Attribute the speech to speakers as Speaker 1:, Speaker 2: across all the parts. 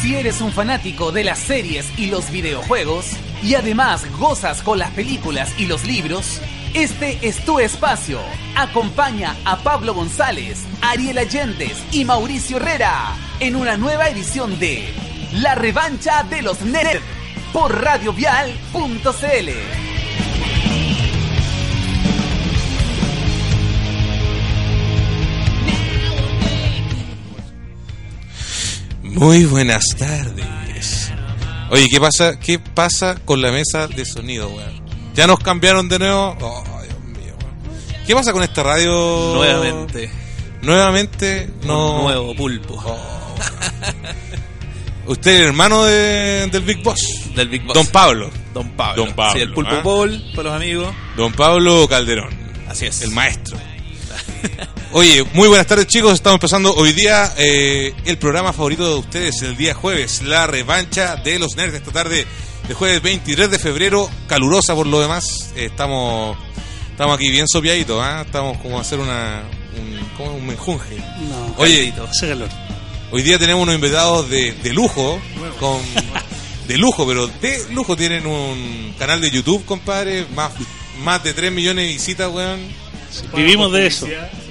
Speaker 1: Si eres un fanático de las series y los videojuegos, y además gozas con las películas y los libros, este es tu espacio. Acompaña a Pablo González, Ariel Allendez y Mauricio Herrera en una nueva edición de La Revancha de los Nerds por radiovial.cl.
Speaker 2: Muy buenas tardes. Oye, ¿qué pasa, qué pasa con la mesa de sonido, weón? ¿Ya nos cambiaron de nuevo? Oh, Dios mío, weón. ¿Qué pasa con esta radio?
Speaker 3: Nuevamente.
Speaker 2: Nuevamente, no.
Speaker 3: Un nuevo pulpo.
Speaker 2: Oh, weón. Usted es el hermano de- del Big Boss.
Speaker 3: Del Big Boss.
Speaker 2: Don Pablo.
Speaker 3: Don Pablo.
Speaker 2: Don Pablo,
Speaker 3: Sí, el pulpo
Speaker 2: ¿ah?
Speaker 3: Paul, para los amigos.
Speaker 2: Don Pablo Calderón.
Speaker 3: Así es.
Speaker 2: El maestro. Oye, muy buenas tardes chicos, estamos empezando hoy día eh, el programa favorito de ustedes, el día jueves, la revancha de los nerds esta tarde de jueves 23 de febrero, calurosa por lo demás, eh, estamos estamos aquí bien sopiaditos, ¿ah? estamos como a hacer una, un, como un menjunje.
Speaker 4: No,
Speaker 2: Oye,
Speaker 4: hace calor.
Speaker 2: hoy día tenemos unos invitados de, de lujo, con, de lujo, pero de lujo tienen un canal de YouTube, compadre, más, más de 3 millones de visitas, weón.
Speaker 4: Vivimos de eso.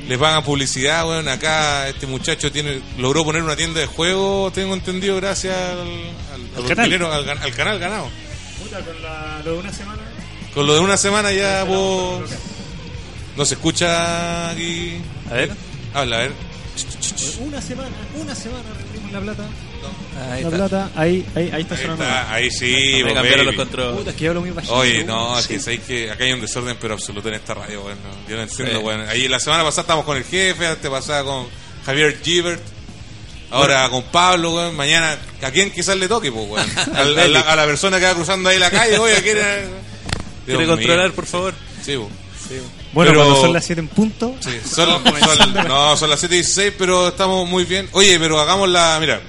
Speaker 2: Les pagan publicidad, weón. Acá este muchacho tiene logró poner una tienda de juego, tengo entendido, gracias al, al- a los
Speaker 4: canal.
Speaker 2: dineros, al gan- al canal ganado.
Speaker 5: Puta, con la, lo de una semana.
Speaker 2: Con lo de una semana ya vos... No se escucha aquí...
Speaker 3: A ver.
Speaker 2: Habla, a ver.
Speaker 5: Una semana, una semana perdimos la plata.
Speaker 3: Ahí
Speaker 5: la
Speaker 3: está.
Speaker 5: plata, ahí, ahí, ahí está
Speaker 2: Ahí,
Speaker 5: sonando.
Speaker 2: está, ahí sí,
Speaker 3: Me
Speaker 2: vos,
Speaker 3: cambiaron los
Speaker 2: baby.
Speaker 3: controles.
Speaker 5: Puta, es que yo hablo muy bajito.
Speaker 2: Oye, no, es que
Speaker 5: Sí.
Speaker 2: sabéis que acá hay un desorden pero absoluto en esta radio, weón. no, Yo no entiendo,
Speaker 3: Sí.
Speaker 2: weón. Ahí la semana pasada estábamos con el jefe, antes pasada con Javier Gibert, ahora con Pablo, weón. Mañana, ¿a quién quizás le toque, pues, weón? Al- a, la, a la persona que va cruzando ahí la calle, oye, ¿quién era? Dios
Speaker 3: ¿Quiere
Speaker 2: mío.
Speaker 3: controlar, por favor?
Speaker 2: Sí, po.
Speaker 5: Bueno,
Speaker 2: Pero-
Speaker 5: cuando son las 7 en punto,
Speaker 2: Sí, son, son- no, son las 7 y 16, pero estamos muy bien. Oye, pero hagamos la. Mira,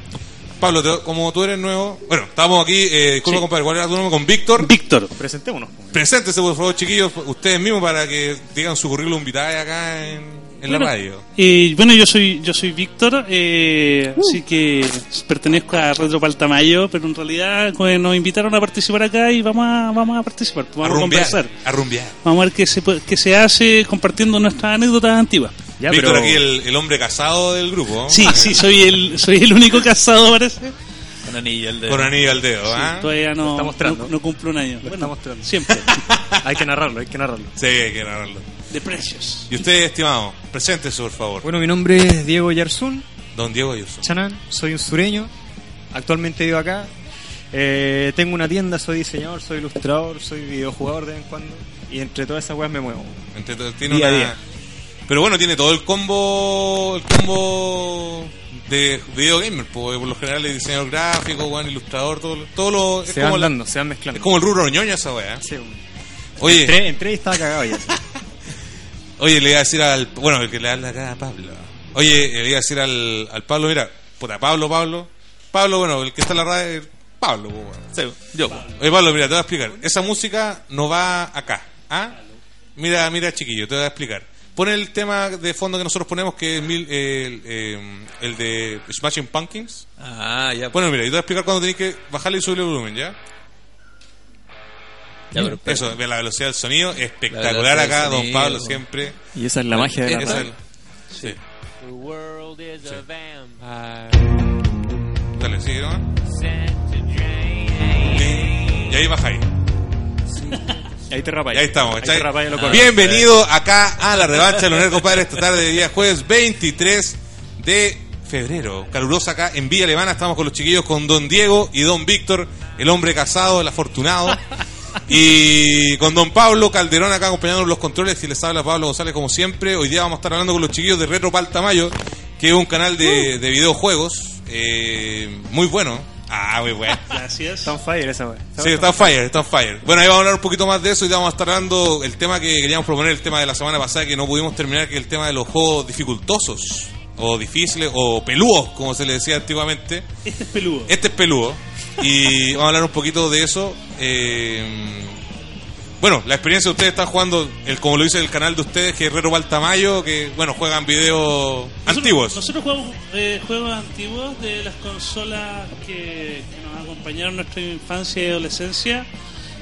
Speaker 2: Pablo, te- como tú eres nuevo. Bueno, estamos aquí, eh, disculpa,
Speaker 4: Sí.
Speaker 2: compadre, ¿cuál era tu nombre? Con Víctor.
Speaker 4: Víctor, presentémonos.
Speaker 5: pues.
Speaker 2: Preséntese, por favor, chiquillos, ustedes mismos para que digan su currículum vitae acá en, en la
Speaker 4: Bueno,
Speaker 2: radio.
Speaker 4: eh, bueno, yo soy yo soy Víctor, eh, así que pertenezco a Retro Paltamayo, pero en realidad pues, nos invitaron a participar acá y vamos a, vamos a participar, pues, vamos a, conversar.
Speaker 2: a rumbear.
Speaker 4: Vamos a ver qué se, puede- qué se hace compartiendo nuestras anécdotas antiguas.
Speaker 5: ya,
Speaker 2: Víctor
Speaker 5: pero
Speaker 2: aquí, el, el hombre casado del grupo. ¿no?
Speaker 4: Sí, sí, soy el, soy el único casado, parece.
Speaker 3: Con anillo el de.
Speaker 2: Con anillo al dedo, ¿ah?
Speaker 4: Todavía
Speaker 5: Lo
Speaker 4: no,
Speaker 5: está mostrando.
Speaker 4: no, no cumplo un año.
Speaker 5: Lo está mostrando.
Speaker 4: siempre.
Speaker 5: hay que narrarlo, hay que narrarlo.
Speaker 2: Sí, hay que narrarlo.
Speaker 4: De precios.
Speaker 2: Y usted, estimado, preséntese, por favor.
Speaker 5: Bueno, mi nombre es Diego Yarzún,
Speaker 2: Don Diego Ayuso.
Speaker 5: Chanán, soy un sureño, actualmente vivo acá. Eh, tengo una tienda, soy diseñador, soy ilustrador, soy videojugador de vez en cuando. Y entre todas esas weas me muevo.
Speaker 2: Entre to- tiene
Speaker 5: Día a
Speaker 2: una-
Speaker 5: día.
Speaker 2: Pero bueno, tiene todo el combo el combo de videogamer, porque eh, por lo general es diseñador gráfico, bueno, ilustrador, todo, lo- todo lo... Es
Speaker 5: Se van
Speaker 2: como, la-
Speaker 5: dando, se van mezclando.
Speaker 2: es como el rubro ñoño esa weá.
Speaker 5: Sí, bueno.
Speaker 2: Oye,
Speaker 5: entré, entré y estaba cagado ya. sí.
Speaker 2: Oye, le iba a decir al. Bueno, el que le habla acá a Pablo. Oye, le iba a decir al, al Pablo, mira, puta, Pablo, Pablo. Pablo, bueno, el que está en la radio es Pablo, pues, bueno.
Speaker 3: Sí, yo.
Speaker 2: Oye, Pablo, mira, te voy a explicar. Esa música no va acá, ¿ah? Mira, mira, chiquillo, te voy a explicar. Pon el tema de fondo que nosotros ponemos, que es mil- el, eh, el de Smashing Pumpkins.
Speaker 3: Ah, ya.
Speaker 2: Bueno, mira, yo te voy a explicar cuando tenés que bajarle y subirle el volumen, ¿ya?
Speaker 3: ya, pero espera.
Speaker 2: Eso, la velocidad del sonido,
Speaker 3: velocidad
Speaker 2: espectacular
Speaker 3: del
Speaker 2: acá, don
Speaker 3: sonido, pues.
Speaker 2: Pablo,
Speaker 3: bueno.
Speaker 2: siempre.
Speaker 5: Y esa es la magia de la
Speaker 2: Esa
Speaker 5: radio.
Speaker 2: es- sí.
Speaker 6: The world is a vampire
Speaker 2: Dale, sigue nomás.
Speaker 6: sent to drain.
Speaker 2: Y ahí baja ahí.
Speaker 5: Ahí te
Speaker 2: Y
Speaker 5: rapáis.
Speaker 2: ahí estamos.
Speaker 5: Ahí
Speaker 2: ¿cachai?
Speaker 5: te rapáis lo correcto.
Speaker 2: Bienvenido acá a la revancha de Leonel Compadre esta tarde de día jueves 23 de febrero. Calurosa acá en Villa Alemana. Estamos con los chiquillos con Don Diego y Don Víctor, el hombre casado, el afortunado. Y con Don Pablo Calderón acá acompañándonos los controles y les habla Pablo González como siempre. Hoy día vamos a estar hablando con los chiquillos de Retro Paltamayo que es un canal
Speaker 5: Uh.
Speaker 2: de, de videojuegos eh, muy bueno. Ah, muy bueno.
Speaker 4: Gracias.
Speaker 5: Está on fire esa weá.
Speaker 2: Sí, está on fire, está on fire. Bueno, ahí vamos a hablar un poquito más de eso y vamos a estar hablando el tema que queríamos proponer, el tema de la semana pasada que no pudimos terminar, que es el tema de los juegos dificultosos, o difíciles, o pelúos, como se le decía antiguamente.
Speaker 4: Este es peludo.
Speaker 2: Este es peludo. Y vamos a hablar un poquito de eso. Eh, bueno, la experiencia de ustedes están jugando, el, como lo dice el canal de ustedes, que es Herrero Baltamayo, que, bueno, juegan videos
Speaker 4: Nosotros-
Speaker 2: antiguos.
Speaker 4: Nosotros jugamos eh, juegos antiguos de las consolas que, que nos acompañaron en nuestra infancia y adolescencia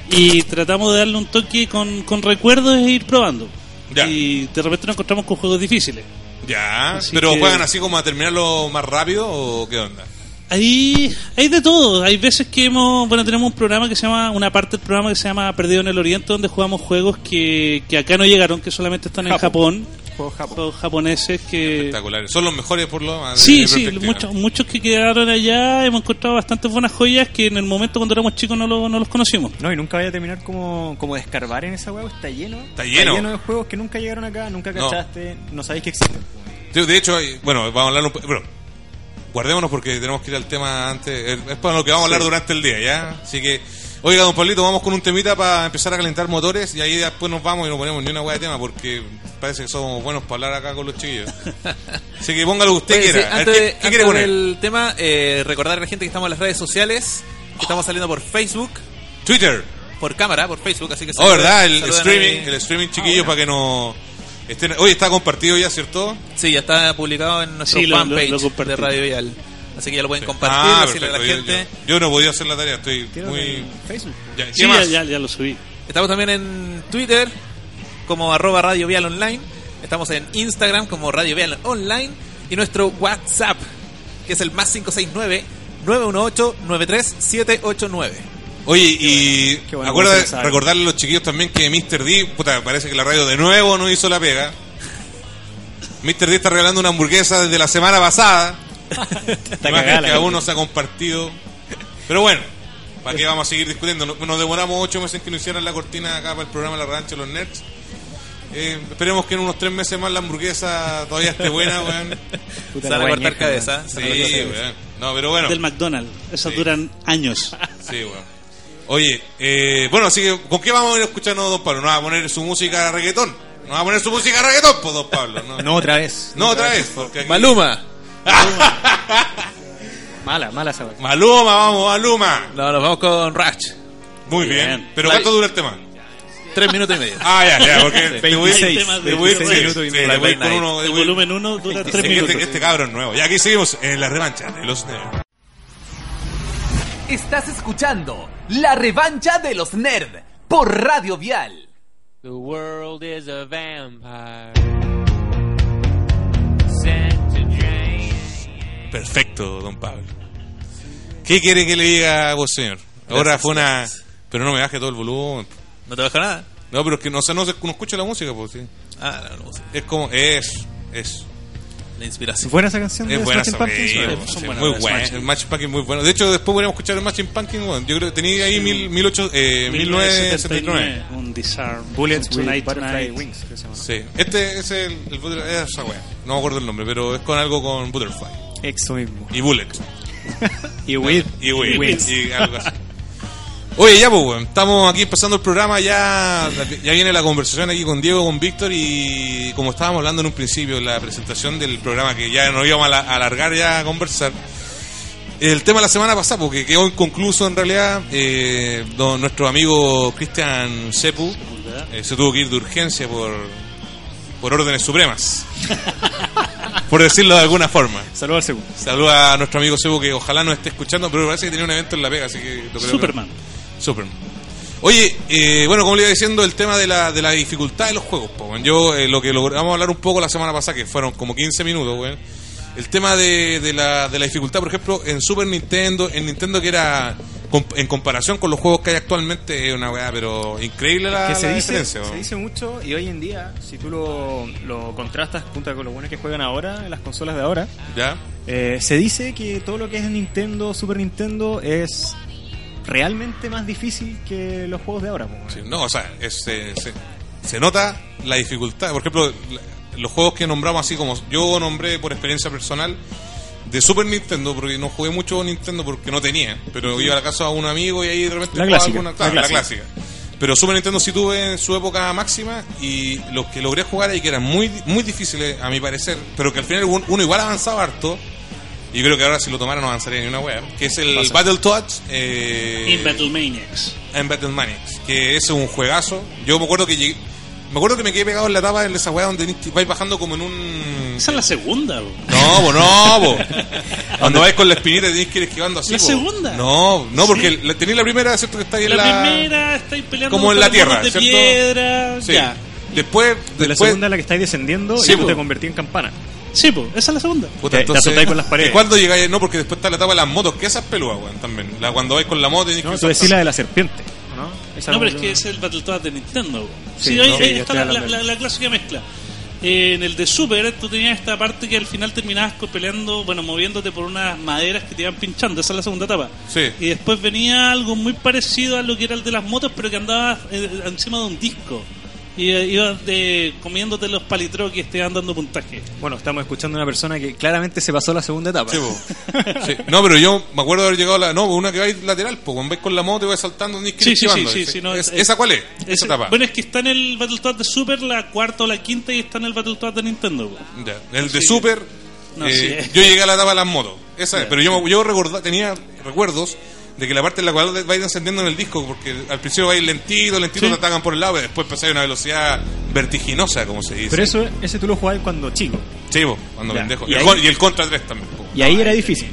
Speaker 4: y tratamos de darle un toque con, con recuerdos e ir probando.
Speaker 2: Ya.
Speaker 4: Y de repente nos encontramos con juegos difíciles.
Speaker 2: Ya,
Speaker 4: Así
Speaker 2: pero
Speaker 4: que-
Speaker 2: juegan así como a terminarlo más rápido o qué onda?
Speaker 4: Hay, hay de todo. Hay veces que hemos. Bueno, tenemos un programa que se llama. Una parte del programa que se llama Perdido en el Oriente, donde jugamos juegos que, que acá no llegaron, que solamente están en Japón.
Speaker 5: Juego Japón.
Speaker 4: Juegos japoneses que.
Speaker 2: Espectaculares. Son los mejores por lo más.
Speaker 4: Sí, sí, muchos, muchos que quedaron allá. Hemos encontrado bastantes buenas joyas que en el momento cuando éramos chicos no, lo- no los conocimos.
Speaker 5: No, y nunca vaya a terminar como, como de escarbar en esa weá. Está lleno.
Speaker 2: Está lleno.
Speaker 5: de juegos que nunca llegaron acá, nunca
Speaker 2: No.
Speaker 5: cachaste, no, sabéis que existen.
Speaker 2: De hecho, hay- bueno, vamos a hablar un po- Bueno, guardémonos porque tenemos que ir al tema antes. Es es para lo que vamos a hablar durante el día, ¿ya? Así que, oiga, don Pablito, vamos con un temita para empezar a calentar motores y ahí después nos vamos y no ponemos ni una hueá de tema porque parece que somos buenos para hablar acá con los chiquillos. Así que póngalo que usted
Speaker 3: Oye, sí,
Speaker 2: quiera. A ver,
Speaker 3: antes
Speaker 2: ¿qué-
Speaker 3: de-
Speaker 2: ¿Qué,
Speaker 3: antes
Speaker 2: quiere poner?
Speaker 3: del tema, eh, recordar a la gente que estamos en las redes sociales, que estamos saliendo por Facebook,
Speaker 2: Twitter.
Speaker 3: por cámara, por Facebook, así que
Speaker 2: Oh,
Speaker 3: saluden-
Speaker 2: ¿verdad? El
Speaker 3: saluden
Speaker 2: streaming,
Speaker 3: ahí.
Speaker 2: el streaming chiquillos para que no... Estén... Oye, está compartido ya, ¿cierto?
Speaker 3: Sí, ya está publicado en nuestro
Speaker 4: Sí, lo- lo-
Speaker 3: fanpage
Speaker 4: lo compartí.
Speaker 3: de Radio Vial. Así que ya lo pueden compartir,
Speaker 2: Ah,
Speaker 3: decirle a la
Speaker 2: perfecto. Yo-
Speaker 3: gente.
Speaker 2: Yo, yo no podía hacer la tarea, estoy
Speaker 5: Creo que
Speaker 2: muy...
Speaker 5: en Facebook.
Speaker 2: Ya, ¿qué
Speaker 4: Sí, ya,
Speaker 2: más?
Speaker 4: ya, ya lo subí.
Speaker 3: Estamos también en Twitter como arroba Radio Vial Online. Estamos en Instagram como Radio Vial Online. Y nuestro WhatsApp, que es el más 569-918-93789.
Speaker 2: Oye, y
Speaker 5: Qué bueno
Speaker 2: acuerda
Speaker 5: que
Speaker 2: de
Speaker 5: se sabe.
Speaker 2: recordarle a los chiquillos también que Mr. D, puta, parece que la radio de nuevo no hizo la pega. Mr. D está regalando una hamburguesa desde la semana pasada.
Speaker 5: Está
Speaker 2: Imagen
Speaker 5: cagada la
Speaker 2: que aún
Speaker 5: gente.
Speaker 2: no se ha compartido. Pero bueno, ¿para qué vamos a seguir discutiendo? No- Nos demoramos ocho meses en que nos hicieran la cortina acá para el programa La Rancha de los Nerds. Eh, esperemos que en unos tres meses más la hamburguesa todavía esté buena, weón.
Speaker 5: Puta
Speaker 3: Se van
Speaker 5: la
Speaker 3: a
Speaker 5: weá
Speaker 3: cortar
Speaker 5: ñeja,
Speaker 3: cabeza.
Speaker 5: weón.
Speaker 2: Sí,
Speaker 3: Sí,
Speaker 2: weón. No, pero bueno.
Speaker 4: Del McDonald's. Esas
Speaker 2: Sí.
Speaker 4: duran años.
Speaker 2: Sí, bueno. Oye, eh, bueno, así que, ¿con qué vamos a ir escuchando, don Pablo? ¿Nos va a poner su música reggaetón? ¿Nos va a poner su música reggaetón, pues, don Pablo? No,
Speaker 5: No, otra vez.
Speaker 2: No, otra vez. Porque aquí-
Speaker 3: Maluma.
Speaker 5: Mala, mala esa weá.
Speaker 2: Maluma, vamos, Maluma.
Speaker 3: No, nos vamos con Rush.
Speaker 2: Muy bien.
Speaker 4: Bien.
Speaker 2: ¿Pero
Speaker 3: La-
Speaker 2: cuánto dura el tema?
Speaker 3: Tres minutos y medio.
Speaker 2: Ah, ya, ya, porque te voy,
Speaker 5: 26,
Speaker 2: te voy, sí,
Speaker 5: 26
Speaker 2: sí,
Speaker 5: minutos y
Speaker 2: sí,
Speaker 5: medio.
Speaker 2: te voy
Speaker 3: Black
Speaker 2: con
Speaker 3: Knight.
Speaker 2: uno... te
Speaker 4: El
Speaker 2: voy-
Speaker 4: volumen 1 dura 3
Speaker 2: Sí,
Speaker 4: minutos.
Speaker 2: este, este cabrón nuevo. Y aquí seguimos en la revancha de los nerds.
Speaker 1: Estás escuchando La Revancha de los Nerd por Radio Vial.
Speaker 6: The world is a vampire. Sent to drain.
Speaker 2: Perfecto, don Pablo. ¿Qué quiere que le diga a vos, señor? Ahora
Speaker 3: Gracias,
Speaker 2: fue una...
Speaker 3: gracias.
Speaker 2: Pero no me baje todo el volumen.
Speaker 3: No te bajo nada.
Speaker 2: No, pero es que no, se no, se- no escucha la música, pues sí.
Speaker 3: Ah, no, no, no, sí.
Speaker 2: Es como. Es. Es.
Speaker 3: La inspiración.
Speaker 5: Buena esa canción. de
Speaker 2: Es buena
Speaker 5: Smashing
Speaker 2: esa
Speaker 5: Pumpkins,
Speaker 2: película,
Speaker 5: weón.
Speaker 2: pues,
Speaker 4: son
Speaker 2: sí,
Speaker 4: buenas
Speaker 2: Muy
Speaker 4: las
Speaker 2: buena.
Speaker 4: Smashing.
Speaker 2: El Match Packing muy bueno. De hecho, después podríamos escuchar el Match Packing. weón. yo creo que tenía ahí mil, 1800, eh, 1979.
Speaker 4: Un Disarm.
Speaker 5: Bullets
Speaker 4: un
Speaker 5: with
Speaker 4: Tonight
Speaker 5: Butterfly
Speaker 4: Tonight.
Speaker 5: Wings, creo que se llama.
Speaker 2: Sí. Este es el. el Butter- es esa wea. No me acuerdo el nombre, pero es con algo con Butterfly.
Speaker 5: Exo mismo.
Speaker 2: Y Bullet.
Speaker 5: Y With.
Speaker 2: Y Will.
Speaker 5: Wings.
Speaker 2: Y algo así. Oye, ya, pues, weón. Estamos aquí empezando el programa. Ya, ya viene la conversación aquí con Diego, con Víctor. Y como estábamos hablando en un principio, la presentación del programa que ya nos íbamos a, la- a alargar ya a conversar. El tema de la semana pasada, porque quedó inconcluso en realidad. eh, don- nuestro amigo Cristian Sepu eh, se tuvo que ir de urgencia por, por órdenes supremas. por decirlo de alguna forma.
Speaker 5: Saludos al segundo.
Speaker 2: Saluda a nuestro amigo Sebo que ojalá nos esté escuchando, pero parece que tenía un evento en La Vega, así que lo creo que-
Speaker 4: Superman.
Speaker 2: Superman. Oye, eh, bueno, como le iba diciendo, el tema de la, de la dificultad de los juegos, po, weón. Yo, eh, lo que logramos hablar un poco la semana pasada, que fueron como 15 minutos, weón. El tema de, de la, de la dificultad, por ejemplo, en Super Nintendo, en Nintendo que era, com- en comparación con los juegos que hay actualmente, es una weá, pero increíble la,
Speaker 5: que se
Speaker 2: Ah, la
Speaker 5: dice,
Speaker 2: diferencia,
Speaker 5: se
Speaker 2: weón.
Speaker 5: dice mucho y hoy en día, si tú lo, lo contrastas junto con lo bueno que juegan ahora, en las consolas de ahora,
Speaker 2: ¿Ya?
Speaker 5: eh, se dice que todo lo que es Nintendo, Super Nintendo, es realmente más difícil que los juegos de ahora. po, weón.
Speaker 2: Sí, no, o sea, es, eh, se, se nota la dificultad. Por ejemplo, la- los juegos que nombramos, así como yo nombré por experiencia personal de Super Nintendo, porque no jugué mucho Nintendo porque no tenía, pero iba a la casa a un amigo y ahí de repente
Speaker 7: La
Speaker 2: jugaba
Speaker 7: clásica,
Speaker 2: alguna-
Speaker 7: la
Speaker 2: claro, la
Speaker 7: clásica.
Speaker 2: clásica. Pero Super Nintendo sí tuve en su época máxima y los que logré jugar ahí que eran muy, muy difíciles a mi parecer, pero que al final un- uno igual avanzaba harto. Y creo que ahora si lo tomara no avanzaría ni una wea. Que es el Battletoads. Eh,
Speaker 4: In Battle Maniacs.
Speaker 2: en Battle Maniacs, que es un juegazo. Yo me acuerdo que llegué- me acuerdo que me quedé pegado en la etapa de esa weá donde tenés que- vais bajando como en un
Speaker 4: Esa es la segunda, bro.
Speaker 2: no, bo, no, bo. Cuando vais con la espinita tenés que ir esquivando así.
Speaker 4: La
Speaker 2: bo.
Speaker 4: segunda.
Speaker 2: No, no, porque la- tenéis la primera, ¿cierto? Que está ahí en
Speaker 4: La,
Speaker 2: la.
Speaker 4: primera estáis peleando
Speaker 2: como en
Speaker 4: con
Speaker 2: la
Speaker 4: los monos
Speaker 2: tierra,
Speaker 4: de
Speaker 2: ¿cierto?
Speaker 4: piedra.
Speaker 2: Sí.
Speaker 4: Ya.
Speaker 2: Después,
Speaker 5: De la
Speaker 2: después-
Speaker 5: segunda es la que estáis descendiendo
Speaker 4: Sí,
Speaker 5: y tú
Speaker 4: po.
Speaker 5: te convertís en campana.
Speaker 4: Sí, pues, esa es la segunda.
Speaker 2: Puta,
Speaker 5: Te- te
Speaker 2: entonces-
Speaker 5: azotáis con las paredes.
Speaker 2: ¿Y cuándo llegáis? No, porque después está la etapa de las motos, que esa es pelúa, weón, también. La, cuando vais con la moto tenés
Speaker 5: No,
Speaker 2: que
Speaker 5: tú
Speaker 2: saltar.
Speaker 5: decís la de la serpiente, ¿no? Esa
Speaker 4: No, pero es
Speaker 5: como-
Speaker 4: que es el Battletoads de Nintendo. po.
Speaker 5: Sí,
Speaker 4: Sí, ahí,
Speaker 5: no,
Speaker 4: ahí
Speaker 5: sí, yo
Speaker 4: está la,
Speaker 5: estoy
Speaker 4: la-
Speaker 5: hablando.
Speaker 4: la- la clásica mezcla. Eh, en el de Super tú tenías esta parte que al final terminabas co- peleando, bueno, moviéndote por unas maderas que te iban pinchando, esa es la segunda etapa.
Speaker 2: Sí.
Speaker 4: Y después venía algo muy parecido a lo que era el de las motos, pero que andabas eh, encima de un disco. Y eh, ibas de, comiéndote los palitroques, te iban dando puntaje.
Speaker 5: Bueno, estamos escuchando a una persona que claramente se pasó la segunda etapa.
Speaker 2: Sí, po. Sí. No, pero yo me acuerdo de haber llegado a la. No, una que vais lateral, pues cuando vais con la moto y vais saltando, tenés que ir
Speaker 4: Sí, sí,
Speaker 2: esquivando,
Speaker 4: sí, sí,
Speaker 2: ¿sí?
Speaker 4: sí, no,
Speaker 2: Es-
Speaker 4: eh,
Speaker 2: ¿Esa cuál es?
Speaker 4: Ese-
Speaker 2: esa etapa.
Speaker 4: bueno, es que está en el Battletoads de Super la cuarta o la quinta y está en el Battletoads de Nintendo. po.
Speaker 2: Ya, El de Super.
Speaker 4: No,
Speaker 2: eh,
Speaker 4: sí.
Speaker 2: Yo llegué a la etapa de las motos. Esa es, pero yo, yo recorda- tenía recuerdos de que la parte en la cual vais encendiendo en el disco, porque al principio vais lentito, lentito,
Speaker 4: Sí.
Speaker 2: te atacan por el lado, pero después pasáis a una velocidad vertiginosa, como se dice.
Speaker 5: Pero eso, ese tú lo jugabas cuando chico.
Speaker 2: Sí, vos, cuando
Speaker 5: Ya,
Speaker 2: pendejo.
Speaker 5: y
Speaker 2: Y, el,
Speaker 5: ahí-
Speaker 2: con- y el Contra 3 también. po.
Speaker 5: Y ahí era difícil.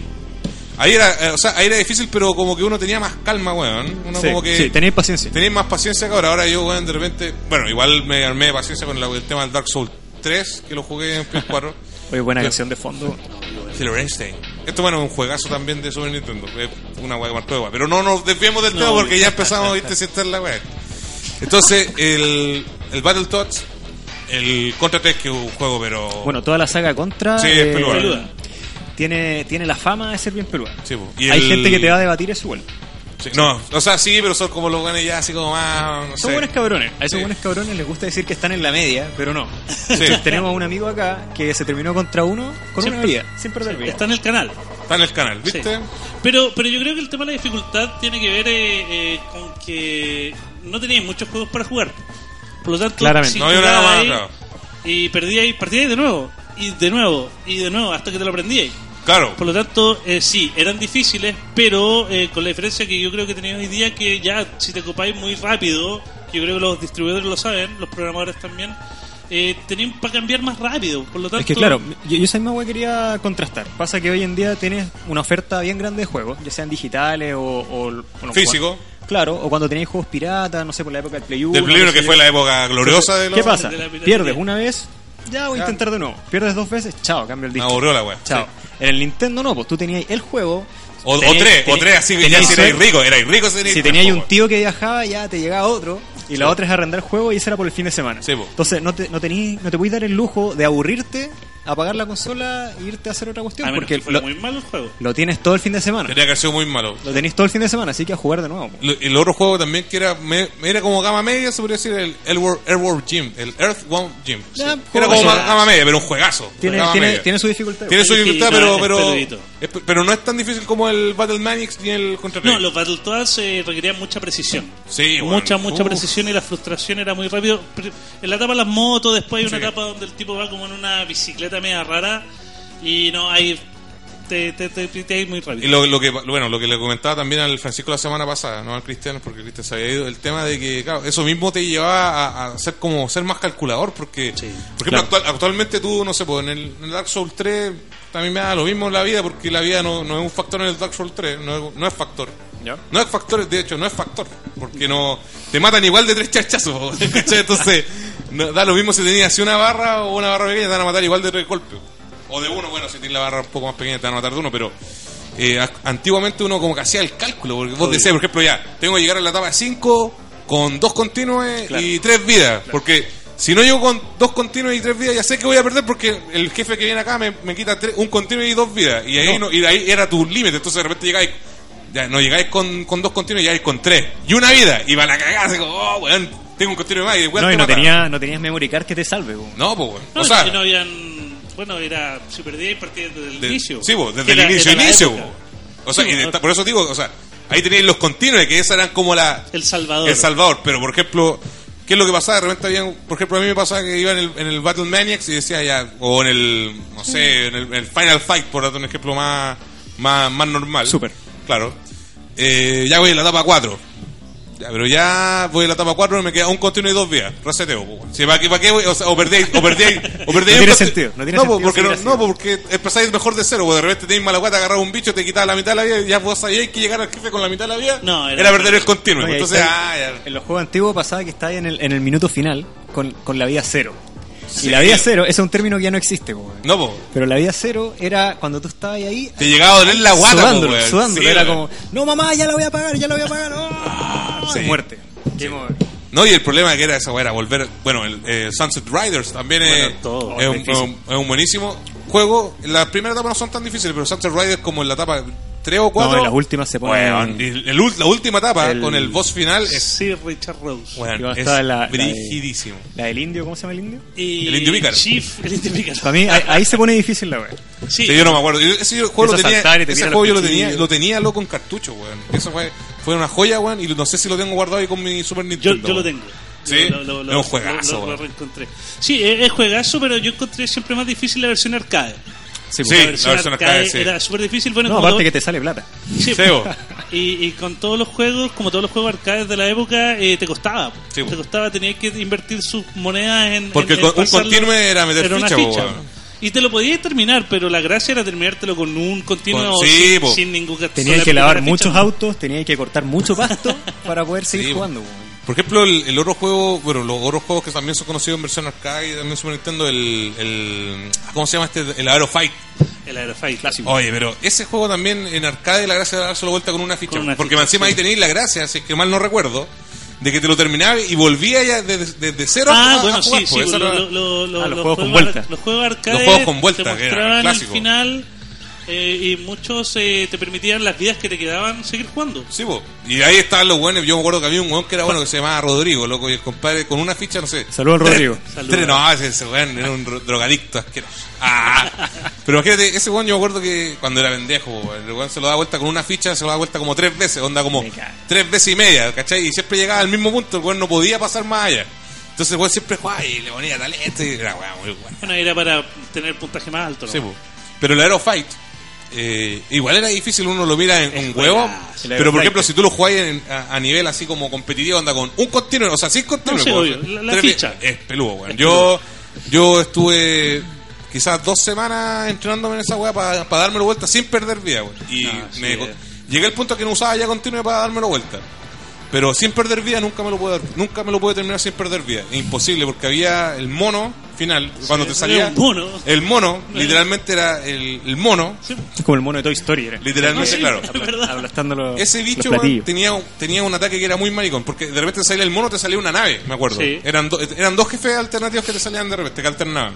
Speaker 2: Ahí era, eh, o sea, ahí era difícil, pero como que uno tenía más calma, weón. Uno
Speaker 5: sí,
Speaker 2: como que
Speaker 5: sí, tenéis paciencia.
Speaker 2: tenéis más paciencia que ahora. Ahora yo, weón, de repente. Bueno, igual me armé de paciencia con la- el tema del Dark Souls 3, que lo jugué en Play 4.
Speaker 5: Oye, buena
Speaker 2: Yo-
Speaker 5: canción de fondo.
Speaker 2: Killer Einstein. Esto, bueno, es un juegazo también de Super Nintendo. Es una weá que marcó de weá. Pero no nos desviemos del tema porque ya empezamos, viste, si esta es la weá. Entonces, el, el Battletoads, el Contra 3, que es un juego, pero.
Speaker 5: Bueno, toda la saga contra eh,
Speaker 2: Sí, es peluda.
Speaker 4: Peluda.
Speaker 5: tiene, tiene la fama de ser bien peluda.
Speaker 2: Sí, po. Y
Speaker 5: Hay
Speaker 2: el-
Speaker 5: gente que te va a debatir eso igual.
Speaker 2: sí, no, o sea, sí, pero son como los ganes ya así como más. No
Speaker 5: Son
Speaker 2: sé.
Speaker 5: buenos cabrones. A esos
Speaker 2: Sí.
Speaker 5: buenos cabrones les gusta decir que están en la media, pero no. Tenemos a un amigo acá que se terminó contra uno con
Speaker 4: Siempre-
Speaker 5: una vida. Sin perder vida.
Speaker 4: Está en el canal.
Speaker 2: Está en el canal, ¿viste?
Speaker 4: Sí. Pero, pero yo creo que el tema de la dificultad tiene que ver eh, eh, con que no teníais muchos juegos para jugar. Por lo tanto,
Speaker 5: Claramente.
Speaker 4: si
Speaker 2: No había nada más,
Speaker 4: jugabais
Speaker 2: claro.
Speaker 4: y perdíais, perdíais de nuevo, y de nuevo, y de nuevo, hasta que te lo aprendíais.
Speaker 2: Claro.
Speaker 4: Por lo tanto, eh, sí, eran difíciles, pero eh, con la diferencia que yo creo que tenéis hoy día, que ya si te copáis muy rápido, yo creo que los distribuidores lo saben, los programadores también, eh, tenéis para cambiar más rápido. Por lo tanto,
Speaker 5: Es que claro, yo, yo esa misma wea quería contrastar. Pasa que hoy en día tienes una oferta bien grande de juegos, ya sean digitales o... o- o no,
Speaker 2: Físico.
Speaker 5: cuando- claro, o cuando tenéis juegos piratas, no sé, por la época del Play 1.
Speaker 2: Del Play
Speaker 5: qué
Speaker 2: 1, que
Speaker 5: sé
Speaker 2: fue
Speaker 5: yo.
Speaker 2: la época gloriosa de los.
Speaker 5: ¿Qué pasa?
Speaker 4: De la piratería.
Speaker 5: Pierdes una vez, ya voy a intentar de nuevo. Pierdes dos veces, chao, cambio el
Speaker 2: Me
Speaker 5: disco.
Speaker 2: aburrió la wea.
Speaker 5: Chao. En el Nintendo no, pues tú tenías el juego.
Speaker 2: O, o
Speaker 5: tenías-
Speaker 2: tres, o
Speaker 5: tenías-
Speaker 2: tres, así que ya
Speaker 5: tenías
Speaker 2: si erais
Speaker 5: suerte.
Speaker 2: rico, erais rico si erais
Speaker 5: Si
Speaker 2: rico,
Speaker 5: tenías
Speaker 2: po,
Speaker 5: un tío que viajaba, ya te llegaba otro. Y la otra es arrendar juego y esa era por el fin de semana.
Speaker 2: Sí, po.
Speaker 5: Entonces no te, no, tení- no te podías dar el lujo de aburrirte, apagar la consola e irte a hacer otra
Speaker 4: a
Speaker 5: cuestión.
Speaker 4: menos
Speaker 5: Porque
Speaker 4: que fuera
Speaker 5: lo,
Speaker 4: muy malo el juego.
Speaker 5: lo tienes todo el fin de semana.
Speaker 2: Tenía que haber sido muy malo.
Speaker 5: Lo tenés todo el fin de semana, así que a jugar de nuevo. po.
Speaker 2: Lo- El otro juego también que era, me- era como gama media, se podría decir, el Earthworm, Earthworm Gym. El Earthworm Gym. sí.
Speaker 5: Ya,
Speaker 2: Era como
Speaker 5: juegazo.
Speaker 2: ma- gama media, pero un juegazo.
Speaker 5: Tiene,
Speaker 2: Gama
Speaker 5: tiene,
Speaker 2: media.
Speaker 5: tiene su dificultad.
Speaker 2: Tiene su
Speaker 4: Sí,
Speaker 2: dificultad,
Speaker 4: no,
Speaker 2: pero,
Speaker 4: es
Speaker 2: pero,
Speaker 4: peludito.
Speaker 2: es pe- pero no es tan difícil como el Battle Maniacs ni el Contra
Speaker 4: No,
Speaker 2: Three.
Speaker 4: los Battletoads eh, requerían mucha precisión.
Speaker 2: Sí, bueno.
Speaker 4: mucha, mucha
Speaker 2: Uf.
Speaker 4: precisión y la frustración era muy rápido. Pr- En la etapa de las motos, después hay una
Speaker 2: Sí.
Speaker 4: etapa donde el tipo va como en una bicicleta media rara y no, ahí te, te, te, te- te hay muy rápido.
Speaker 2: Y lo, lo que, bueno, lo que le comentaba también al Francisco la semana pasada, no al Cristiano, porque Cristian se había ido, el tema de que, claro, eso mismo te llevaba a, a ser como ser más calculador, porque, por ejemplo, actual- actualmente tú, no sé, pues, en el, en el Dark Souls 3 también me da lo mismo la vida, porque la vida no, no es un factor en el Dark Souls 3, no, es- no es factor. No es factor, de hecho, no es factor, porque no te matan igual de tres chachazos, ¿cachai? Entonces, no- da lo mismo si tenías así una barra o una barra pequeña, te van a matar igual de tres golpes. O de uno, bueno, si tienes la barra un poco más pequeña, te van a matar de uno, pero eh, a- antiguamente uno como que hacía el cálculo, porque vos decías, por ejemplo, ya, tengo que llegar a la etapa 5 con dos continues y tres vidas, porque si no llego con dos continues y tres vidas, ya sé que voy a perder porque el jefe que viene acá me, me quita tres- un continuo y dos vidas, y ahí, no. y ahí era tu límite, entonces de repente llegáis, ya no llegáis con, con dos continuos, llegáis con tres, y una vida, y van a cagarse, como, oh, weón, Tengo un continuo más y igual
Speaker 5: No,
Speaker 2: te
Speaker 5: y no
Speaker 2: mata.
Speaker 5: tenías no tenías memory card que te salve, po.
Speaker 2: No, pues, weón.
Speaker 4: No,
Speaker 2: o sea,
Speaker 4: y no habían. Bueno, era Super 10 partiendo desde el
Speaker 2: de-
Speaker 4: inicio.
Speaker 2: Sí, vos, desde
Speaker 4: Que
Speaker 2: el
Speaker 4: era-
Speaker 2: inicio,
Speaker 4: era la
Speaker 2: inicio,
Speaker 4: época.
Speaker 2: vos. O sea,
Speaker 4: Sí,
Speaker 2: y
Speaker 4: vos.
Speaker 2: está- por eso digo, o sea, ahí tenéis los continuos, que esas eran como la...
Speaker 4: El Salvador.
Speaker 2: El Salvador, pero por ejemplo, ¿qué es lo que pasaba? De repente habían, por ejemplo, a mí me pasaba que iba en el, en el Battle Maniacs y decía ya, o en el, no sé, en el, en el Final Fight, por dar un ejemplo más, más, más normal.
Speaker 5: Súper.
Speaker 2: Claro. Eh, ya voy en la etapa 4. Ya, pero ya voy en la etapa 4 y me queda un continuo y dos vías. Reseteo, po. Si, ¿para qué, para qué voy? O, sea, o perdéis, o perdéis, o perdéis
Speaker 5: No tiene
Speaker 2: un conti-
Speaker 5: sentido, no tiene
Speaker 2: po,
Speaker 5: sentido
Speaker 2: porque no,
Speaker 5: seguir así.
Speaker 2: no, po, porque empezáis mejor de cero, po. de repente tenéis mala guata, agarrar un bicho, te quitas la mitad de la vida y ya vos sabíais que llegar al jefe con la mitad de la vida
Speaker 4: No,
Speaker 2: era,
Speaker 4: era-
Speaker 2: perder el continuo.
Speaker 5: No, y ahí
Speaker 2: Entonces,
Speaker 5: está-
Speaker 2: ah, ya.
Speaker 5: En los juegos antiguos pasaba que estabas en el, en el minuto final con, con la vida cero.
Speaker 2: Sí.
Speaker 5: Y la vida cero, ese es un término que ya no existe, po.
Speaker 2: No, po.
Speaker 5: Pero la vida cero era cuando tú estabas ahí
Speaker 2: Te llegaba a doler la guata, po,
Speaker 5: sudándolo,
Speaker 2: weón.
Speaker 5: sudándolo.
Speaker 2: Sí,
Speaker 5: era
Speaker 2: weón.
Speaker 5: como, no mamá, ya la voy a pagar, ya la voy a pagar. ¡Ah!
Speaker 2: Sí.
Speaker 5: Muerte. Game over.
Speaker 2: No, y el problema que era esa weá era volver. Bueno, el eh, Sunset Riders también es,
Speaker 4: Bueno, todo.
Speaker 2: es, un,
Speaker 5: Difícil.
Speaker 2: es un- es un buenísimo juego. Las primeras etapas no son tan difíciles, pero Sunset Riders, como en la etapa 3 o 4.
Speaker 5: No, en las últimas se ponen-
Speaker 2: la última etapa
Speaker 5: El-
Speaker 2: con el boss final es.
Speaker 4: Sí, Richard Rose.
Speaker 2: weón,
Speaker 5: Yo
Speaker 2: es
Speaker 5: estaba en la- la de-
Speaker 2: brigidísimo.
Speaker 5: La del indio, ¿cómo se llama el indio?
Speaker 4: Y
Speaker 2: El Indio Pícaro.
Speaker 4: Chief, el Indio Pícaro.
Speaker 5: Para mí, ahí, ahí se pone difícil la wea.
Speaker 4: Sí,
Speaker 2: Sí, yo no me acuerdo. Yo- Ese yo- juego, lo
Speaker 5: Empieza a
Speaker 2: tenía,
Speaker 5: saltar y te
Speaker 2: ese
Speaker 5: tiran
Speaker 2: juego yo
Speaker 5: los
Speaker 2: lo tenía,
Speaker 5: cuchillos.
Speaker 2: lo tenía loco en cartucho, weón. Eso fue, fue una joya, weón. Y no sé si lo tengo guardado ahí con mi Super
Speaker 4: Yo,
Speaker 2: Nintendo.
Speaker 4: yo lo
Speaker 2: weón.
Speaker 4: tengo.
Speaker 2: Sí,
Speaker 4: Lo- lo- lo-
Speaker 2: es un juegazo,
Speaker 4: lo- lo- lo
Speaker 2: weón.
Speaker 4: reencontré. Sí, e, es, es juegazo, pero yo encontré siempre más difícil la versión arcade.
Speaker 2: Sí.
Speaker 5: Sí, po.
Speaker 4: la versión,
Speaker 2: versión
Speaker 4: arcade,
Speaker 2: arcade, sí.
Speaker 4: era súper difícil. Bueno,
Speaker 5: No,
Speaker 4: como
Speaker 5: aparte que
Speaker 4: todo-
Speaker 5: te sale plata.
Speaker 4: sí,
Speaker 2: Sí, vos.
Speaker 4: y, y con todos los juegos, como todos los juegos arcades de la época, eh, te costaba.
Speaker 2: Sí,
Speaker 4: te
Speaker 2: po.
Speaker 4: costaba, tenías que invertir sus monedas en.
Speaker 2: Porque
Speaker 4: en-
Speaker 2: el
Speaker 4: en
Speaker 2: con- un
Speaker 4: pasarlo.
Speaker 2: continuo era meter
Speaker 4: una
Speaker 2: ficha, po, weón.
Speaker 4: po. Y te lo podías terminar, pero la gracia era terminártelo con un continuo
Speaker 2: Con- sí, po.
Speaker 4: sin, sin ningún gasto.
Speaker 5: Tenía
Speaker 4: Solo
Speaker 5: que
Speaker 4: la
Speaker 5: lavar
Speaker 4: primera
Speaker 5: muchos
Speaker 4: ficha.
Speaker 5: autos, tenía que cortar mucho pasto para poder seguir
Speaker 2: Sí, po.
Speaker 5: jugando. weón.
Speaker 2: Por ejemplo, el, el otro juego, bueno, los otros juegos que también son conocidos en versión arcade y también Super Nintendo, el, el- ¿Cómo se llama este? El Aero Fight.
Speaker 4: El Aerofight.
Speaker 2: Oye, pero ese juego también en arcade la gracia era darse la vuelta con una ficha.
Speaker 4: Con una
Speaker 2: porque
Speaker 4: ficha,
Speaker 2: encima
Speaker 4: sí.
Speaker 2: ahí tenéis la gracia, si es que mal no recuerdo, de que te lo terminaba y volvía ya desde desde cero
Speaker 4: Ah,
Speaker 2: a, a
Speaker 4: bueno,
Speaker 2: jugar.
Speaker 4: sí, sí.
Speaker 2: pues, esa
Speaker 4: lo-
Speaker 2: era-
Speaker 4: lo- lo- lo-
Speaker 5: Ah, los
Speaker 4: los
Speaker 5: juegos con
Speaker 4: juegos
Speaker 5: vuelta.
Speaker 4: ar- Los juegos arcade.
Speaker 2: Los juegos con vuelta,
Speaker 4: Te
Speaker 2: que era
Speaker 4: mostraban el
Speaker 2: clásico.
Speaker 4: final eh, y muchos eh, te permitían las vidas que te quedaban seguir jugando.
Speaker 2: Sí, po. y ahí estaban los buenos. Yo me acuerdo que había un weón que era bueno que se llamaba Rodrigo, loco. Y el compadre con una ficha, no sé.
Speaker 5: Saludos al
Speaker 2: tres-
Speaker 5: Rodrigo.
Speaker 4: Saludos.
Speaker 2: tres- no, ese, ese weón era un ro- drogadicto asqueroso. Ah. Pero imagínate, ese weón yo me acuerdo que cuando era pendejo, po, el weón se lo daba vuelta con una ficha, se lo daba vuelta como tres veces, onda como
Speaker 5: Me cago.
Speaker 2: tres veces y media, ¿cachai? Y siempre llegaba al mismo punto, el weón no podía pasar más allá. Entonces el weón siempre jugaba y le ponía talento y era weón muy bueno.
Speaker 4: Bueno, era para tener puntaje más alto. ¿no?
Speaker 2: Sí, pues, po. Pero el Aerofight, eh, igual era difícil, uno lo mira en un huevo.
Speaker 5: El
Speaker 2: Pero por
Speaker 5: Aerofight.
Speaker 2: ejemplo, si tú lo jugás en- a, a nivel así como competitivo, anda con un continuo, o sea, sin continuo.
Speaker 4: No, sí,
Speaker 2: como-
Speaker 4: obvio, la- la
Speaker 2: tres-
Speaker 4: ficha.
Speaker 2: Es peludo, weón. Yo, yo estuve quizás dos semanas entrenándome en esa weá para dármelo vuelta sin perder vida, weón. Y
Speaker 4: Ah, sí,
Speaker 2: me-
Speaker 4: eh.
Speaker 2: llegué al punto que no usaba ya continuo para dármelo vuelta. Pero sin perder vida nunca me lo pude dar- nunca me lo pude terminar sin perder vida. Imposible, porque había el mono final, cuando te
Speaker 4: era
Speaker 2: salía.
Speaker 4: un mono.
Speaker 2: El mono, literalmente era el, el mono.
Speaker 5: Es como el mono de Toy Story, era.
Speaker 2: Literalmente,
Speaker 4: No, sí,
Speaker 2: claro.
Speaker 4: es verdad.
Speaker 5: Aplastando los,
Speaker 2: Ese
Speaker 5: los
Speaker 2: bicho weón,
Speaker 5: platillos.
Speaker 2: tenía, un- tenía un ataque que era muy maricón, porque de repente salía el mono, te salía una nave, me acuerdo.
Speaker 4: Sí.
Speaker 2: Eran, do- eran dos jefes alternativos que te salían de repente, que alternaban.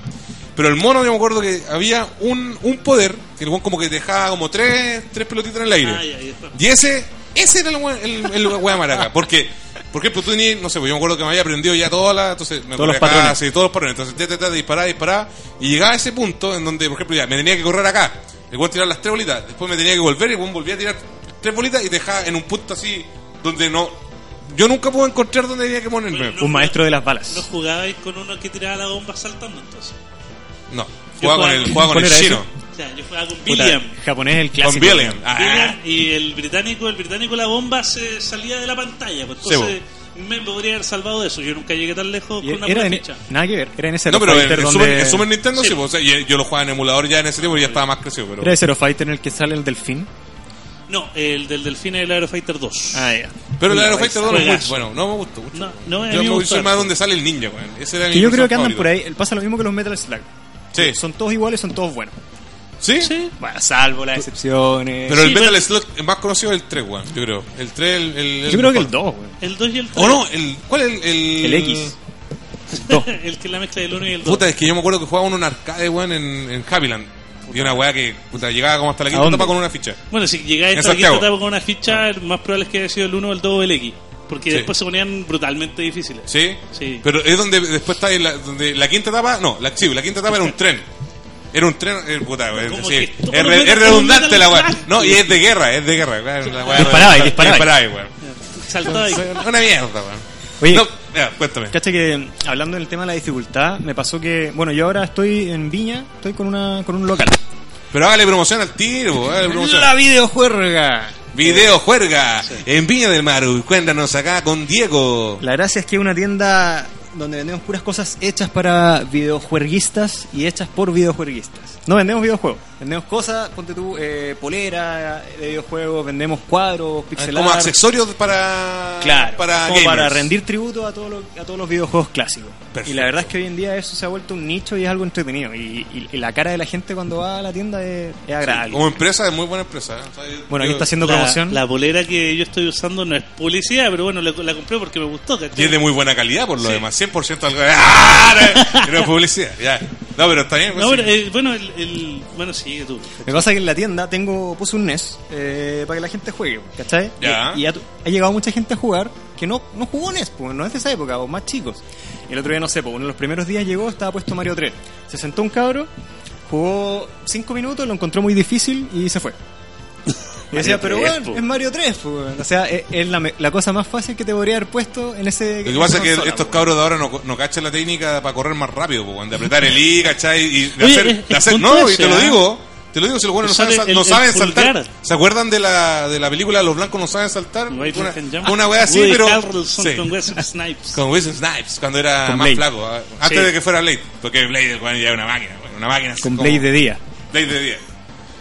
Speaker 2: Pero el mono, yo me acuerdo que había un, un poder, que el weón como que dejaba como tres, tres pelotitas en el aire.
Speaker 4: Ah, ya, ya está.
Speaker 2: Y ese, ese era el, hue- el, el wea maraca. Porque, por ejemplo, tú ni, no sé, pues yo me acuerdo que me había aprendido ya todas las, entonces me
Speaker 5: Todos los
Speaker 2: acá,
Speaker 5: patrones.
Speaker 2: sí, todos los patrones. Entonces, te, te, te, disparaba, disparaba. Y llegaba a ese punto en donde, por ejemplo, ya me tenía que correr acá. El weón tiraba las tres bolitas. Después me tenía que volver y el weón volvía a tirar tres bolitas y te dejaba en un punto así donde no. Yo nunca pude encontrar dónde tenía que ponerme.
Speaker 4: Bueno,
Speaker 5: Un maestro de las balas.
Speaker 4: No jugabais con uno que tiraba la bomba saltando entonces.
Speaker 2: No.
Speaker 4: Yo
Speaker 2: Jugaba con
Speaker 4: jugaba-
Speaker 2: el, jugaba con
Speaker 5: ¿Cuál
Speaker 2: el
Speaker 5: era
Speaker 2: chino.
Speaker 5: ese?
Speaker 4: O sea, yo jugaba con
Speaker 5: Puta,
Speaker 4: William.
Speaker 5: japonés es el clásico.
Speaker 2: Con Billiam. Ah,
Speaker 4: William y el británico, el británico la bomba se salía de la pantalla. pues,
Speaker 2: Sí,
Speaker 4: entonces me podría haber salvado de eso. Yo nunca llegué tan lejos
Speaker 5: Y
Speaker 4: con una
Speaker 5: era
Speaker 4: pura
Speaker 5: en,
Speaker 4: ficha.
Speaker 5: nada que ver, era en ese
Speaker 2: No,
Speaker 5: Aero
Speaker 2: pero en,
Speaker 5: Fighter
Speaker 2: en
Speaker 5: donde,
Speaker 2: Super, en Super Nintendo sí,
Speaker 4: Sí.
Speaker 2: pues, o sea, y- yo lo jugaba en emulador ya en ese tiempo y ya estaba más crecido, pero.
Speaker 5: Era de Zero Fighter en el que sale el delfín.
Speaker 4: No, el del delfín es el Aerofighter 2.
Speaker 5: Ah, ya.
Speaker 2: Pero el
Speaker 5: Mira,
Speaker 2: Aero Fighter
Speaker 5: ahí
Speaker 2: 2 no es muy
Speaker 4: Juegazo.
Speaker 2: bueno, no me gustó mucho.
Speaker 4: No, no, a mí
Speaker 2: yo
Speaker 4: me
Speaker 2: me
Speaker 4: gustó
Speaker 2: soy más
Speaker 4: harto.
Speaker 2: donde sale el ninja, weón. Ese era
Speaker 5: está.
Speaker 2: mi
Speaker 5: Que yo creo
Speaker 2: personaje
Speaker 5: que andan por
Speaker 2: favorito.
Speaker 5: ahí, pasa lo mismo que los Metal Slug.
Speaker 2: Sí.
Speaker 5: Son todos iguales, son todos buenos.
Speaker 2: ¿Sí?
Speaker 5: Bueno, salvo las excepciones.
Speaker 2: Pero el
Speaker 4: Sí,
Speaker 2: Metal
Speaker 4: pero-
Speaker 2: Slug es más conocido es el 3, weón, yo creo. El 3, el... el-
Speaker 5: yo creo que el
Speaker 2: mejor.
Speaker 5: 2, weón.
Speaker 4: El 2 y el 3.
Speaker 2: ¿O no? El, ¿Cuál es el, el...?
Speaker 5: El X.
Speaker 2: Mm.
Speaker 5: 2.
Speaker 4: el que es la mezcla del 1 y el 2.
Speaker 2: Puta, es que yo me acuerdo que jugaba en un arcade, weón, en, en Happyland. Y una weá que puta, llegaba como hasta la quinta
Speaker 5: dónde?
Speaker 2: etapa con una ficha.
Speaker 4: Bueno, si llegáis
Speaker 2: En
Speaker 4: a esta quinta
Speaker 2: Santiago.
Speaker 4: etapa con una ficha, lo más probable es que haya sido el 1 o el 2 o el X. Porque
Speaker 2: Sí.
Speaker 4: después se ponían brutalmente difíciles.
Speaker 2: ¿Sí?
Speaker 4: Sí.
Speaker 2: Pero es donde después está ahí la, donde la quinta etapa. No, la, sí, la quinta etapa era un tren. Era un tren. eh, puta, eh,
Speaker 4: ¿cómo
Speaker 2: sí,
Speaker 4: que
Speaker 2: es,
Speaker 4: tú no
Speaker 2: re-
Speaker 4: eres
Speaker 2: es redundante
Speaker 4: un
Speaker 2: la weá.
Speaker 4: metal
Speaker 2: No, y es de guerra, es de guerra. weá, la weá-
Speaker 5: Disparaba y
Speaker 2: la-
Speaker 5: disparaba.
Speaker 2: disparaba y weá.
Speaker 4: Saltaba y-
Speaker 2: Una mierda, weón.
Speaker 5: Oye.
Speaker 2: No, ya, cuéntame.
Speaker 5: Cacha que mm, hablando del tema de la dificultad, me pasó que, bueno, yo ahora estoy en Viña, estoy con una con un local.
Speaker 2: Pero hágale promoción al tiro, hágale promoción.
Speaker 5: La videojuerga.
Speaker 2: Video Juerga en Viña del Mar. Uy, Cuéntanos acá con Diego.
Speaker 5: La gracia es que es una tienda donde vendemos puras cosas hechas para videojueguistas y hechas por videojueguistas. No vendemos videojuegos, vendemos cosas, ponte tú, eh, polera de videojuegos, vendemos cuadros, pixelados.
Speaker 2: Ah, Como accesorios para.
Speaker 5: Claro,
Speaker 2: para,
Speaker 5: como para
Speaker 2: gamers.
Speaker 5: rendir tributo a, todo lo- a todos los videojuegos clásicos.
Speaker 2: Perfecto.
Speaker 5: Y la verdad es que hoy en día eso se ha vuelto un nicho y es algo entretenido. Y, y- y la cara de la gente cuando va a la tienda es, es agradable.
Speaker 2: Como empresa, es muy buena empresa. ¿eh? O sea, yo-
Speaker 5: bueno,
Speaker 2: yo-
Speaker 5: aquí está haciendo
Speaker 4: la,
Speaker 5: promoción.
Speaker 4: la bolera que yo estoy usando no es publicidad, pero bueno, la, la compré porque me gustó. ¿cachai?
Speaker 2: Y es de muy buena calidad, por lo demás. 100% algo. ¡Ah! No es publicidad. Ya. No, pero está bien. pues,
Speaker 4: No,
Speaker 2: sí.
Speaker 4: pero, eh, bueno, el, el- bueno, sigue tú.
Speaker 5: Me pasa que en la tienda tengo puse un NES eh, para que la gente juegue, ¿cachai?
Speaker 2: Ya.
Speaker 5: Y, y ha, ha llegado mucha gente a jugar que no, no jugó NES, pues no es de esa época, o más chicos. Y el otro día, no sé, pues uno de los primeros días llegó, estaba puesto Mario 3. Se sentó un cabro, jugó 5 minutos, lo encontró muy difícil y se fue. Y decía, pero bueno, es Mario 3, pues. weón". O sea, es, es la, me- la cosa más fácil que te podría haber puesto en ese.
Speaker 2: Lo que pasa es que
Speaker 5: consola,
Speaker 2: estos
Speaker 5: weón.
Speaker 2: cabros de ahora no, no cachan la técnica para correr más rápido, po, weón, de apretar el I, ¿cachai? Y de
Speaker 4: Oye,
Speaker 2: hacer,
Speaker 4: es-
Speaker 2: de
Speaker 4: es
Speaker 2: hacer-
Speaker 4: punto
Speaker 2: no, y
Speaker 4: ese,
Speaker 2: te lo
Speaker 4: ¿ah?
Speaker 2: digo, te lo digo, si los buenos no
Speaker 4: Sale
Speaker 2: saben, sal-
Speaker 4: el-
Speaker 2: no
Speaker 4: el
Speaker 2: saben saltar.
Speaker 4: pulgar.
Speaker 2: ¿Se acuerdan de la, de la película Los blancos no saben saltar?
Speaker 4: No hay
Speaker 2: una,
Speaker 4: Drunken Jump.
Speaker 2: una wea así,
Speaker 4: Woody
Speaker 2: pero.
Speaker 4: Harrelson
Speaker 2: sí,
Speaker 4: con Wesley Snipes.
Speaker 2: con Wilson Snipes, cuando era
Speaker 5: Con
Speaker 2: más
Speaker 5: Blade.
Speaker 2: flaco, ah, antes
Speaker 4: Sí.
Speaker 2: de que fuera Blade, porque Blade weón, ya era una máquina, weón, una máquina así
Speaker 5: Con
Speaker 2: como-
Speaker 5: Blade de día.
Speaker 2: Blade de 10.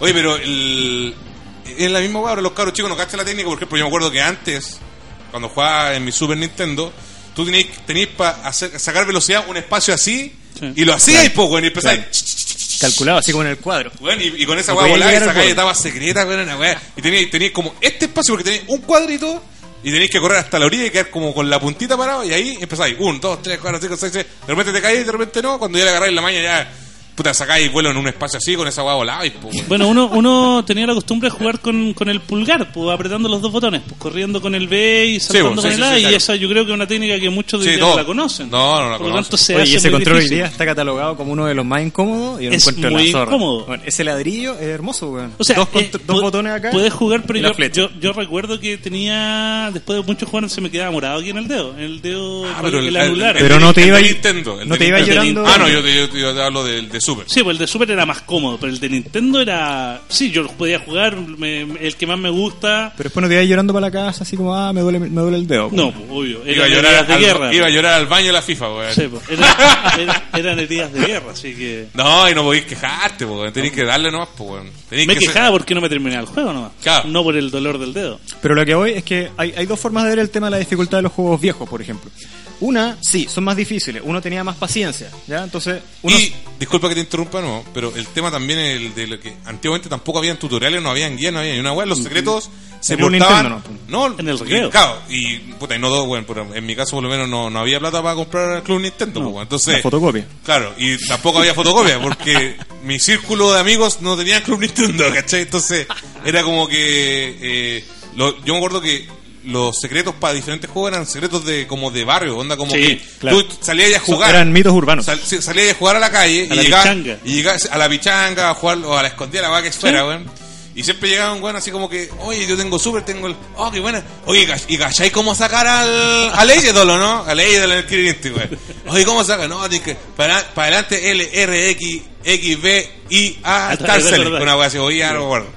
Speaker 2: Oye, pero el, es la misma hueá, pero los cabros chicos no cachan la técnica. Por ejemplo, yo me acuerdo que antes, cuando jugaba en mi Super Nintendo, tú tenías, tenías para sacar velocidad un espacio así
Speaker 4: Sí.
Speaker 2: y lo hacías, y poco, y empezabas.
Speaker 5: Claro. Calculado, así como en el cuadro.
Speaker 2: Bueno, y, y con esa
Speaker 5: No
Speaker 2: weá
Speaker 5: podía
Speaker 2: volada y
Speaker 5: llegar al
Speaker 2: sacáis
Speaker 5: borde.
Speaker 2: etapas secretas, weón, una weá. Y teníais teníais como este espacio porque teníais un cuadrito y tenéis que correr hasta la orilla y quedar como con la puntita parada y ahí empezáis. Un, dos, tres, cuatro, cinco, seis, seis. De repente te caís, de repente no. Cuando ya le agarráis la maña ya, puta, sacáis vuelo en un espacio así con esa weá volada y po, weón.
Speaker 4: Bueno, uno, uno tenía la costumbre de jugar con, con el pulgar, pues, apretando los dos botones, pues, corriendo con el B y saltando
Speaker 2: pues, sí,
Speaker 4: con el
Speaker 2: sí,
Speaker 4: A,
Speaker 2: sí,
Speaker 4: y
Speaker 2: claro.
Speaker 4: esa yo creo que es una técnica que muchos
Speaker 2: Sí,
Speaker 4: de ustedes
Speaker 2: no.
Speaker 4: no la conocen.
Speaker 2: No, no la
Speaker 4: Por lo tanto,
Speaker 2: conocen.
Speaker 4: se
Speaker 5: Oye,
Speaker 4: hace
Speaker 5: y ese
Speaker 4: muy
Speaker 5: control hoy
Speaker 4: difícil.
Speaker 5: día está catalogado como uno de los más incómodos y yo lo
Speaker 4: Es
Speaker 5: encuentro
Speaker 4: muy
Speaker 5: la zorra.
Speaker 4: incómodo.
Speaker 5: Bueno, ese ladrillo es hermoso, weón.
Speaker 4: O sea,
Speaker 5: dos,
Speaker 4: eh,
Speaker 5: contr- dos
Speaker 4: pu-
Speaker 5: botones acá.
Speaker 4: Puedes jugar, pero
Speaker 5: y la
Speaker 4: yo,
Speaker 5: flecha.
Speaker 4: yo, yo recuerdo que tenía. Después de muchos juegos se me quedaba morado aquí en el dedo. En el dedo.
Speaker 2: Ah,
Speaker 4: el-
Speaker 2: pero el-
Speaker 4: el,
Speaker 2: el-
Speaker 4: anular.
Speaker 2: el-
Speaker 5: Pero no te
Speaker 2: el
Speaker 5: iba
Speaker 2: de
Speaker 5: a-
Speaker 2: Nintendo, el
Speaker 5: no
Speaker 2: de
Speaker 5: te iba
Speaker 2: Nintendo.
Speaker 5: llorando.
Speaker 2: Ah, no, yo te, yo te- yo te hablo del de Super.
Speaker 4: Sí, pues el de Super era más cómodo, pero el de Nintendo era. Sí, yo los podía jugar, me- el que más me gusta.
Speaker 5: Pero después no te ibas llorando para la casa así como, ah, me duele, me duele el dedo.
Speaker 4: No, pues, obvio.
Speaker 2: Iba a,
Speaker 4: Eran
Speaker 2: llorar
Speaker 4: heridas de
Speaker 2: al,
Speaker 4: guerra.
Speaker 2: iba a llorar al baño de la FIFA, weón.
Speaker 4: Sí, pues, era- era- eran heridas de guerra, así que.
Speaker 2: No, y no podéis quejarte, weón. Tenéis que darle nomás, po, weón. Tenéis
Speaker 4: Me
Speaker 2: que ser-
Speaker 4: quejaba porque no me terminaba el juego nomás.
Speaker 2: Claro.
Speaker 4: No por el dolor del dedo.
Speaker 5: Pero lo que voy es que hay, hay dos formas de ver el tema de la dificultad de los juegos viejos, por ejemplo. Una, sí, son más difíciles. Uno tenía más paciencia, ¿ya? Entonces, uno...
Speaker 2: Y, disculpa que te interrumpa, no, pero el tema también es el de lo que antiguamente tampoco habían tutoriales, no habían guías, no había ni una weón. Los secretos se
Speaker 5: Mm, Era un
Speaker 2: portaban.
Speaker 5: Nintendo,
Speaker 2: no.
Speaker 4: En el
Speaker 2: y,
Speaker 4: recreo.
Speaker 2: claro, y puta, y no todo, weón. pero En mi caso, por lo menos, no, no había plata para comprar el Club Nintendo, po, weón. Entonces.
Speaker 5: La fotocopia.
Speaker 2: Claro, y tampoco había fotocopia, porque mi círculo de amigos no tenían Club Nintendo, ¿cachai? Entonces, era como que. eh, lo- yo me acuerdo que los secretos para diferentes juegos eran secretos de como de barrio, onda como
Speaker 4: Sí,
Speaker 2: que
Speaker 5: claro.
Speaker 2: tú salías a
Speaker 5: Son-
Speaker 2: jugar.
Speaker 5: Eran mitos urbanos.
Speaker 2: Sal- sí, salía a jugar a la calle
Speaker 4: A
Speaker 2: y,
Speaker 4: la
Speaker 2: llegaba,
Speaker 4: pichanga.
Speaker 2: y llegaba a la pichanga a jugar o a la escondida, la vaca que fuera, weón. Y siempre llegaban, weón, así como que, oye, yo tengo super, tengo el. Oh, qué buena. Oye, ca- y cachai, ¿cómo sacar al. al Eidolo, no? Al Eidolo en el cliente, weón. Oye, ¿cómo saca? No, tienes que. Para, para adelante, L, R, X, X, B, I, A,
Speaker 4: Ah, te
Speaker 2: Tarsel.
Speaker 4: acordás.
Speaker 2: Una weá así, oye, ya no me acuerdo.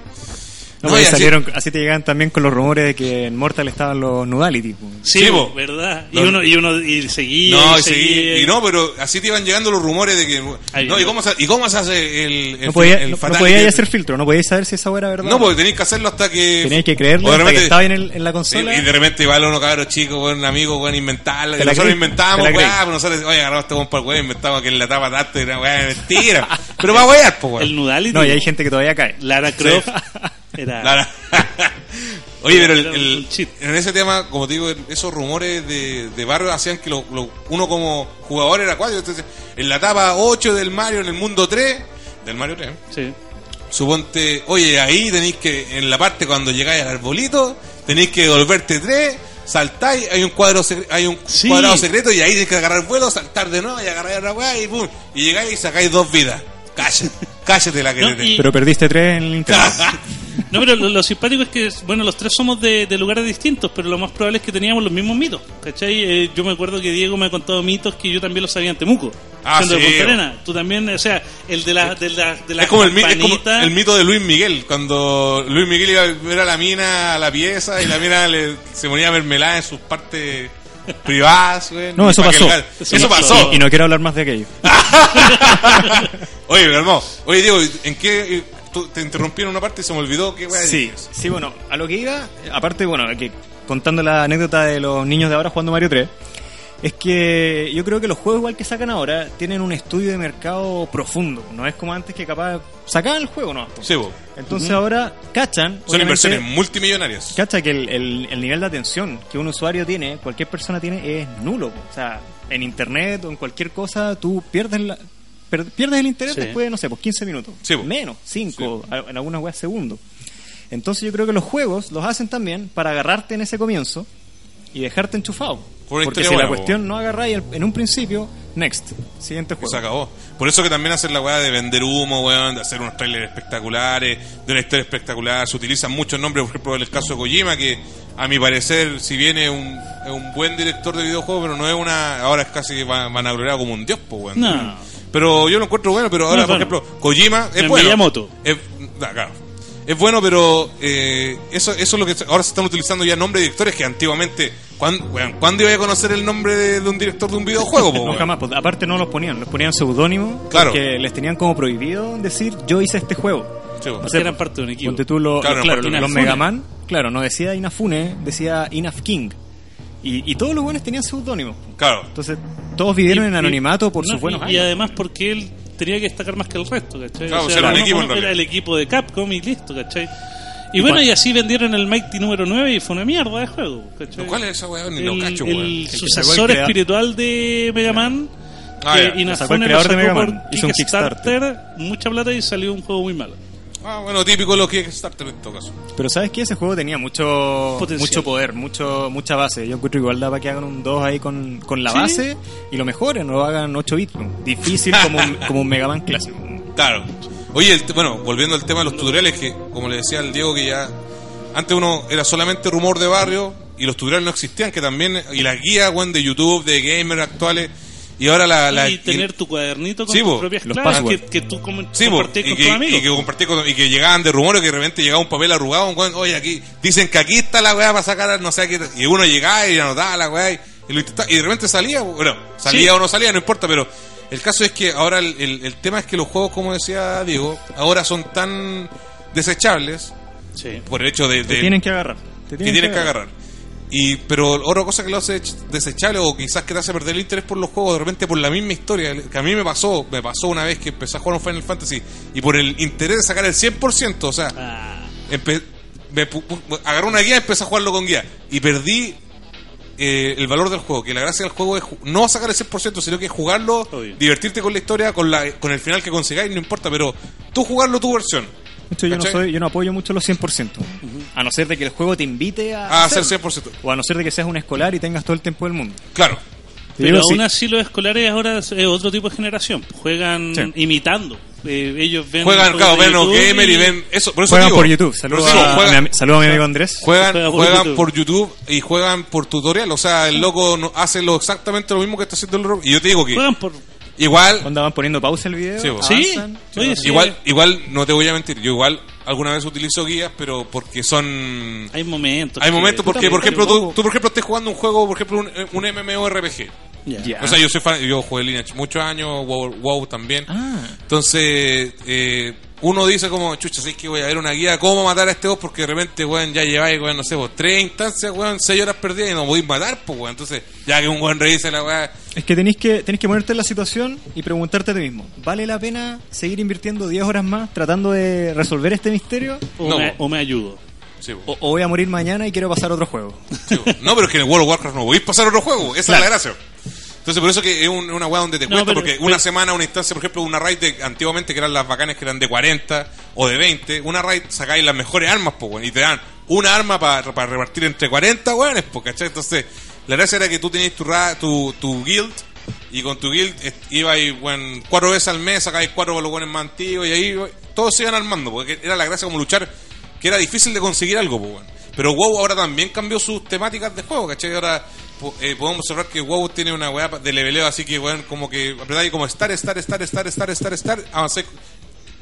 Speaker 5: No,
Speaker 2: No,
Speaker 5: pero
Speaker 2: y así-
Speaker 5: salieron, así... te llegan también con los rumores de que en Mortal estaban los Nudality. pues. po.
Speaker 4: Sí,
Speaker 2: Sí,
Speaker 4: po,
Speaker 2: po.
Speaker 4: ¿verdad? Y
Speaker 2: Los-
Speaker 4: uno, y uno y seguía.
Speaker 2: No,
Speaker 4: y
Speaker 2: y, seguí-
Speaker 4: seguía.
Speaker 2: y no, pero así te iban llegando los rumores de que.
Speaker 4: Ahí
Speaker 2: no, ¿y
Speaker 4: viene.
Speaker 2: cómo, se- ¿y cómo se hace el. el
Speaker 5: No podía,
Speaker 2: el
Speaker 5: no- no
Speaker 2: fatality?
Speaker 5: podía ya hacer filtro, no podía saber si esa hueá era verdad.
Speaker 2: No, porque tenéis que hacerlo hasta que.
Speaker 5: Tenías que creerlo
Speaker 2: O de
Speaker 5: hasta que
Speaker 2: repente-
Speaker 5: estaba en, el- en la
Speaker 2: Sí,
Speaker 5: consola.
Speaker 2: y de repente va uno cabro chico, weón, un amigo, weón, inventarla.
Speaker 5: Te
Speaker 2: Y
Speaker 5: la
Speaker 2: nosotros
Speaker 5: creí,
Speaker 2: inventábamos,
Speaker 5: te la
Speaker 2: weá,
Speaker 5: creí.
Speaker 2: pues nosotros, oye, agarramos este weón para el weón, inventamos que en la tapa tanto, y era weá, mentira. Pero va a wear, pues
Speaker 4: El
Speaker 2: weón.
Speaker 4: Nudality.
Speaker 5: No, y hay gente que todavía cae.
Speaker 4: Lara Croft era.
Speaker 2: La- la- Oye, pero el-
Speaker 4: Era un
Speaker 2: el-
Speaker 4: chip.
Speaker 2: en ese tema, como te digo, esos rumores de, de barrio hacían que lo- lo- uno como jugador era cuatro. Entonces, en la etapa 8 del Mario, en el mundo 3, del Mario 3,
Speaker 4: Sí.
Speaker 2: Suponte, oye, ahí tenéis que, en la parte cuando llegáis al arbolito, tenéis que devolverte tres, saltáis, hay un cuadro secre- hay un
Speaker 4: Sí.
Speaker 2: cuadrado secreto y ahí tienes que agarrar vuelo, saltar de nuevo y agarrar la weá y pum. Y llegáis y sacáis dos vidas. Cállate, cállate la que
Speaker 4: No,
Speaker 2: te-
Speaker 4: y-
Speaker 5: Pero perdiste tres en el internet.
Speaker 4: No, pero lo, lo simpático es que, bueno, los tres somos de, de lugares distintos, pero lo más probable es que teníamos los mismos mitos, ¿cachai? Eh, yo me acuerdo que Diego me ha contado mitos que yo también los sabía en Temuco,
Speaker 2: Ah,
Speaker 4: siendo de
Speaker 2: sí,
Speaker 4: Punta
Speaker 2: bueno.
Speaker 4: Arenas. Tú también, o sea, el de las de la, de la
Speaker 2: Es como, el, mi- es como
Speaker 4: campanita.
Speaker 2: el mito de Luis Miguel, cuando Luis Miguel iba a ver a la mina a la pieza y la mina le, se ponía mermelada en sus partes privadas. güey,
Speaker 5: No,
Speaker 2: y
Speaker 5: eso
Speaker 2: pa' que
Speaker 5: pasó.
Speaker 2: el-
Speaker 4: Eso
Speaker 2: eso
Speaker 4: pasó.
Speaker 2: pasó. Ah,
Speaker 5: Y, y no quiero hablar más de aquello.
Speaker 2: Oye, pero hermano, oye Diego, ¿en qué eh, tú- te interrumpieron una parte y se me olvidó que güey,
Speaker 5: Sí, sí, bueno, a lo que iba, aparte, bueno, que contando la anécdota de los niños de ahora jugando Mario 3, es que yo creo que los juegos igual que sacan ahora tienen un estudio de mercado profundo, no es como antes que capaz sacaban el juego, ¿no?
Speaker 2: Sí, bo.
Speaker 5: Entonces ahora cachan...
Speaker 2: Son
Speaker 5: obviamente,
Speaker 2: inversiones multimillonarias.
Speaker 5: Cacha que el, el- el nivel de atención que un usuario tiene, cualquier persona tiene, es nulo. po. O sea, en internet o en cualquier cosa, tú pierdes la- per- pierdes el interés
Speaker 4: Sí.
Speaker 5: después de, no sé, pues 15 minutos.
Speaker 2: Sí, po.
Speaker 5: Menos, 5, en algunas weas segundos. Entonces yo creo que los juegos los hacen también para agarrarte en ese comienzo y dejarte enchufado.
Speaker 2: Por una
Speaker 5: Porque
Speaker 2: historia
Speaker 5: si la
Speaker 2: buena, po.
Speaker 5: cuestión no agarráis al- en un principio, next, siguiente
Speaker 2: Que
Speaker 5: juego.
Speaker 2: se acabó. Por eso que también hacen la weá de vender humo, weón, de hacer unos trailers espectaculares, de una historia espectacular. Se utilizan muchos nombres, por ejemplo, en el caso de Kojima, que a mi parecer, si bien es un, es un buen director de videojuegos, pero no es una. Ahora es casi van- vanagloriado como un dios, po, weón.
Speaker 4: No.
Speaker 2: Pero yo lo encuentro bueno, pero ahora,
Speaker 4: No,
Speaker 2: por
Speaker 4: bueno.
Speaker 2: ejemplo, Kojima es
Speaker 4: El
Speaker 2: bueno.
Speaker 4: Miyamoto.
Speaker 2: Es, da, claro. Es bueno, pero eh, eso, eso es lo que ahora se están utilizando ya nombres de directores que antiguamente. ¿Cuándo, weón, ¿cuándo iba a conocer el nombre de, de un director de un videojuego? po,
Speaker 5: No,
Speaker 2: weón?
Speaker 5: jamás, pues, aparte no los ponían, los ponían seudónimos
Speaker 2: Claro.
Speaker 5: porque les tenían como prohibido decir yo hice este juego.
Speaker 2: Sí, po.
Speaker 5: No
Speaker 4: Porque eran parte de un equipo.
Speaker 5: Ponte tú lo-
Speaker 2: Claro,
Speaker 5: lo- claro,
Speaker 2: Inafune.
Speaker 5: los Mega Man, claro, no decía Inafune, decía Inaf King. Y, y todos los buenos tenían seudónimos.
Speaker 2: Claro.
Speaker 5: Entonces, todos vivieron en
Speaker 4: Y- y-
Speaker 5: anonimato por
Speaker 4: no,
Speaker 5: sus buenos
Speaker 4: y, eh,
Speaker 5: años.
Speaker 4: y además porque él tenía que destacar más que el resto, ¿cachai?
Speaker 2: Claro, o sea, era un
Speaker 4: uno-
Speaker 2: equipo en
Speaker 4: uno
Speaker 2: realidad.
Speaker 4: era el equipo de Capcom y listo, ¿cachai? Y, bueno,
Speaker 5: cuál?
Speaker 4: y así vendieron el Mighty número 9 y fue una mierda de juego, ¿cachai?
Speaker 2: ¿Cuál es esa weá? Ni
Speaker 4: el,
Speaker 2: lo cacho,
Speaker 4: el
Speaker 2: weón.
Speaker 5: sacó el
Speaker 4: sucesor
Speaker 5: crea-
Speaker 4: espiritual de Mega Man.
Speaker 2: Ah,
Speaker 4: que
Speaker 2: ya. Lo
Speaker 5: sacó el
Speaker 4: Inafune lo
Speaker 5: creador de
Speaker 4: sacó
Speaker 5: Mega
Speaker 4: por
Speaker 5: Man. Hizo un
Speaker 4: Kickstarter, mucha plata y salió un juego muy malo.
Speaker 2: Ah, bueno, típico los Kickstarter en todo caso.
Speaker 5: Pero ¿sabes qué? Ese juego tenía mucho
Speaker 4: Potencial.
Speaker 5: mucho poder, mucho mucha base. Yo encuentro igualdad para que hagan un 2 ahí con, con la
Speaker 4: Sí.
Speaker 5: base y lo mejoren, no lo hagan 8 bits. Difícil como un, como un Mega Man clásico.
Speaker 2: Claro. Oye, el te- bueno, volviendo al tema de los tutoriales, que como le decía al Diego, que ya antes uno era solamente rumor de barrio y los tutoriales no existían, que también, y las guías, weón, de YouTube, de gamers actuales, y ahora la... la-
Speaker 4: y tener tu cuadernito con
Speaker 2: Sí,
Speaker 4: tus
Speaker 2: bo,
Speaker 4: propias
Speaker 5: los
Speaker 4: claves que,
Speaker 5: password.
Speaker 4: que tú com-
Speaker 2: Sí, po,
Speaker 4: compartís
Speaker 2: y,
Speaker 4: con
Speaker 2: que,
Speaker 4: tus amigos.
Speaker 2: y que compartí con- y que llegaban de rumores que de repente llegaba un papel arrugado, un weón, oye, aquí dicen que aquí está la weá para sacar, a no sé qué. Y uno llegaba y anotaba la weá y, y lo intentaba, y de repente salía, bueno, salía
Speaker 4: Sí.
Speaker 2: o no salía, no importa, pero el caso es que ahora el, el- el tema es que los juegos, como decía Diego, ahora son tan desechables
Speaker 4: Sí.
Speaker 2: por el hecho de, de-
Speaker 5: Te tienen que agarrar. Te
Speaker 2: que tienen que agarrar. Y, pero otra cosa que lo hace ch- desechable o quizás que te hace perder el interés por los juegos, de repente por la misma historia, que a mí me pasó, me pasó una vez que empecé a jugar un Final Fantasy y por el interés de sacar el 100%, o sea,
Speaker 4: Ah,
Speaker 2: empe- me pu- pu- agarré una guía y empecé a jugarlo con guía. Y perdí eh, el valor del juego, que la gracia del juego es ju- no sacar el 100%, sino que es jugarlo,
Speaker 4: Obvio.
Speaker 2: divertirte con la historia, con, la, con el final que consigáis, no importa, pero tú jugarlo tu versión.
Speaker 5: De hecho, yo no,
Speaker 2: ¿Cachai?
Speaker 5: soy, yo no apoyo mucho los 100%. A no ser de que el juego te invite a,
Speaker 2: A Ah, hacer
Speaker 5: hacerlo.
Speaker 2: 100%.
Speaker 5: O a no ser de que seas un escolar y tengas todo el tiempo del mundo.
Speaker 2: Claro.
Speaker 5: Te
Speaker 4: Pero
Speaker 2: pues
Speaker 5: digo, sí,
Speaker 4: aún así los escolares ahora es otro tipo de generación. Juegan
Speaker 5: Sí.
Speaker 4: imitando. Eh, ellos ven
Speaker 2: Juegan,
Speaker 4: juegos
Speaker 2: claro,
Speaker 4: de
Speaker 2: ven los
Speaker 4: YouTube
Speaker 2: gamer y
Speaker 4: y-
Speaker 2: ven eso. Por eso
Speaker 5: Juegan
Speaker 2: digo,
Speaker 5: por YouTube. Saludo,
Speaker 2: por eso digo,
Speaker 5: a,
Speaker 2: juegan,
Speaker 5: mi ami- saludo a mi amigo Andrés.
Speaker 2: juegan,
Speaker 4: Juegan por
Speaker 2: juegan
Speaker 4: YouTube.
Speaker 2: por YouTube y juegan por tutorial. O sea, el loco no- hace lo, exactamente lo mismo que está haciendo el rock. Y yo te digo que
Speaker 4: Juegan por...
Speaker 2: igual,
Speaker 5: Cuando van poniendo pausa el video.
Speaker 2: Sí, vos.
Speaker 4: Sí,
Speaker 5: avanzan.
Speaker 4: oye, sí.
Speaker 2: igual, igual, no te voy a mentir. Yo igual alguna vez utilizo guías, pero porque son...
Speaker 4: Hay momentos.
Speaker 2: Hay
Speaker 4: que-
Speaker 2: momentos porque,
Speaker 5: también,
Speaker 2: por ejemplo,
Speaker 5: pero
Speaker 2: tú,
Speaker 5: poco.
Speaker 2: tú, por ejemplo, estés jugando un juego, por ejemplo, un, un MMORPG.
Speaker 4: Ya.
Speaker 5: Ya.
Speaker 2: O sea, yo soy fan, yo jugué Lineage muchos años, WoW, WoW también.
Speaker 5: Ah.
Speaker 2: Entonces, eh, uno dice como, chucha, sé que voy a ver una guía de cómo matar a este boss porque de repente, weón, ya lleváis, weón, no sé, vos, tres instancias, weón, seis horas perdidas y no podéis matar, pues, weón. Entonces, ya que un weón revisa la weá,
Speaker 5: Es que tenés, que tenés que ponerte en la situación y preguntarte a ti mismo: ¿vale la pena seguir invirtiendo 10 horas más tratando de resolver este misterio?
Speaker 4: O,
Speaker 2: No,
Speaker 4: me,
Speaker 2: po.
Speaker 4: o me ayudo.
Speaker 2: sí, po,
Speaker 5: ¿O, o voy a morir mañana y quiero pasar a otro juego?
Speaker 2: sí, po. No, pero es que en el World of Warcraft no podéis pasar otro juego, esa
Speaker 5: Claro.
Speaker 2: es la gracia. Entonces, por eso que es un- una weá donde te
Speaker 4: No,
Speaker 2: cuesta,
Speaker 4: pero-
Speaker 2: porque una semana, una instancia, por ejemplo, una raid de antiguamente que eran las bacanes que eran de 40 o de 20, una raid sacáis las mejores armas, pues, weón, y te dan una arma para repartir entre 40 weones, po, ¿cachai? Entonces, la gracia era que tú tenías tu, ra- tu, tu guild y con tu guild eh, ibais weón, cuatro veces al mes, sacabais cuatro con los weones más antiguos y ahí we- todos se iban armando, porque era la gracia como luchar, que era difícil de conseguir algo, po, weón. Pero WoW ahora también cambió sus temáticas de juego, ¿cachai? Ahora po- eh, podemos observar que WoW tiene una weá de leveleo, así que, weón, como que apretáis como estar, estar, estar, estar, estar, estar, estar, avancé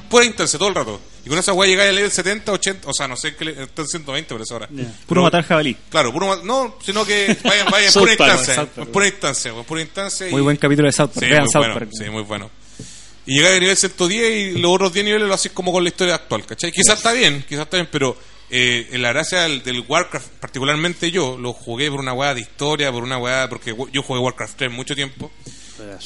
Speaker 2: pura intense todo el rato. Y con esa weá llegáis al level 70, 80, o sea, no sé, qué le- está en 120 por eso ahora.
Speaker 5: Puro matar jabalí.
Speaker 2: Claro, puro ma- no, sino que vayan, vayan,
Speaker 4: South
Speaker 2: pura
Speaker 4: Park,
Speaker 2: instancia,
Speaker 4: South Park.
Speaker 2: pura instancia, weón, pura instancia.
Speaker 5: Muy
Speaker 2: y-
Speaker 5: buen capítulo de South Park.
Speaker 2: Sí,
Speaker 5: Vean
Speaker 2: muy
Speaker 5: South
Speaker 2: bueno,
Speaker 5: Park.
Speaker 2: sí, muy bueno. Y llegáis al nivel 110 y los otros 10 niveles lo haces como con la historia actual, ¿cachai? Quizás está bien, quizás está bien, pero eh, la gracia del, del Warcraft, particularmente yo, lo jugué por una weá de historia, por una weá, porque yo jugué Warcraft 3 mucho tiempo.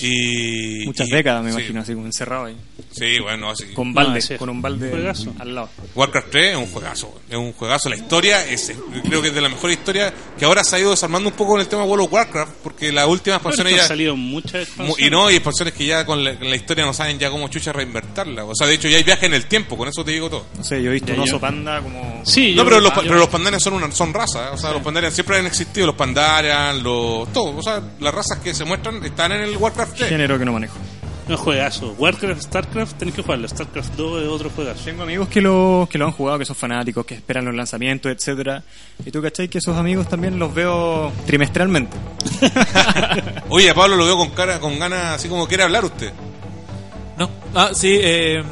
Speaker 2: Y,
Speaker 5: Muchas
Speaker 2: y-
Speaker 5: décadas, me
Speaker 2: sí,
Speaker 5: imagino, así como encerrado ahí.
Speaker 2: Sí, bueno, así.
Speaker 5: Con balde,
Speaker 4: sí.
Speaker 5: con un balde
Speaker 4: Juegazo.
Speaker 5: al lado.
Speaker 2: Warcraft 3 es un juegazo, es un juegazo. La historia es, creo que es de la mejor historia que ahora se ha ido desarmando un poco con el tema World of Warcraft, porque las últimas
Speaker 4: Pero
Speaker 2: expansiones
Speaker 4: han
Speaker 2: ya.
Speaker 4: salido muchas
Speaker 2: mu-
Speaker 4: expansiones.
Speaker 2: Y no, y expansiones que ya con la, con la historia no saben ya cómo chucha reinvertirla. O sea, de hecho ya hay viaje en el tiempo, con eso te digo todo.
Speaker 5: No sé, yo he visto
Speaker 4: Ya,
Speaker 5: un
Speaker 4: yo-
Speaker 5: oso panda como.
Speaker 4: Sí,
Speaker 2: No,
Speaker 4: yo-
Speaker 2: pero los, pa-
Speaker 4: yo-
Speaker 2: pero los pandarians son, una, son razas, ¿eh? o sea, los pandarians siempre han existido, los pandarians, los... Todo, o sea, las razas que se muestran están en el Warcraft 3.
Speaker 5: Género que no manejo.
Speaker 4: No es juegazo. Warcraft, Starcraft, tenés que jugarlo. Starcraft 2 es otro juegazo.
Speaker 5: Tengo amigos que lo, que lo han jugado, que son fanáticos, que esperan los lanzamientos, etcétera Y tú, ¿cachai? Que esos amigos también los veo trimestralmente.
Speaker 2: Oye, a Pablo lo veo con cara, con ganas, así como quiere hablar usted.
Speaker 3: No. Ah, sí, eh,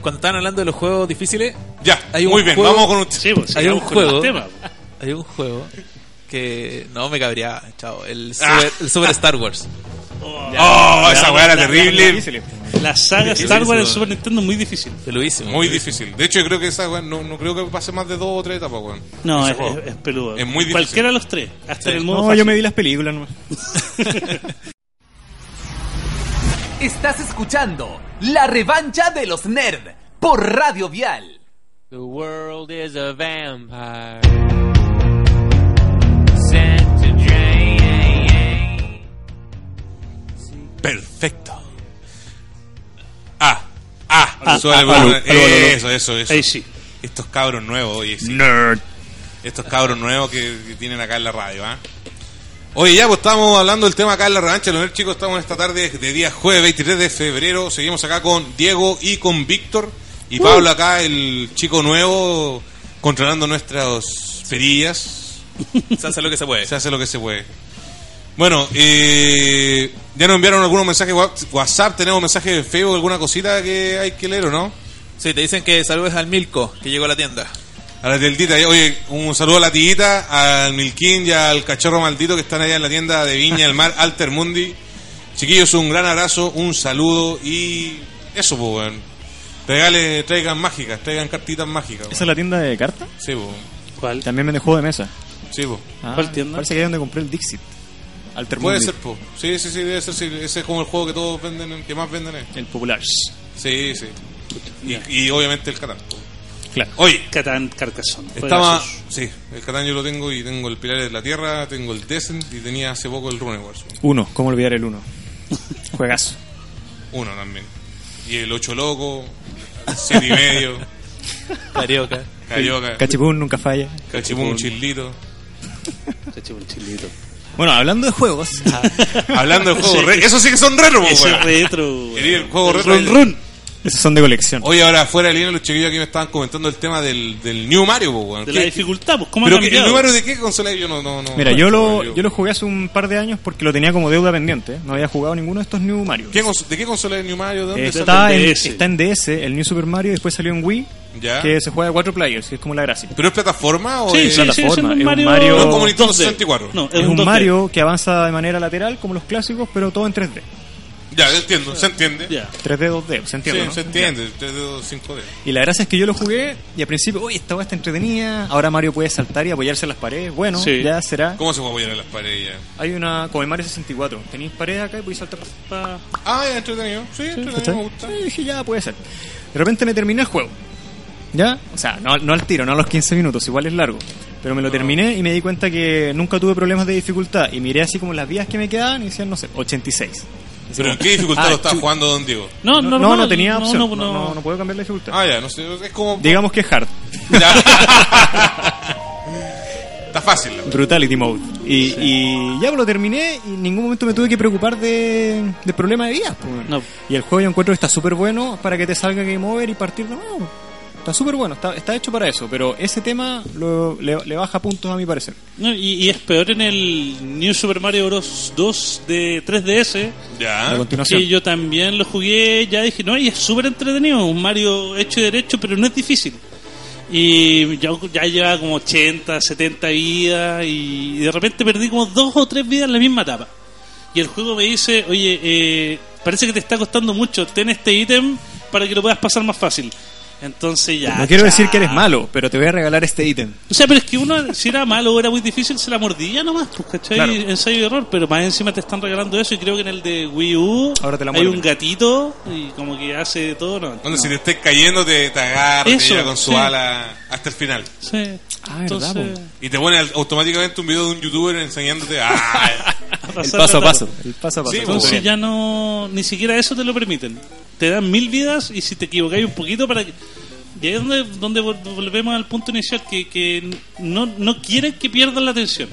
Speaker 3: cuando estaban hablando de los juegos difíciles,
Speaker 2: Ya,
Speaker 3: Hay un
Speaker 2: muy bien,
Speaker 3: juego-
Speaker 2: vamos con usted.
Speaker 4: Sí, pues,
Speaker 3: Hay un
Speaker 4: sigamos con el
Speaker 3: juego.
Speaker 4: tema.
Speaker 3: hay un juego que no me cabría, chao, el
Speaker 2: Ah.
Speaker 3: Super, el Super Star Wars.
Speaker 4: Oh,
Speaker 2: Oh,
Speaker 4: Ya,
Speaker 2: esa weá era
Speaker 4: ya, ya,
Speaker 2: terrible.
Speaker 5: Difíciles.
Speaker 4: La saga
Speaker 3: Difícil,
Speaker 4: Star Wars en
Speaker 3: eso.
Speaker 4: Super Nintendo es muy difícil.
Speaker 3: Te lo hice.
Speaker 2: Muy difícil. De hecho, yo creo que esa, weón, no, no creo que pase más de dos o tres etapas, weón.
Speaker 4: No,
Speaker 2: Ese
Speaker 4: es,
Speaker 2: juego.
Speaker 4: es- es peludo.
Speaker 2: Es muy difícil.
Speaker 4: Cualquiera de los tres. Hasta
Speaker 3: Sí.
Speaker 4: en el modo
Speaker 5: No,
Speaker 4: fácil.
Speaker 5: yo me vi las películas nomás.
Speaker 1: Estás escuchando La Revancha de los Nerd por Radio Vial.
Speaker 6: The world is a vampire. Set to drain.
Speaker 2: Perfecto. Ah, ah, sube
Speaker 4: ah,
Speaker 2: el
Speaker 4: ah,
Speaker 2: volumen.
Speaker 4: aló, aló, aló.
Speaker 2: eso, eso, eso.
Speaker 4: Ahí sí.
Speaker 2: Estos cabros nuevos, oye, sí.
Speaker 5: Nerd.
Speaker 2: Estos cabros nuevos que, que tienen acá en la radio, ¿ah? Oye, ya, pues estamos hablando del tema acá en la revancha. Los Nerds, chicos, estamos esta tarde de día jueves 23 de febrero. Seguimos acá con Diego y con Víctor.
Speaker 3: Uh.
Speaker 2: Y Pablo acá, el chico nuevo, controlando nuestras perillas.
Speaker 3: Se hace lo que se puede.
Speaker 2: Se hace lo que se puede. Bueno, eh, ya nos enviaron algunos mensajes wa- WhatsApp, tenemos mensajes de Facebook, alguna cosita que hay que leer o no.
Speaker 3: Sí, te dicen que saludes al Milko, que llegó a la tienda.
Speaker 2: A la tildita, oye, un saludo a la tiguita, al Milquín y al cachorro maldito que están allá en la tienda de Viña del Mar, Alter Mundi. Chiquillos, un gran abrazo, un saludo y eso, pues, weón. Regale, traigan mágicas, traigan cartitas mágicas.
Speaker 5: ¿Esa es la tienda de cartas?
Speaker 2: Sí, pues,
Speaker 4: ¿Cuál?
Speaker 5: También vende juego de mesa.
Speaker 2: sí, pues.
Speaker 5: Ah,
Speaker 4: ¿Cuál tienda?
Speaker 5: Parece que ahí es donde compré el Dixit.
Speaker 2: Puede
Speaker 5: Altermundi.
Speaker 2: ser, pues. Sí, sí, sí, debe ser, sí. Ese es como el juego que todos venden, el que más venden es.
Speaker 5: El popular.
Speaker 2: Sí, sí. Y, y obviamente el Catán.
Speaker 5: Claro.
Speaker 2: Oye,
Speaker 4: Catán Carcassonne.
Speaker 2: estaba.
Speaker 4: Juegazos.
Speaker 2: Sí, el Catán yo lo tengo y tengo el Pilares de la Tierra, tengo el Descent y tenía hace poco el Runeverse.
Speaker 5: Uno, ¿cómo olvidar el uno? Juegazo.
Speaker 2: Uno también. Y el Ocho Loco, Siete y Medio,
Speaker 3: Carioca.
Speaker 2: Carioca,
Speaker 5: Cachipún nunca falla.
Speaker 2: Cachipún, Chislito.
Speaker 4: Te eché un chilito.
Speaker 5: Bueno, hablando de juegos.
Speaker 2: Hablando de juegos,
Speaker 4: Sí.
Speaker 2: re- esos sí que son retro, po,
Speaker 4: Ese
Speaker 2: weón.
Speaker 4: retro.
Speaker 2: Querido, el juego retro.
Speaker 4: Run Run.
Speaker 5: Esos son de colección.
Speaker 2: Oye, ahora fuera de línea, los chiquillos aquí me estaban comentando el tema del, del New Mario, po, weón.
Speaker 4: De
Speaker 2: ¿Qué-
Speaker 4: la dificultad, pues, ¿cómo ha
Speaker 2: ¿Pero qué- el
Speaker 4: cambiado?
Speaker 2: New Mario de qué consola yo no. no, no
Speaker 5: Mira, yo lo, yo lo jugué hace un par de años porque lo tenía como deuda pendiente. ¿eh? No había jugado ninguno de estos New Mario. Eh,
Speaker 2: ¿Qué cons- ¿De qué consola es el New Mario? ¿De dónde sale?
Speaker 5: Está
Speaker 4: en
Speaker 5: en,
Speaker 4: DS.
Speaker 5: está en DS, el New Super Mario, y después salió en Wii,
Speaker 2: Ya.
Speaker 5: que se juega de cuatro players, que es como la gracia.
Speaker 2: ¿Pero es plataforma o
Speaker 4: Sí,
Speaker 2: es-
Speaker 4: sí, sigue siendo
Speaker 5: plataforma, es
Speaker 4: un
Speaker 5: un
Speaker 4: Mario.
Speaker 5: Mario- No es
Speaker 2: como Nintendo
Speaker 4: 2D.
Speaker 2: 64.
Speaker 4: No,
Speaker 5: Es un
Speaker 4: 2D.
Speaker 5: Mario que avanza de manera lateral, como los clásicos, pero todo en 3D.
Speaker 2: Ya, entiendo, se entiende.
Speaker 4: Ya.
Speaker 5: 3D, 2D, se
Speaker 2: Sí,
Speaker 5: entiende. ¿no?
Speaker 2: se entiende. 3D, 5D.
Speaker 5: Y la gracia es que yo lo jugué y al principio, uy, esta weá está entretenida, ahora Mario puede saltar y apoyarse en las paredes. Bueno,
Speaker 4: Sí.
Speaker 5: ya será.
Speaker 2: ¿Cómo se puede apoyar en las paredes ya?
Speaker 5: Hay una, como el Mario 64, tenéis paredes acá y podéis saltar.
Speaker 4: Pa-
Speaker 2: Ah, ya, entretenido. Sí, entretenido,
Speaker 5: ¿Cachai?
Speaker 2: me gusta.
Speaker 5: Y dije, ya puede ser. De repente me terminé el juego. ¿Ya? O sea, no, no al tiro, no a los 15 minutos, igual es largo. Pero me lo terminé y me di cuenta que nunca tuve problemas de dificultad. Y miré así como las vías que me quedaban y decían, no sé, 86.
Speaker 2: ¿Pero en qué dificultad
Speaker 5: Ah,
Speaker 2: lo está
Speaker 5: chu-
Speaker 2: jugando Don Diego?
Speaker 5: No,
Speaker 4: No, normal,
Speaker 5: no, no tenía
Speaker 4: no,
Speaker 5: opción. No,
Speaker 4: No, no,
Speaker 5: no, no puedo cambiar la dificultad.
Speaker 2: Ah, ya, no sé, es como...
Speaker 5: Digamos que es hard.
Speaker 2: Ya.
Speaker 5: Brutality Mode. Y, y ya pues, lo terminé y en ningún momento me tuve que preocupar de, de problema de vidas. pues, bueno.
Speaker 4: No.
Speaker 5: Y el juego yo encuentro que está súper bueno para que te salga Game Over y partir de nuevo. Está súper bueno, está, está hecho para eso, pero ese tema lo- le, le baja puntos a mi parecer.
Speaker 4: No, y, y es peor en el New Super Mario Bros. 2 de 3DS,
Speaker 5: La
Speaker 4: Ah,
Speaker 2: Ya.
Speaker 5: continuación.
Speaker 4: que yo también lo jugué, ya dije, no, y es súper entretenido, un Mario hecho y derecho, pero no es difícil. Y ya, ya llevaba como 80, 70 vidas, y de repente perdí como dos o tres vidas en la misma etapa. Y el juego me dice, oye, eh, parece que te está costando mucho, ten este ítem para que lo puedas pasar más fácil. Entonces ya...
Speaker 5: No quiero decir
Speaker 4: chao.
Speaker 5: que eres malo, pero te voy a regalar este ítem.
Speaker 4: O sea, pero es que uno, si era malo o era muy difícil, se la mordía nomás, pues, ¿cachai?
Speaker 5: Claro.
Speaker 4: Ensayo y error, pero más encima te están regalando eso y creo que en el de Wii U
Speaker 5: Ahora te la
Speaker 4: hay
Speaker 5: muerden.
Speaker 4: un gatito y como que hace todo, ¿no?
Speaker 2: Cuando si te estés cayendo, te, te agarra, te
Speaker 4: Eso,
Speaker 2: lleva con su
Speaker 4: sí.
Speaker 2: ala hasta el final.
Speaker 4: Sí.
Speaker 5: Ah, verdad,
Speaker 4: Entonces,
Speaker 2: Y te pone al- automáticamente un video de un youtuber enseñándote. Ah,
Speaker 4: pasar
Speaker 3: El paso a
Speaker 4: la etapa.
Speaker 3: paso.
Speaker 5: El paso a paso.
Speaker 2: Sí,
Speaker 5: Entonces,
Speaker 4: Entonces
Speaker 2: Bueno.
Speaker 4: ya no, ni siquiera eso te lo permiten. Te dan mil vidas y si te equivocáis un poquito para que... Y ahí es donde, donde vol- volvemos al punto inicial, que, que no, no quieren que pierdas la atención.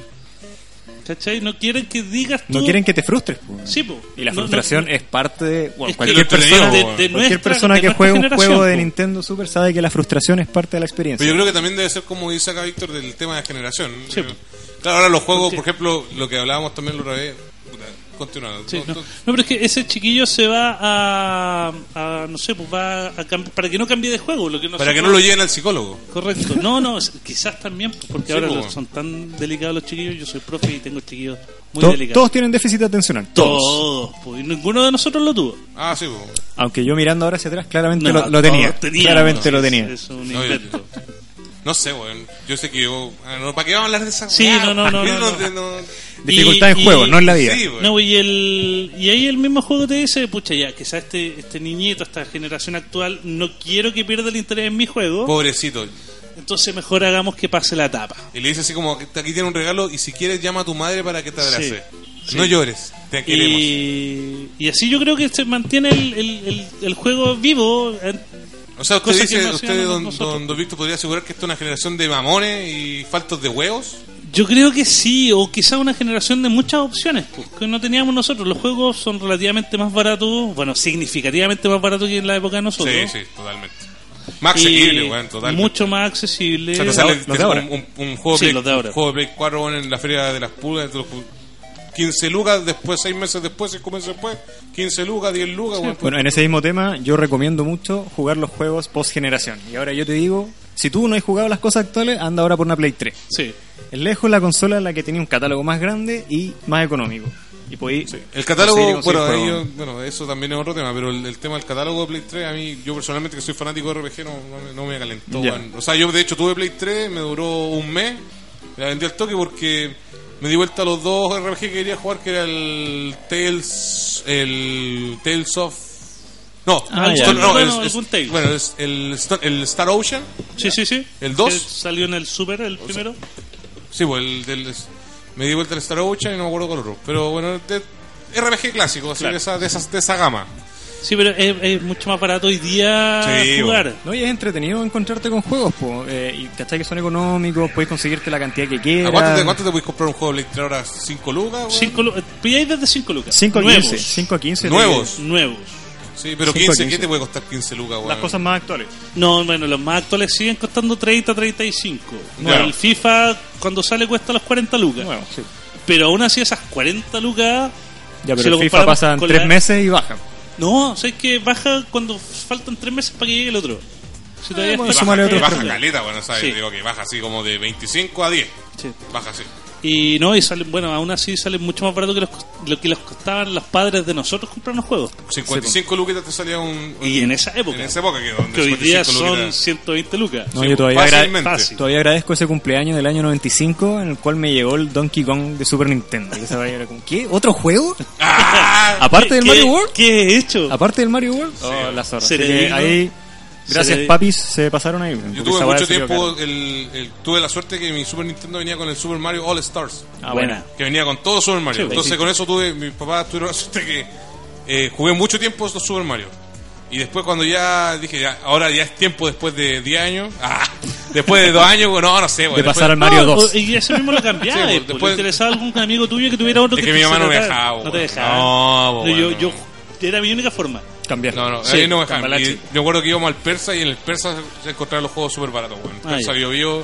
Speaker 4: ¿Cachai? No quieren que digas tú...
Speaker 5: no quieren que te frustres. po.
Speaker 4: Sí, po.
Speaker 5: Y la
Speaker 4: No- no-
Speaker 5: frustración es parte de bueno,
Speaker 4: Es que
Speaker 5: cualquier
Speaker 2: lo que
Speaker 5: persona.
Speaker 2: digo,
Speaker 4: de- de
Speaker 2: bueno.
Speaker 4: nuestra-
Speaker 5: Cualquier persona
Speaker 4: de
Speaker 5: que
Speaker 4: nuestra
Speaker 5: juegue un
Speaker 4: generación,
Speaker 5: juego de
Speaker 4: po.
Speaker 5: Nintendo Super sabe que la frustración es parte de la experiencia.
Speaker 2: Pero yo creo que también debe ser como dice acá Víctor del tema de generación.
Speaker 4: Sí.
Speaker 2: Eh, Claro, ahora los juegos,
Speaker 4: Porque-
Speaker 2: por ejemplo, lo que hablábamos también la otra vez. puta, Continúa.
Speaker 4: Sí,
Speaker 2: No,
Speaker 4: no.
Speaker 2: no,
Speaker 4: no, pero es que ese chiquillo se va a, a- no sé, pues va a cam- para que no cambie de juego, lo que no
Speaker 2: Para
Speaker 4: sé
Speaker 2: que no
Speaker 4: cómo-
Speaker 2: lo lleven al psicólogo.
Speaker 4: Correcto. No, no, s- quizás también pues, porque
Speaker 2: Sí,
Speaker 4: ahora
Speaker 2: pues,
Speaker 4: los-
Speaker 2: bueno.
Speaker 4: son tan delicados los chiquillos, yo soy profe y tengo chiquillos muy
Speaker 5: To-
Speaker 4: delicados.
Speaker 5: todos tienen déficit atencional.
Speaker 4: Todos, pues, y ninguno de nosotros lo tuvo.
Speaker 2: Ah, sí, po.
Speaker 5: Aunque yo mirando ahora hacia atrás, claramente
Speaker 4: No,
Speaker 5: lo, lo tenía.
Speaker 4: todos teníamos.
Speaker 5: Claramente lo
Speaker 4: Es-
Speaker 5: tenía.
Speaker 4: Es, un
Speaker 2: No, yo-
Speaker 4: invento.
Speaker 2: No sé, weón. Yo sé que yo. ah, no, ¿Para qué vamos a hablar de esa
Speaker 4: Sí,
Speaker 2: weá?
Speaker 4: no, no, no,
Speaker 2: ¿Para qué
Speaker 4: no,
Speaker 2: te-
Speaker 5: Dificultad en
Speaker 4: Y-
Speaker 5: juego,
Speaker 4: y-
Speaker 5: no en la vida.
Speaker 2: Sí, weón.
Speaker 4: No, y, el, y ahí el mismo juego te dice, pucha, ya, quizás este, este niñito, esta generación actual, no quiero que pierda el interés en mi juego,
Speaker 2: Pobrecito.
Speaker 4: entonces mejor hagamos que pase la etapa.
Speaker 2: Y le dice así como: aquí tiene un regalo y si quieres llama a tu madre para que te
Speaker 4: Sí,
Speaker 2: abrace.
Speaker 4: sí.
Speaker 2: No llores, te queremos.
Speaker 4: Y, y así yo creo que se mantiene el, el- el- el juego vivo. eh,
Speaker 2: O sea, usted
Speaker 4: cosa que
Speaker 2: dice,
Speaker 4: no
Speaker 2: usted,
Speaker 4: hacíamos
Speaker 2: don,
Speaker 4: nosotros.
Speaker 2: don- don Víctor, podría asegurar que esto es una generación de mamones y faltos de huevos.
Speaker 4: Yo creo que sí, o quizá una generación de muchas opciones pues, que no teníamos nosotros. Los juegos son relativamente más baratos, bueno, significativamente más baratos que en la época de nosotros.
Speaker 2: Sí, sí, totalmente. Más
Speaker 4: Y
Speaker 2: accesible, weón, totalmente.
Speaker 4: Mucho más accesible.
Speaker 2: O sea, te sale
Speaker 5: Los
Speaker 2: te
Speaker 5: de
Speaker 2: sale
Speaker 5: ahora.
Speaker 2: un, un- un juego,
Speaker 4: Sí,
Speaker 2: Play-
Speaker 4: los de ahora.
Speaker 2: un juego de Play 4 weón, en la feria de las pulgas, de los pu- 15 lucas, después 6 meses después, 5 meses después, 15 lucas, 10 lucas,
Speaker 4: pues.
Speaker 2: weón.
Speaker 5: Bueno, en ese mismo tema, yo recomiendo mucho jugar los juegos post generación. Y ahora yo te digo, si tú no has jugado las cosas actuales, anda ahora por una Play 3.
Speaker 4: Sí.
Speaker 5: Es lejos la consola en la que tenía un catálogo más grande y más económico. Y podí
Speaker 2: El catálogo,
Speaker 5: conseguir- conseguir
Speaker 2: bueno, ahí
Speaker 5: juegos.
Speaker 2: yo- bueno, eso también es otro tema, pero el, el tema del catálogo de Play 3, a mí, yo personalmente que soy fanático de RPG, no, no me- no me calentó.
Speaker 5: Ya.
Speaker 2: weón. O sea, yo de hecho tuve Play 3, me duró un mes, la vendí al toque porque me di vuelta a los dos RPG que quería jugar, que era el Tales, el Tales of... No,
Speaker 4: Ah,
Speaker 2: el
Speaker 4: ya.
Speaker 2: Stone- no,
Speaker 4: Bueno,
Speaker 2: es- es-
Speaker 4: algún Tales.
Speaker 2: bueno, es el, Sto- el Star Ocean,
Speaker 4: Sí, sí, sí.
Speaker 2: ¿El dos?
Speaker 4: Que Salió en el Super, el primero.
Speaker 2: sí, pues el del... Me di vuelta al Star Ocean y no me acuerdo cuál otro, pero bueno, de- RPG clásico, así, de, esa, de, esas- de esa gama.
Speaker 4: Sí, pero es, es mucho más barato hoy día
Speaker 2: Sí,
Speaker 4: jugar.
Speaker 2: bueno.
Speaker 5: No, y es entretenido encontrarte con juegos, po. Eh, y cachai que son económicos, puedes conseguirte la cantidad que
Speaker 2: ¿A
Speaker 5: quieras.
Speaker 2: Ah, cuánto te, cuánto te puedes comprar un juego de Play 3 ahora? ¿Cinco lucas? weón?
Speaker 4: Cinco lu- eh, Pilláis desde 5 lucas.
Speaker 5: 5 a
Speaker 4: Nuevos.
Speaker 5: 15. 5 a 15. te-
Speaker 2: ¿Nuevos?
Speaker 4: Nuevos.
Speaker 2: Sí, pero
Speaker 5: Cinco
Speaker 2: 15, ¿qué
Speaker 5: 15.
Speaker 2: te puede costar 15 lucas, weón?
Speaker 5: Las cosas más actuales.
Speaker 4: No, bueno, los más actuales siguen costando 30, 35.
Speaker 2: Claro.
Speaker 4: El FIFA cuando sale cuesta las 40 lucas.
Speaker 5: Nuevos, sí.
Speaker 4: Pero aún así esas 40 lucas...
Speaker 5: Ya,
Speaker 4: si
Speaker 5: pero
Speaker 4: lo
Speaker 5: el FIFA
Speaker 4: comparamos
Speaker 5: pasan
Speaker 4: con
Speaker 5: 3
Speaker 4: la-
Speaker 5: meses y baja.
Speaker 4: No, sabes que baja cuando faltan 3 meses para que llegue el otro. Si todavía
Speaker 5: Ah,
Speaker 2: Y
Speaker 5: bueno,
Speaker 4: está-
Speaker 5: Súmale
Speaker 2: baja,
Speaker 5: otros
Speaker 2: y baja
Speaker 5: tres.
Speaker 2: caleta, bueno, ¿sabes?
Speaker 4: Sí.
Speaker 2: Digo que baja así como de 25 a 10.
Speaker 4: Sí.
Speaker 2: Baja así.
Speaker 4: Y no, y salen, bueno, aún así salen mucho más barato que los cos- lo que les costaban los padres de nosotros comprar los juegos.
Speaker 2: 55 lucas te salía un, un-
Speaker 4: Y en esa época.
Speaker 2: En esa época que donde
Speaker 4: Que hoy
Speaker 2: 55
Speaker 4: día son
Speaker 2: luquitas-
Speaker 4: 120 lucas.
Speaker 5: No,
Speaker 2: Sí,
Speaker 5: yo todavía, agra-
Speaker 2: fácilmente.
Speaker 4: fácil.
Speaker 5: todavía agradezco ese cumpleaños del año 95 en el cual me llegó el Donkey Kong de Super Nintendo. Que esa vaina era como, ¿Qué? ¿Otro juego?
Speaker 2: ¡Ah!
Speaker 5: Aparte del
Speaker 4: ¿Qué-
Speaker 5: Mario World.
Speaker 4: ¿Qué he hecho?
Speaker 5: Aparte del Mario World. Oh, la zorra. Así que
Speaker 4: Cerebrino.
Speaker 5: ahí, gracias
Speaker 4: Cere-
Speaker 5: papis, se pasaron ahí.
Speaker 2: Yo
Speaker 5: porque
Speaker 2: tuve
Speaker 5: esa weá
Speaker 2: mucho
Speaker 5: salió
Speaker 2: tiempo,
Speaker 5: cara.
Speaker 2: el, el- tuve la suerte que mi Super Nintendo venía con el Super Mario All Stars.
Speaker 5: Ah,
Speaker 4: Buena.
Speaker 2: que venía con todo Super
Speaker 4: Sí,
Speaker 2: Mario.
Speaker 4: pues,
Speaker 2: Entonces
Speaker 4: sí.
Speaker 2: con eso tuve, mis papás tuvieron la suerte que eh, jugué mucho tiempo estos Super Mario. Y después cuando ya dije, ya, ahora ya es tiempo después de 10 años, ah, Después de dos años, bueno, no, no sé. bueno,
Speaker 5: de
Speaker 2: después-
Speaker 5: pasar al Mario
Speaker 4: No,
Speaker 5: 2.
Speaker 4: o- Y eso mismo lo cambiaba.
Speaker 2: Sí,
Speaker 4: eh,
Speaker 2: pues,
Speaker 4: po.
Speaker 2: después-
Speaker 4: Le interesaba algún amigo tuyo que tuviera otro
Speaker 2: Es
Speaker 4: que
Speaker 2: que mi
Speaker 4: te
Speaker 2: mamá no me
Speaker 4: sacara.
Speaker 2: dejaba,
Speaker 4: No te
Speaker 2: bueno.
Speaker 4: dejaba.
Speaker 2: No, bueno,
Speaker 4: yo,
Speaker 2: no.
Speaker 4: yo era mi única forma.
Speaker 5: Cambiar.
Speaker 2: No, no,
Speaker 5: Sí,
Speaker 2: ahí no me dejaban.
Speaker 5: Cambalache.
Speaker 2: Y Yo recuerdo que íbamos al Persa y en el Persa se encontraban los juegos súper baratos, weón.
Speaker 4: Ah,
Speaker 2: Persa
Speaker 4: ya.
Speaker 2: Bio Bio.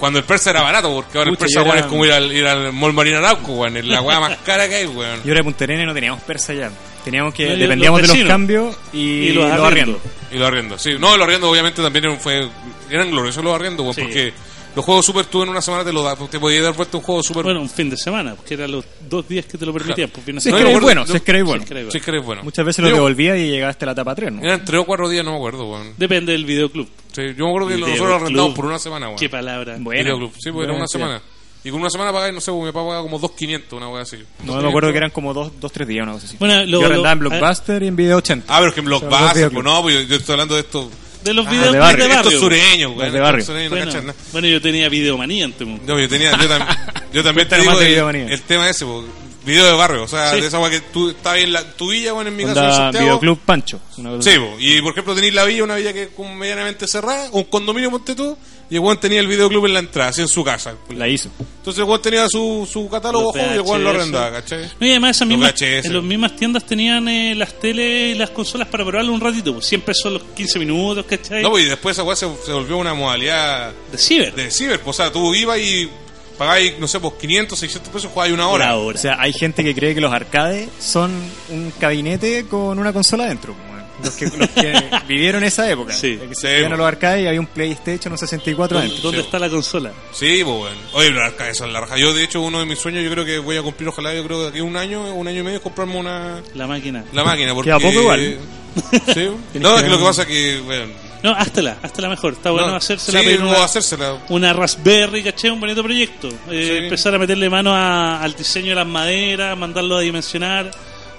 Speaker 2: Cuando el Persa era barato, porque ahora
Speaker 5: Pucha,
Speaker 2: el Persa,
Speaker 5: yo
Speaker 2: weón,
Speaker 5: era-
Speaker 2: es como ir al, ir al Mall Marina Arauco, weón. Es la weá más cara que hay, weón.
Speaker 5: Yo era de Punta Arenas y no teníamos persa ya. Teníamos que,
Speaker 4: No, yo-
Speaker 5: dependíamos de
Speaker 4: los
Speaker 5: los
Speaker 4: vecinos.
Speaker 5: cambios y,
Speaker 4: Y los arriendos.
Speaker 2: Y los arriendo, sí. No, los arriendo obviamente también eran- fue, eran gloriosos los arriendos, weón,
Speaker 4: Sí.
Speaker 2: porque los juegos super tú en una semana te lo da, te podías dar vuelta un juego super...
Speaker 4: Bueno, un fin de semana, porque eran los dos días que te lo permitían. Pues, bien,
Speaker 5: Si es
Speaker 2: No,
Speaker 5: que
Speaker 2: yo
Speaker 5: eres
Speaker 2: recuerdo-
Speaker 5: bueno,
Speaker 2: yo-
Speaker 5: si es que eres
Speaker 4: sí,
Speaker 5: bueno.
Speaker 4: creo.
Speaker 2: sí, que eres bueno.
Speaker 5: Muchas veces lo
Speaker 2: Yo-
Speaker 5: devolvía y llegaste a la etapa 3, ¿no?
Speaker 2: Eran tres o cuatro días, no me acuerdo, weón.
Speaker 4: Depende del videoclub.
Speaker 2: Sí, yo me acuerdo que
Speaker 4: Video
Speaker 2: nosotros lo arrendamos
Speaker 4: club.
Speaker 2: por una semana, weón.
Speaker 4: Qué palabra.
Speaker 5: Bueno.
Speaker 2: Video club. Sí, pues era
Speaker 5: Buena
Speaker 2: una
Speaker 5: cantidad.
Speaker 2: semana. Y con una semana pagáis, no sé, mi papá pagaba como 2.500, una weá así.
Speaker 5: No me acuerdo que eran como 2 dos, 3 días, una cosa así.
Speaker 4: pues. Bueno, lo-
Speaker 5: Yo arrendaba en
Speaker 4: lo- ah.
Speaker 5: Blockbuster y en Video 80.
Speaker 2: Ah, pero es que en los
Speaker 5: Son
Speaker 2: bases,
Speaker 5: los videoclub.
Speaker 2: pues, no, pues yo, yo estoy hablando de estos
Speaker 4: De los
Speaker 5: Ah,
Speaker 4: videos
Speaker 5: de
Speaker 4: de
Speaker 5: barrio.
Speaker 4: barrio.
Speaker 2: estos sureños, güey.
Speaker 5: Los de barrio.
Speaker 2: estos sureños, no cachan
Speaker 4: Bueno,
Speaker 2: nada.
Speaker 4: bueno, yo tenía videomanía en Temuco.
Speaker 2: No, yo tenía, yo, tam- yo también te
Speaker 5: Cuéntanos
Speaker 2: digo
Speaker 5: más de
Speaker 2: el,
Speaker 5: Videomanía.
Speaker 2: el tema ese, pues, video de barrio, o sea,
Speaker 4: Sí.
Speaker 2: de esa weá que tú estabas en la, tu villa, bueno, en mi caso en
Speaker 5: Onda
Speaker 2: Santiago.
Speaker 5: Videoclub Pancho. una cosa
Speaker 2: Sí,
Speaker 5: así.
Speaker 2: po. y por ejemplo tenéis la villa, una villa que es como medianamente cerrada, un condominio, ponte tú, y el weón tenía el videoclub en la entrada, así en su casa.
Speaker 5: La hizo.
Speaker 2: Entonces el weón tenía su, su catálogo
Speaker 4: Los
Speaker 2: home y el weón lo
Speaker 4: VHS.
Speaker 2: arrendaba, ¿cachai?
Speaker 4: No, y además esas
Speaker 2: Los
Speaker 4: mismas,
Speaker 2: VHS.
Speaker 4: en las mismas tiendas tenían eh, las teles y las consolas para probarlo un ratito. pues, 100 pesos los 15 minutos, ¿cachai?
Speaker 2: No, pues, y después esa weá se, se volvió una modalidad
Speaker 4: de ciber.
Speaker 2: de ciber, pues, o sea, tú ibas y pagáis, no sé, pues 500, 600 pesos, jugáis una hora.
Speaker 4: Ahora,
Speaker 5: O sea, hay gente que cree que los arcades son un gabinete con una consola dentro. bueno. Los que, los que vivieron esa época.
Speaker 4: Sí.
Speaker 5: Que
Speaker 2: Sí, pues.
Speaker 5: se iban a
Speaker 2: bueno.
Speaker 5: los arcades y había un PlayStation, un 64
Speaker 4: ¿Dónde,
Speaker 5: adentro.
Speaker 4: dónde está la consola?
Speaker 2: Sí, pues bueno. Oye, pero las cabezas la raja. Yo, de hecho, uno de mis sueños, yo creo que voy a cumplir, ojalá, yo creo que de aquí a un año, un año y medio, es comprarme una.
Speaker 4: La máquina.
Speaker 2: La máquina, porque.
Speaker 5: Queda poco igual.
Speaker 2: Sí. no, es que lo que pasa es que, bueno.
Speaker 4: No, háztela, háztela mejor. Está bueno
Speaker 2: no,
Speaker 4: hacérsela.
Speaker 2: sí,
Speaker 4: pedir
Speaker 2: o
Speaker 4: una,
Speaker 2: hacérsela.
Speaker 4: una Raspberry, ¿cachai? Un bonito proyecto. Eh,
Speaker 2: Sí.
Speaker 4: Empezar a meterle mano a- al diseño de las maderas, mandarlo a dimensionar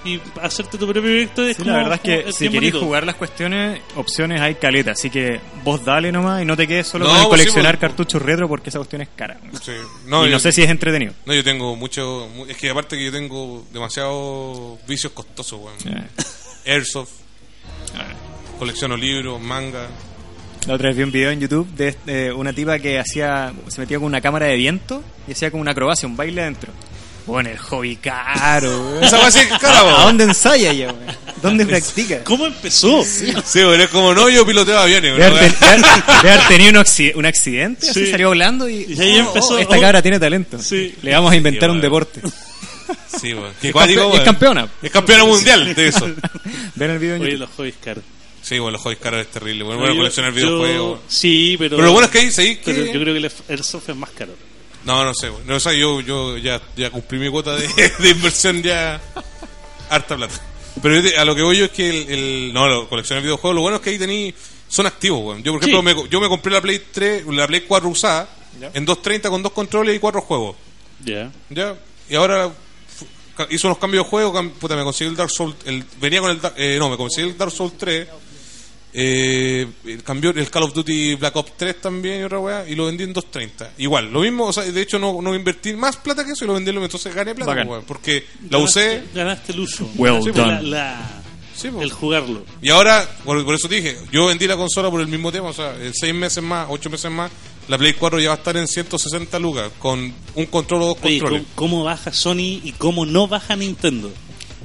Speaker 4: y hacerte tu propio proyecto. Es
Speaker 5: Sí,
Speaker 4: como-
Speaker 5: la verdad es que
Speaker 4: como- es
Speaker 5: si
Speaker 4: bien
Speaker 5: queréis
Speaker 4: bonito.
Speaker 5: jugar las cuestiones, opciones hay caleta. Así que vos dale nomás y no te quedes solo
Speaker 2: No,
Speaker 5: con el
Speaker 2: pues sí,
Speaker 5: coleccionar
Speaker 2: pues-
Speaker 5: cartuchos retro porque esa cuestión es cara.
Speaker 2: Sí. No,
Speaker 5: y no
Speaker 2: yo-
Speaker 5: sé si es entretenido.
Speaker 2: No, yo tengo mucho. mu- Es que aparte que yo tengo demasiados vicios costosos, weón. Airsoft. Colecciono libros, manga.
Speaker 5: La otra vez vi un video en YouTube de eh, una tipa que hacía se metía con una cámara de viento y hacía como una acrobacia, un baile adentro. Bueno, el hobby caro.
Speaker 2: Esa va a ser cara,
Speaker 5: ¿A
Speaker 2: weón.
Speaker 5: dónde ensaya ya, güey? ¿Dónde practica?
Speaker 4: ¿Cómo empezó?
Speaker 2: Sí, weón, es como no, yo piloteo aviones,
Speaker 5: De
Speaker 2: weón.
Speaker 5: haber, ten- de haber- de haber tenido un, acci- un accidente, así
Speaker 4: Sí.
Speaker 5: salió hablando y,
Speaker 4: Y ahí empezó,
Speaker 5: esta
Speaker 4: oh.
Speaker 5: cabra tiene talento.
Speaker 4: Sí.
Speaker 5: Le vamos a inventar un
Speaker 2: weón.
Speaker 5: deporte.
Speaker 2: Sí, weón. Qué cuático,
Speaker 5: campe- y es
Speaker 2: weón.
Speaker 5: campeona.
Speaker 2: Es campeona mundial de eso.
Speaker 5: Ven el video en
Speaker 4: Oye,
Speaker 5: YouTube.
Speaker 4: los hobbies caros.
Speaker 2: Sí, bueno, los hobbies caros es terrible. Bueno,
Speaker 4: Yo-
Speaker 2: bueno coleccionar
Speaker 4: yo-
Speaker 2: videojuegos.
Speaker 4: Sí, pero.
Speaker 2: Pero lo bueno es que ahí seguís que-
Speaker 4: pero yo creo que el, el software es más caro.
Speaker 2: No, no sé. güey. No, o sea, yo, yo ya, ya cumplí mi cuota de, de inversión ya harta plata. Pero yo te- a lo que voy yo es que el, el- no, lo- coleccionar videojuegos, lo bueno es que ahí tení son activos, güey. Yo por
Speaker 4: Sí.
Speaker 2: ejemplo, me, co- yo me compré la Play 3, la Play 4 usada en 230 con dos controles y cuatro juegos,
Speaker 4: Ya.
Speaker 2: ¿ya? Y ahora fu- ca- hizo unos cambios de juego, cam- puta, me conseguí el Dark Souls, el, venía con el Dark- eh, no, me conseguí el Dark Souls 3. Eh, el- cambió el Call of Duty Black Ops 3 también y otra weá, y lo vendí en 230. Igual, lo mismo, o sea, de hecho no, no invertí más plata que eso y lo vendí en lo mismo, entonces gané plata,
Speaker 5: Bacán.
Speaker 2: weón, porque la usé.
Speaker 4: Ganaste el uso.
Speaker 5: Well
Speaker 4: Ganaste
Speaker 5: done.
Speaker 4: la-
Speaker 2: Sí, pues.
Speaker 4: la-
Speaker 2: po.
Speaker 4: el jugarlo.
Speaker 2: Y ahora, por, por eso te dije, yo vendí la consola por el mismo tema, o sea, en 6 meses más, 8 meses más, la Play 4 ya va a estar en 160 lucas, con un control o dos
Speaker 4: Oye,
Speaker 2: controles.
Speaker 4: ¿cómo, cómo baja Sony y cómo no baja Nintendo?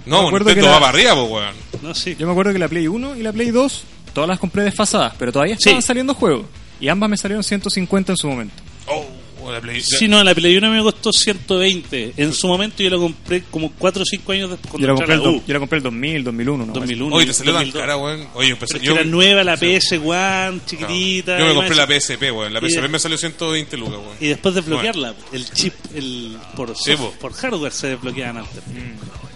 Speaker 2: No,
Speaker 5: Me acuerdo
Speaker 2: Nintendo
Speaker 5: que
Speaker 2: va
Speaker 5: la-
Speaker 2: para arriba, po, weón.
Speaker 4: No sé.
Speaker 5: Yo me acuerdo que la Play 1 y la Play 2, todas las compré desfasadas, pero todavía estaban
Speaker 4: Sí.
Speaker 5: saliendo juegos. Y ambas me salieron 150 en su momento.
Speaker 2: Oh, la Play...
Speaker 4: Sí, no, la Play 1 me costó 120. En su momento yo la compré como 4 o 5 años después.
Speaker 5: Yo
Speaker 4: cuando
Speaker 5: la
Speaker 4: entré
Speaker 5: compré
Speaker 4: a
Speaker 5: el,
Speaker 4: la
Speaker 5: do-
Speaker 4: U.
Speaker 5: yo la compré el 2000, 2001. ¿no?
Speaker 4: 2001.
Speaker 2: Oye, te salió tan
Speaker 4: 2002.
Speaker 2: cara, weón. Oye, empecé...
Speaker 4: Pero es que era nueva la PS One,
Speaker 2: No.
Speaker 4: chiquitita.
Speaker 2: Yo me
Speaker 4: y
Speaker 2: compré
Speaker 4: más-
Speaker 2: la PSP, weón. La
Speaker 4: Y de-
Speaker 2: PSP me salió 120 lucas, weón.
Speaker 4: Y después desbloquearla, el chip, el por,
Speaker 2: Sí, pues.
Speaker 4: soft-
Speaker 2: po.
Speaker 4: por hardware se desbloqueaban antes.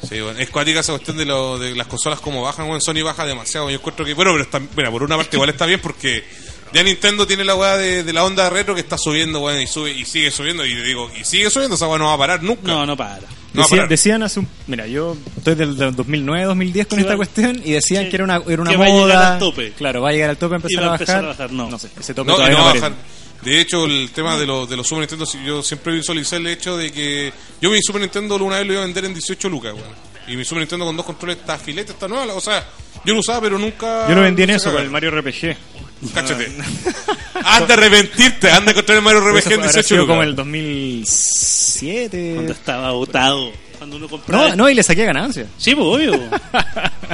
Speaker 2: Sí, bueno, es cuática esa cuestión de, lo- de las consolas como bajan, bueno, Sony baja demasiado, yo encuentro que, bueno, pero está, mira, por una parte igual está bien porque ya Nintendo tiene la weá de, de la onda retro que está subiendo, bueno, y sube, y sigue subiendo, y digo, y sigue subiendo, esa weá no va a parar nunca.
Speaker 4: No, no para.
Speaker 2: No va a
Speaker 5: Decía-
Speaker 2: parar.
Speaker 5: decían hace un... Mira, yo estoy del, del 2009, 2010 con
Speaker 4: Sí,
Speaker 5: esta
Speaker 4: va-
Speaker 5: cuestión y decían
Speaker 4: sí,
Speaker 5: que era una, era una
Speaker 4: que va a
Speaker 5: moda.
Speaker 4: llegar al tope.
Speaker 5: Claro, va a llegar al tope,
Speaker 4: Y
Speaker 5: empezar,
Speaker 4: va
Speaker 5: a,
Speaker 4: a
Speaker 5: bajar.
Speaker 4: empezar a bajar, no.
Speaker 5: No sé, ese tope
Speaker 2: No, y
Speaker 5: todavía
Speaker 2: no
Speaker 5: no
Speaker 2: va a
Speaker 5: aparece.
Speaker 2: bajar. De hecho, el tema de, los de los Super Nintendo, si- yo siempre visualicé el hecho de que yo mi Super Nintendo una vez lo iba a vender en 18 lucas, weón. Y mi Super Nintendo con dos controles está filete, está nueva, o sea, yo lo usaba, pero nunca...
Speaker 5: Yo lo vendí en
Speaker 2: se
Speaker 5: eso, con
Speaker 2: cagaba.
Speaker 5: el Mario RPG.
Speaker 2: Ah. Cáchate. Anda a arrepentirte, anda a encontrar el Mario
Speaker 5: Ah. Eso
Speaker 2: RPG en
Speaker 5: fue- habrá
Speaker 2: 18
Speaker 5: sido como
Speaker 2: lucas.
Speaker 5: el 2007.
Speaker 4: Cuando estaba agotado. Cuando uno compraba.
Speaker 5: No, no, y le saqué ganancia.
Speaker 4: Sí, pues obvio.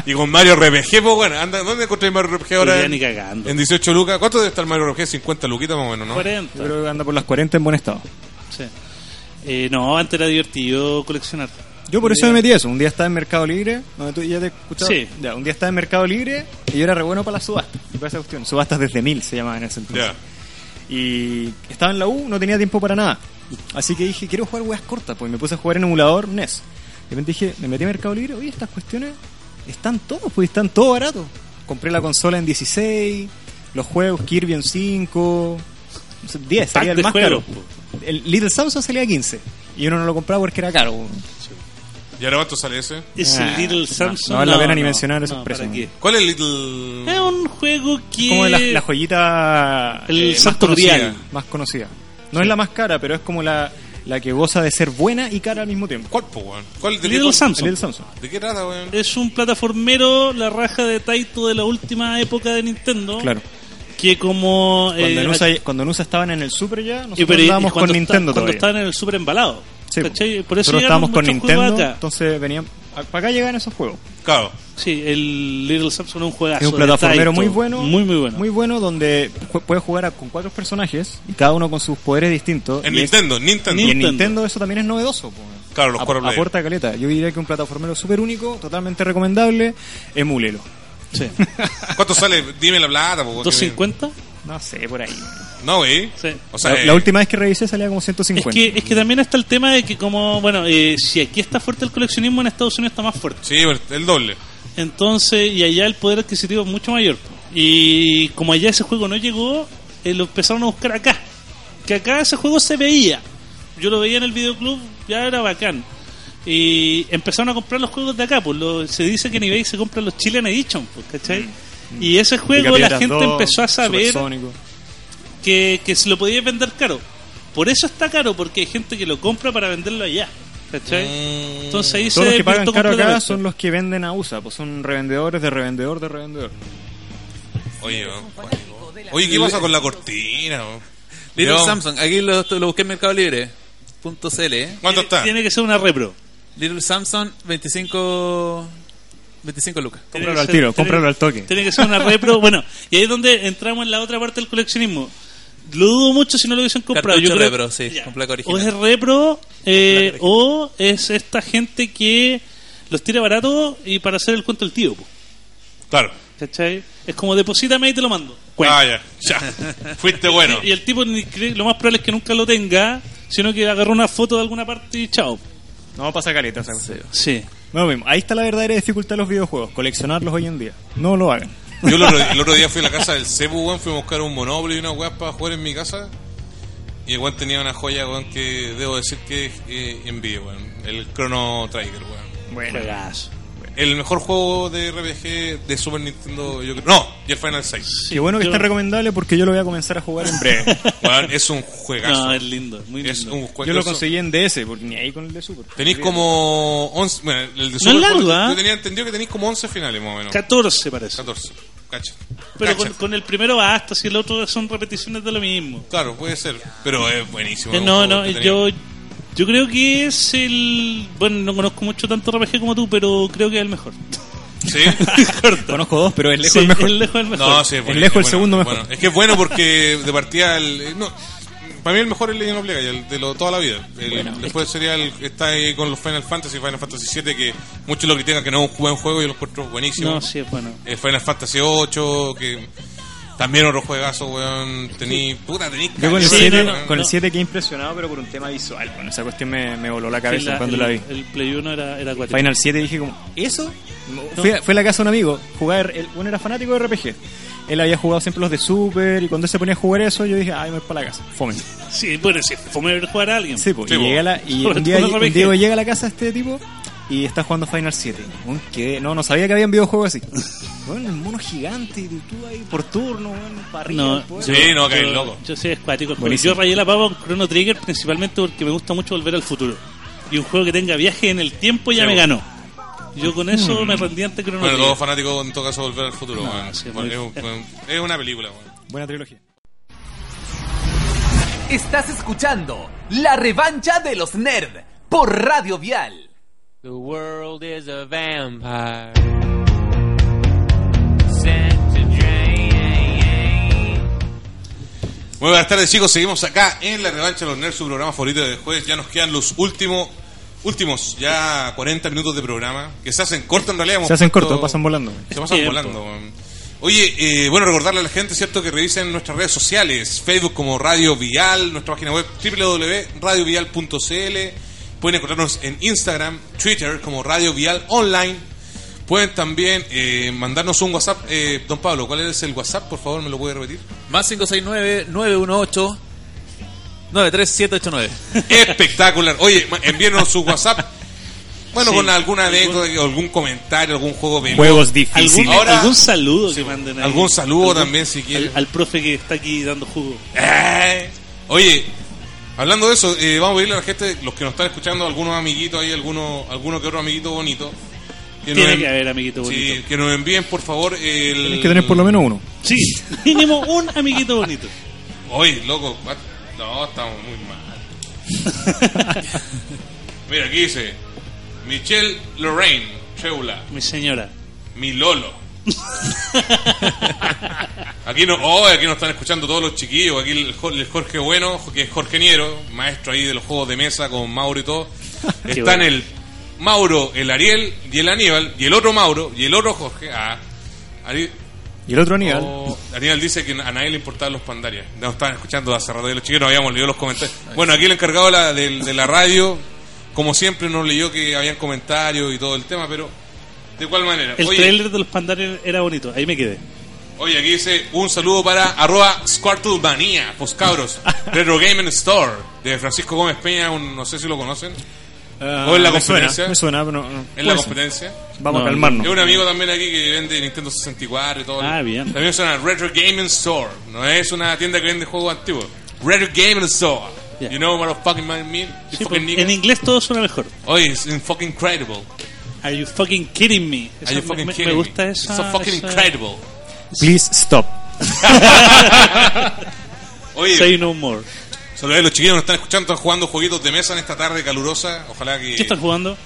Speaker 2: Y con Mario RPG, pues bueno, anda, ¿dónde encontré el Mario RPG ahora?
Speaker 4: Ya
Speaker 2: En,
Speaker 4: ni cagando.
Speaker 2: en 18 lucas. ¿Cuánto debe estar el Mario RPG? 50 luquitas más o menos, ¿no?
Speaker 4: 40.
Speaker 5: Yo creo que anda por las 40 en buen estado.
Speaker 4: Sí. Eh, no, antes era divertido coleccionar.
Speaker 5: Yo por eso me metí eso. Un día estaba en Mercado Libre. donde tú ya te escuchaba.
Speaker 4: Sí.
Speaker 5: Ya, un día estaba en Mercado Libre y yo era re bueno para las subastas. Y para esa cuestión. Subastas desde mil se llamaban en ese entonces.
Speaker 2: Ya.
Speaker 5: Y estaba en la U, no tenía tiempo para nada. Así que dije, quiero jugar weas cortas, pues me puse a jugar en emulador NES. De repente dije, me metí a Mercado Libre, oye, estas cuestiones están todos, pues están todo barato. Compré la consola en 16, los juegos Kirby en 5, 10,
Speaker 4: Pack
Speaker 5: salía el
Speaker 4: de
Speaker 5: más
Speaker 4: juegos,
Speaker 5: caro. El Little Samsung salía 15 y uno no lo compraba porque era caro.
Speaker 2: ¿Y ahora cuánto sale ese?
Speaker 4: Es
Speaker 5: Ah,
Speaker 4: el Little
Speaker 5: no,
Speaker 4: Samsung.
Speaker 5: no vale la pena ni mencionar esos
Speaker 4: no,
Speaker 5: precios,
Speaker 4: ¿para
Speaker 5: ¿no?
Speaker 4: qué?
Speaker 2: ¿Cuál es el
Speaker 4: Es
Speaker 2: Little...?
Speaker 4: un juego que.
Speaker 5: Como la, la joyita eh,
Speaker 4: El
Speaker 5: más
Speaker 4: santo
Speaker 5: conocida,
Speaker 4: grial.
Speaker 5: más conocida. No es la más cara, pero es como la, la que goza de ser buena y cara al mismo tiempo.
Speaker 2: ¿Cuál, po, weón? ¿Cuál de
Speaker 4: Little
Speaker 2: Samsung?
Speaker 5: El Little
Speaker 4: Samsung.
Speaker 5: Samsung.
Speaker 2: ¿De qué trata, weón?
Speaker 4: Es un plataformero, la raja de Taito de la última época de Nintendo.
Speaker 5: Claro.
Speaker 4: Que como. eh,
Speaker 5: Cuando, en
Speaker 4: a-
Speaker 5: USA, cuando en USA estaban en el Super ya,
Speaker 4: y-
Speaker 5: nosotros
Speaker 4: pero- y
Speaker 5: estábamos con
Speaker 4: cuando está-
Speaker 5: Nintendo
Speaker 4: Cuando
Speaker 5: todavía.
Speaker 4: estaban en el super embalado.
Speaker 5: Sí,
Speaker 4: ¿cachai? Por
Speaker 5: nosotros
Speaker 4: eso llegaron
Speaker 5: estábamos con
Speaker 4: muchos juegos
Speaker 5: Nintendo,
Speaker 4: acá.
Speaker 5: entonces venían... a- Para acá llegaban esos juegos.
Speaker 2: Claro.
Speaker 4: Sí, el Little Samsung es un juegazo.
Speaker 5: Es un
Speaker 4: de
Speaker 5: plataformero
Speaker 4: Taito.
Speaker 5: muy bueno.
Speaker 4: Muy, muy bueno.
Speaker 5: Muy bueno, donde ju- puedes jugar a- con cuatro personajes y cada uno con sus poderes distintos.
Speaker 2: En
Speaker 5: y es-
Speaker 2: Nintendo, Nintendo.
Speaker 5: Y en
Speaker 4: Nintendo.
Speaker 5: Nintendo eso también es novedoso. po.
Speaker 2: Claro, los
Speaker 5: Ap-
Speaker 2: cuatro players.
Speaker 5: Aporta caleta. Yo diría que un plataformero súper único, totalmente recomendable. Emúlelo.
Speaker 4: Sí.
Speaker 2: ¿Cuánto sale? Dime la plata, po, weón.
Speaker 4: ¿250?
Speaker 5: No sé, por ahí.
Speaker 2: No, wey.
Speaker 4: Sí.
Speaker 2: O sea,
Speaker 5: la,
Speaker 2: eh,
Speaker 5: la última vez que revisé salía como
Speaker 4: Es
Speaker 5: 150.
Speaker 4: que, es que también está el tema de que como, bueno, eh, si aquí está fuerte el coleccionismo, en Estados Unidos está más fuerte.
Speaker 2: Sí, pero el doble.
Speaker 4: Entonces, y allá el poder adquisitivo es mucho mayor. Y como allá ese juego no llegó, eh, lo empezaron a buscar acá. Que acá ese juego se veía. Yo lo veía en el videoclub, ya era bacán. Y empezaron a comprar los juegos de acá, pues lo- se dice que en eBay se compran los Chilean Edition, pues, ¿cachai?
Speaker 5: Mm.
Speaker 4: Y ese juego la
Speaker 5: Picapiedras
Speaker 4: gente
Speaker 5: 2,
Speaker 4: empezó a saber
Speaker 5: Supersónico.
Speaker 4: que, que se lo podía vender caro. Por eso está caro, porque hay gente que lo compra para venderlo allá. ¿Cachai? Entonces ahí se
Speaker 5: Todos los que pagan
Speaker 4: desvirtuó
Speaker 5: caro acá
Speaker 4: completamente.
Speaker 5: son los que venden a USA, pues son revendedores de revendedor de revendedor.
Speaker 2: Oye, weón. Oye, ¿qué pasa con la cortina, weón?
Speaker 3: Little
Speaker 2: Yo-
Speaker 3: Samsung, aquí lo, lo busqué en Mercado Libre. Punto CL, eh.
Speaker 2: ¿Cuánto está?
Speaker 4: Tiene que ser una repro.
Speaker 3: Little Samsung, 25, 25 lucas.
Speaker 4: Tiene
Speaker 5: Cómpralo
Speaker 4: que
Speaker 5: al
Speaker 4: ser-
Speaker 5: tiro,
Speaker 4: tiene-
Speaker 5: cómpralo al toque.
Speaker 4: Tiene que ser una repro. bueno, y ahí es donde entramos en la otra parte del coleccionismo. Lo dudo mucho si no lo hubiesen comprado.
Speaker 3: Cartucho
Speaker 4: Yo creo-
Speaker 3: repro, sí, con placa original.
Speaker 4: O es repro, eh,
Speaker 3: Placa original.
Speaker 4: o es esta gente que los tira barato y para hacer el cuento el tío. po,
Speaker 2: Claro.
Speaker 4: ¿Cachai? Es como deposítame y te lo mando.
Speaker 2: Ah, ya. Ya. Fuiste bueno.
Speaker 4: Y el tipo ni cree- lo más probable es que nunca lo tenga, sino que agarró una foto de alguna parte y chao.
Speaker 5: No pasa caleta, esa cuestión.
Speaker 4: Sí.
Speaker 5: No, mismo. Ahí está la verdadera dificultad de los videojuegos, coleccionarlos hoy en día. No lo hagan.
Speaker 2: Yo el otro, el otro día fui a la casa del Cebu, weón, fui a buscar un Monopoly y una weá para jugar en mi casa. Y el weón tenía una joya, weón, que debo decir que eh, envío, weón. El Chrono Trigger, weón.
Speaker 5: Bueno,
Speaker 4: Juegazo.
Speaker 2: El mejor juego de RPG de Super Nintendo, yo creo. No, y el Final 6.
Speaker 5: qué bueno que
Speaker 4: yo-
Speaker 5: está recomendable porque yo lo voy a comenzar a jugar en breve.
Speaker 2: Weón, es un
Speaker 4: No,
Speaker 2: juegazo.
Speaker 4: es lindo, muy lindo.
Speaker 2: es un juegazo.
Speaker 5: Yo lo conseguí en DS, porque ni ahí con el de Super.
Speaker 2: Tenéis como 11. Bueno, el de
Speaker 4: No es largo,
Speaker 2: yo-
Speaker 4: ¿ah?
Speaker 2: Yo tenía entendido que tenéis como 11 finales, más o menos.
Speaker 4: 14 parece.
Speaker 2: 14. Cacha.
Speaker 4: Pero
Speaker 2: Cacha.
Speaker 4: con, con el primero basta, si el otro son repeticiones de lo mismo.
Speaker 2: Claro, puede ser. Pero es buenísimo.
Speaker 4: Eh,
Speaker 2: es un
Speaker 4: no,
Speaker 2: juego
Speaker 4: no,
Speaker 2: entretenido.
Speaker 4: yo, yo creo que es el... Bueno, no conozco mucho tanto RPG como tú, pero creo que es el mejor.
Speaker 2: Sí.
Speaker 5: Conozco dos, pero es lejos
Speaker 4: Sí,
Speaker 5: el mejor.
Speaker 4: es lejos el mejor.
Speaker 2: No, sí, es
Speaker 5: El
Speaker 2: bueno,
Speaker 5: lejos el
Speaker 2: es bueno,
Speaker 5: segundo
Speaker 2: es
Speaker 5: mejor.
Speaker 2: bueno. Es que es bueno porque de partida. el- eh, no, para mí el mejor es Legend of Legacy, el de lo- toda la vida. El- después sería el está ahí con los Final Fantasy, Final Fantasy VII, que muchos lo critican que no es un buen juego, yo lo encuentro buenísimo.
Speaker 4: No, sí, es bueno.
Speaker 2: Eh, Final Fantasy VIII, que también otro juegazo, weón. Tení. Puta, tení.
Speaker 5: Yo con el
Speaker 4: Sí,
Speaker 5: 7
Speaker 4: no, no,
Speaker 5: con el
Speaker 4: no.
Speaker 5: siete quedé impresionado, pero por un tema visual. Bueno, esa cuestión me, me voló la
Speaker 4: Sí,
Speaker 5: cabeza
Speaker 4: la-
Speaker 5: cuando
Speaker 4: el,
Speaker 5: la vi.
Speaker 4: el Play 1 era, era acuático.
Speaker 5: Final 7 dije como, ¿eso? Fui, a, fui a la casa de un amigo, jugar, él, uno era fanático de RPG. Él había jugado siempre los de Super y cuando él se ponía a jugar eso, yo dije, ay, me voy para la casa. Fome.
Speaker 4: Sí, bueno, sí, fome ver jugar a alguien.
Speaker 5: Sí, pues. po,
Speaker 2: Sí,
Speaker 5: y,
Speaker 2: po.
Speaker 5: llega la- y
Speaker 4: Sobre
Speaker 5: un día
Speaker 4: todo
Speaker 5: un
Speaker 4: RPG.
Speaker 5: Diego llega a la casa de este tipo y está jugando Final 7. Weón, quedé- no, no sabía que había un videojuego así. Bueno, el mono gigante, y tú ahí por turno, weón, para arriba.
Speaker 4: No,
Speaker 5: pues.
Speaker 2: Sí, no, que
Speaker 4: yo,
Speaker 2: loco.
Speaker 4: Yo soy escuático. el juego.
Speaker 5: Buenísimo.
Speaker 4: Yo rayé la pava con Chrono Trigger principalmente porque me gusta mucho volver al futuro. Y un juego que tenga viaje en el tiempo ya
Speaker 2: Sí,
Speaker 4: me
Speaker 2: bueno.
Speaker 4: ganó. Yo con eso me rendí ante Chrono
Speaker 2: Bueno, todo
Speaker 4: Trigger.
Speaker 2: fanático en todo caso de volver al futuro, weón.
Speaker 4: sí, es
Speaker 2: Porque
Speaker 4: muy-
Speaker 2: es, un- es una película, weón.
Speaker 5: Buena trilogía.
Speaker 1: Estás escuchando La Revancha de los Nerd por Radio Vial.
Speaker 6: The world is a vampire. Sent to drain.
Speaker 2: Muy buenas tardes chicos, seguimos acá en la revancha de los nerds, su programa favorito de jueves. Ya nos quedan los últimos, últimos ya 40 minutos de programa, que se hacen corto en realidad. hemos
Speaker 5: Se hacen
Speaker 2: puesto-
Speaker 5: cortos, pasan volando.
Speaker 2: Se pasan
Speaker 4: Tiempo.
Speaker 2: volando. weón. Oye, eh, bueno, recordarle a la gente, ¿cierto? Que revisen nuestras redes sociales, Facebook como Radio Vial, nuestra página web www.radiovial.cl, pueden encontrarnos en Instagram, Twitter como Radio Vial Online, pueden también eh, mandarnos un WhatsApp. Eh, don Pablo, ¿cuál es el WhatsApp? Por favor, ¿me lo puede repetir?
Speaker 3: Más 569-918-93789.
Speaker 2: Espectacular. Oye, ma- envíenos su WhatsApp. Bueno, con alguna anécdota, algún, comentario, algún juego veloz.
Speaker 5: Juegos
Speaker 4: ¿Algún,
Speaker 5: difíciles.
Speaker 2: Ahora-
Speaker 4: algún saludo que manden ahí.
Speaker 2: algún saludo también, si quieren.
Speaker 4: Al, al profe que está aquí dando jugo.
Speaker 2: Eh. Oye, hablando de eso, eh, vamos a pedirle a la gente, los que nos están escuchando, algunos amiguitos ahí, algunos, alguno que otro amiguito bonito. Que
Speaker 4: Tiene
Speaker 2: en-
Speaker 4: que haber amiguito bonito.
Speaker 2: Sí, que nos envíen, por favor, el...
Speaker 5: Tienes que tener por lo menos uno.
Speaker 4: Sí, mínimo un amiguito bonito.
Speaker 2: Oye, loco, what? no, estamos muy mal. Mira, aquí dice, Michelle Lorraine, Cheula,
Speaker 4: Mi señora.
Speaker 2: mi Lolo. Aquí no, oh, aquí nos están escuchando todos los chiquillos. Aquí el, Jo- el Jorge Bueno, que es Jorge Niero, maestro ahí de los juegos de mesa con Mauro y todo. Están
Speaker 4: bueno.
Speaker 2: el Mauro, el Ariel y el Aníbal, y el otro Mauro, y el otro Jorge. Ah, Ari-
Speaker 5: Y el otro Aníbal.
Speaker 2: oh, Aníbal dice que a nadie le importaban los pandarias. Nos estaban escuchando hace rato y los chiquillos no habíamos leído los comentarios. Bueno, aquí el encargado de la, del- de la radio, como siempre, nos leyó que habían comentarios y todo el tema, pero ¿de cuál manera?
Speaker 4: El
Speaker 2: Oye,
Speaker 4: trailer de los pandarios era bonito. Ahí me quedé.
Speaker 2: Oye, aquí dice un saludo para arroba Squartlemanía, pues cabros, Retro Gaming Store, de Francisco Gómez Peña, un- no sé si lo conocen,
Speaker 5: Ah,
Speaker 2: o en la
Speaker 5: me suena,
Speaker 2: competencia.
Speaker 5: Me suena, pero no. no.
Speaker 2: es la
Speaker 5: Pues,
Speaker 2: competencia.
Speaker 5: Vamos
Speaker 4: No,
Speaker 5: a calmarnos.
Speaker 2: Es un amigo también aquí que vende Nintendo 64 y todo.
Speaker 4: Ah, bien.
Speaker 2: También suena Retro Gaming Store, no es una tienda que vende juegos antiguos. Retro Gaming Store,
Speaker 4: Yeah.
Speaker 2: you know what the fucking man mean? You
Speaker 4: Sí,
Speaker 2: fucking
Speaker 4: pues,
Speaker 2: nigga.
Speaker 4: en inglés todo suena mejor.
Speaker 2: Oye, it's fucking incredible.
Speaker 4: Are you fucking kidding me? Esa
Speaker 2: Are you
Speaker 4: me-
Speaker 2: fucking
Speaker 4: me,
Speaker 2: kidding
Speaker 4: me gusta
Speaker 2: me?
Speaker 4: esa.
Speaker 2: It's so fucking
Speaker 4: esa-
Speaker 2: incredible.
Speaker 5: Please stop.
Speaker 2: Oye,
Speaker 4: Say no more.
Speaker 2: Saludos a los chiquillos que nos están escuchando, están jugando jueguitos de mesa en esta tarde calurosa. Ojalá que.
Speaker 4: ¿Qué están jugando?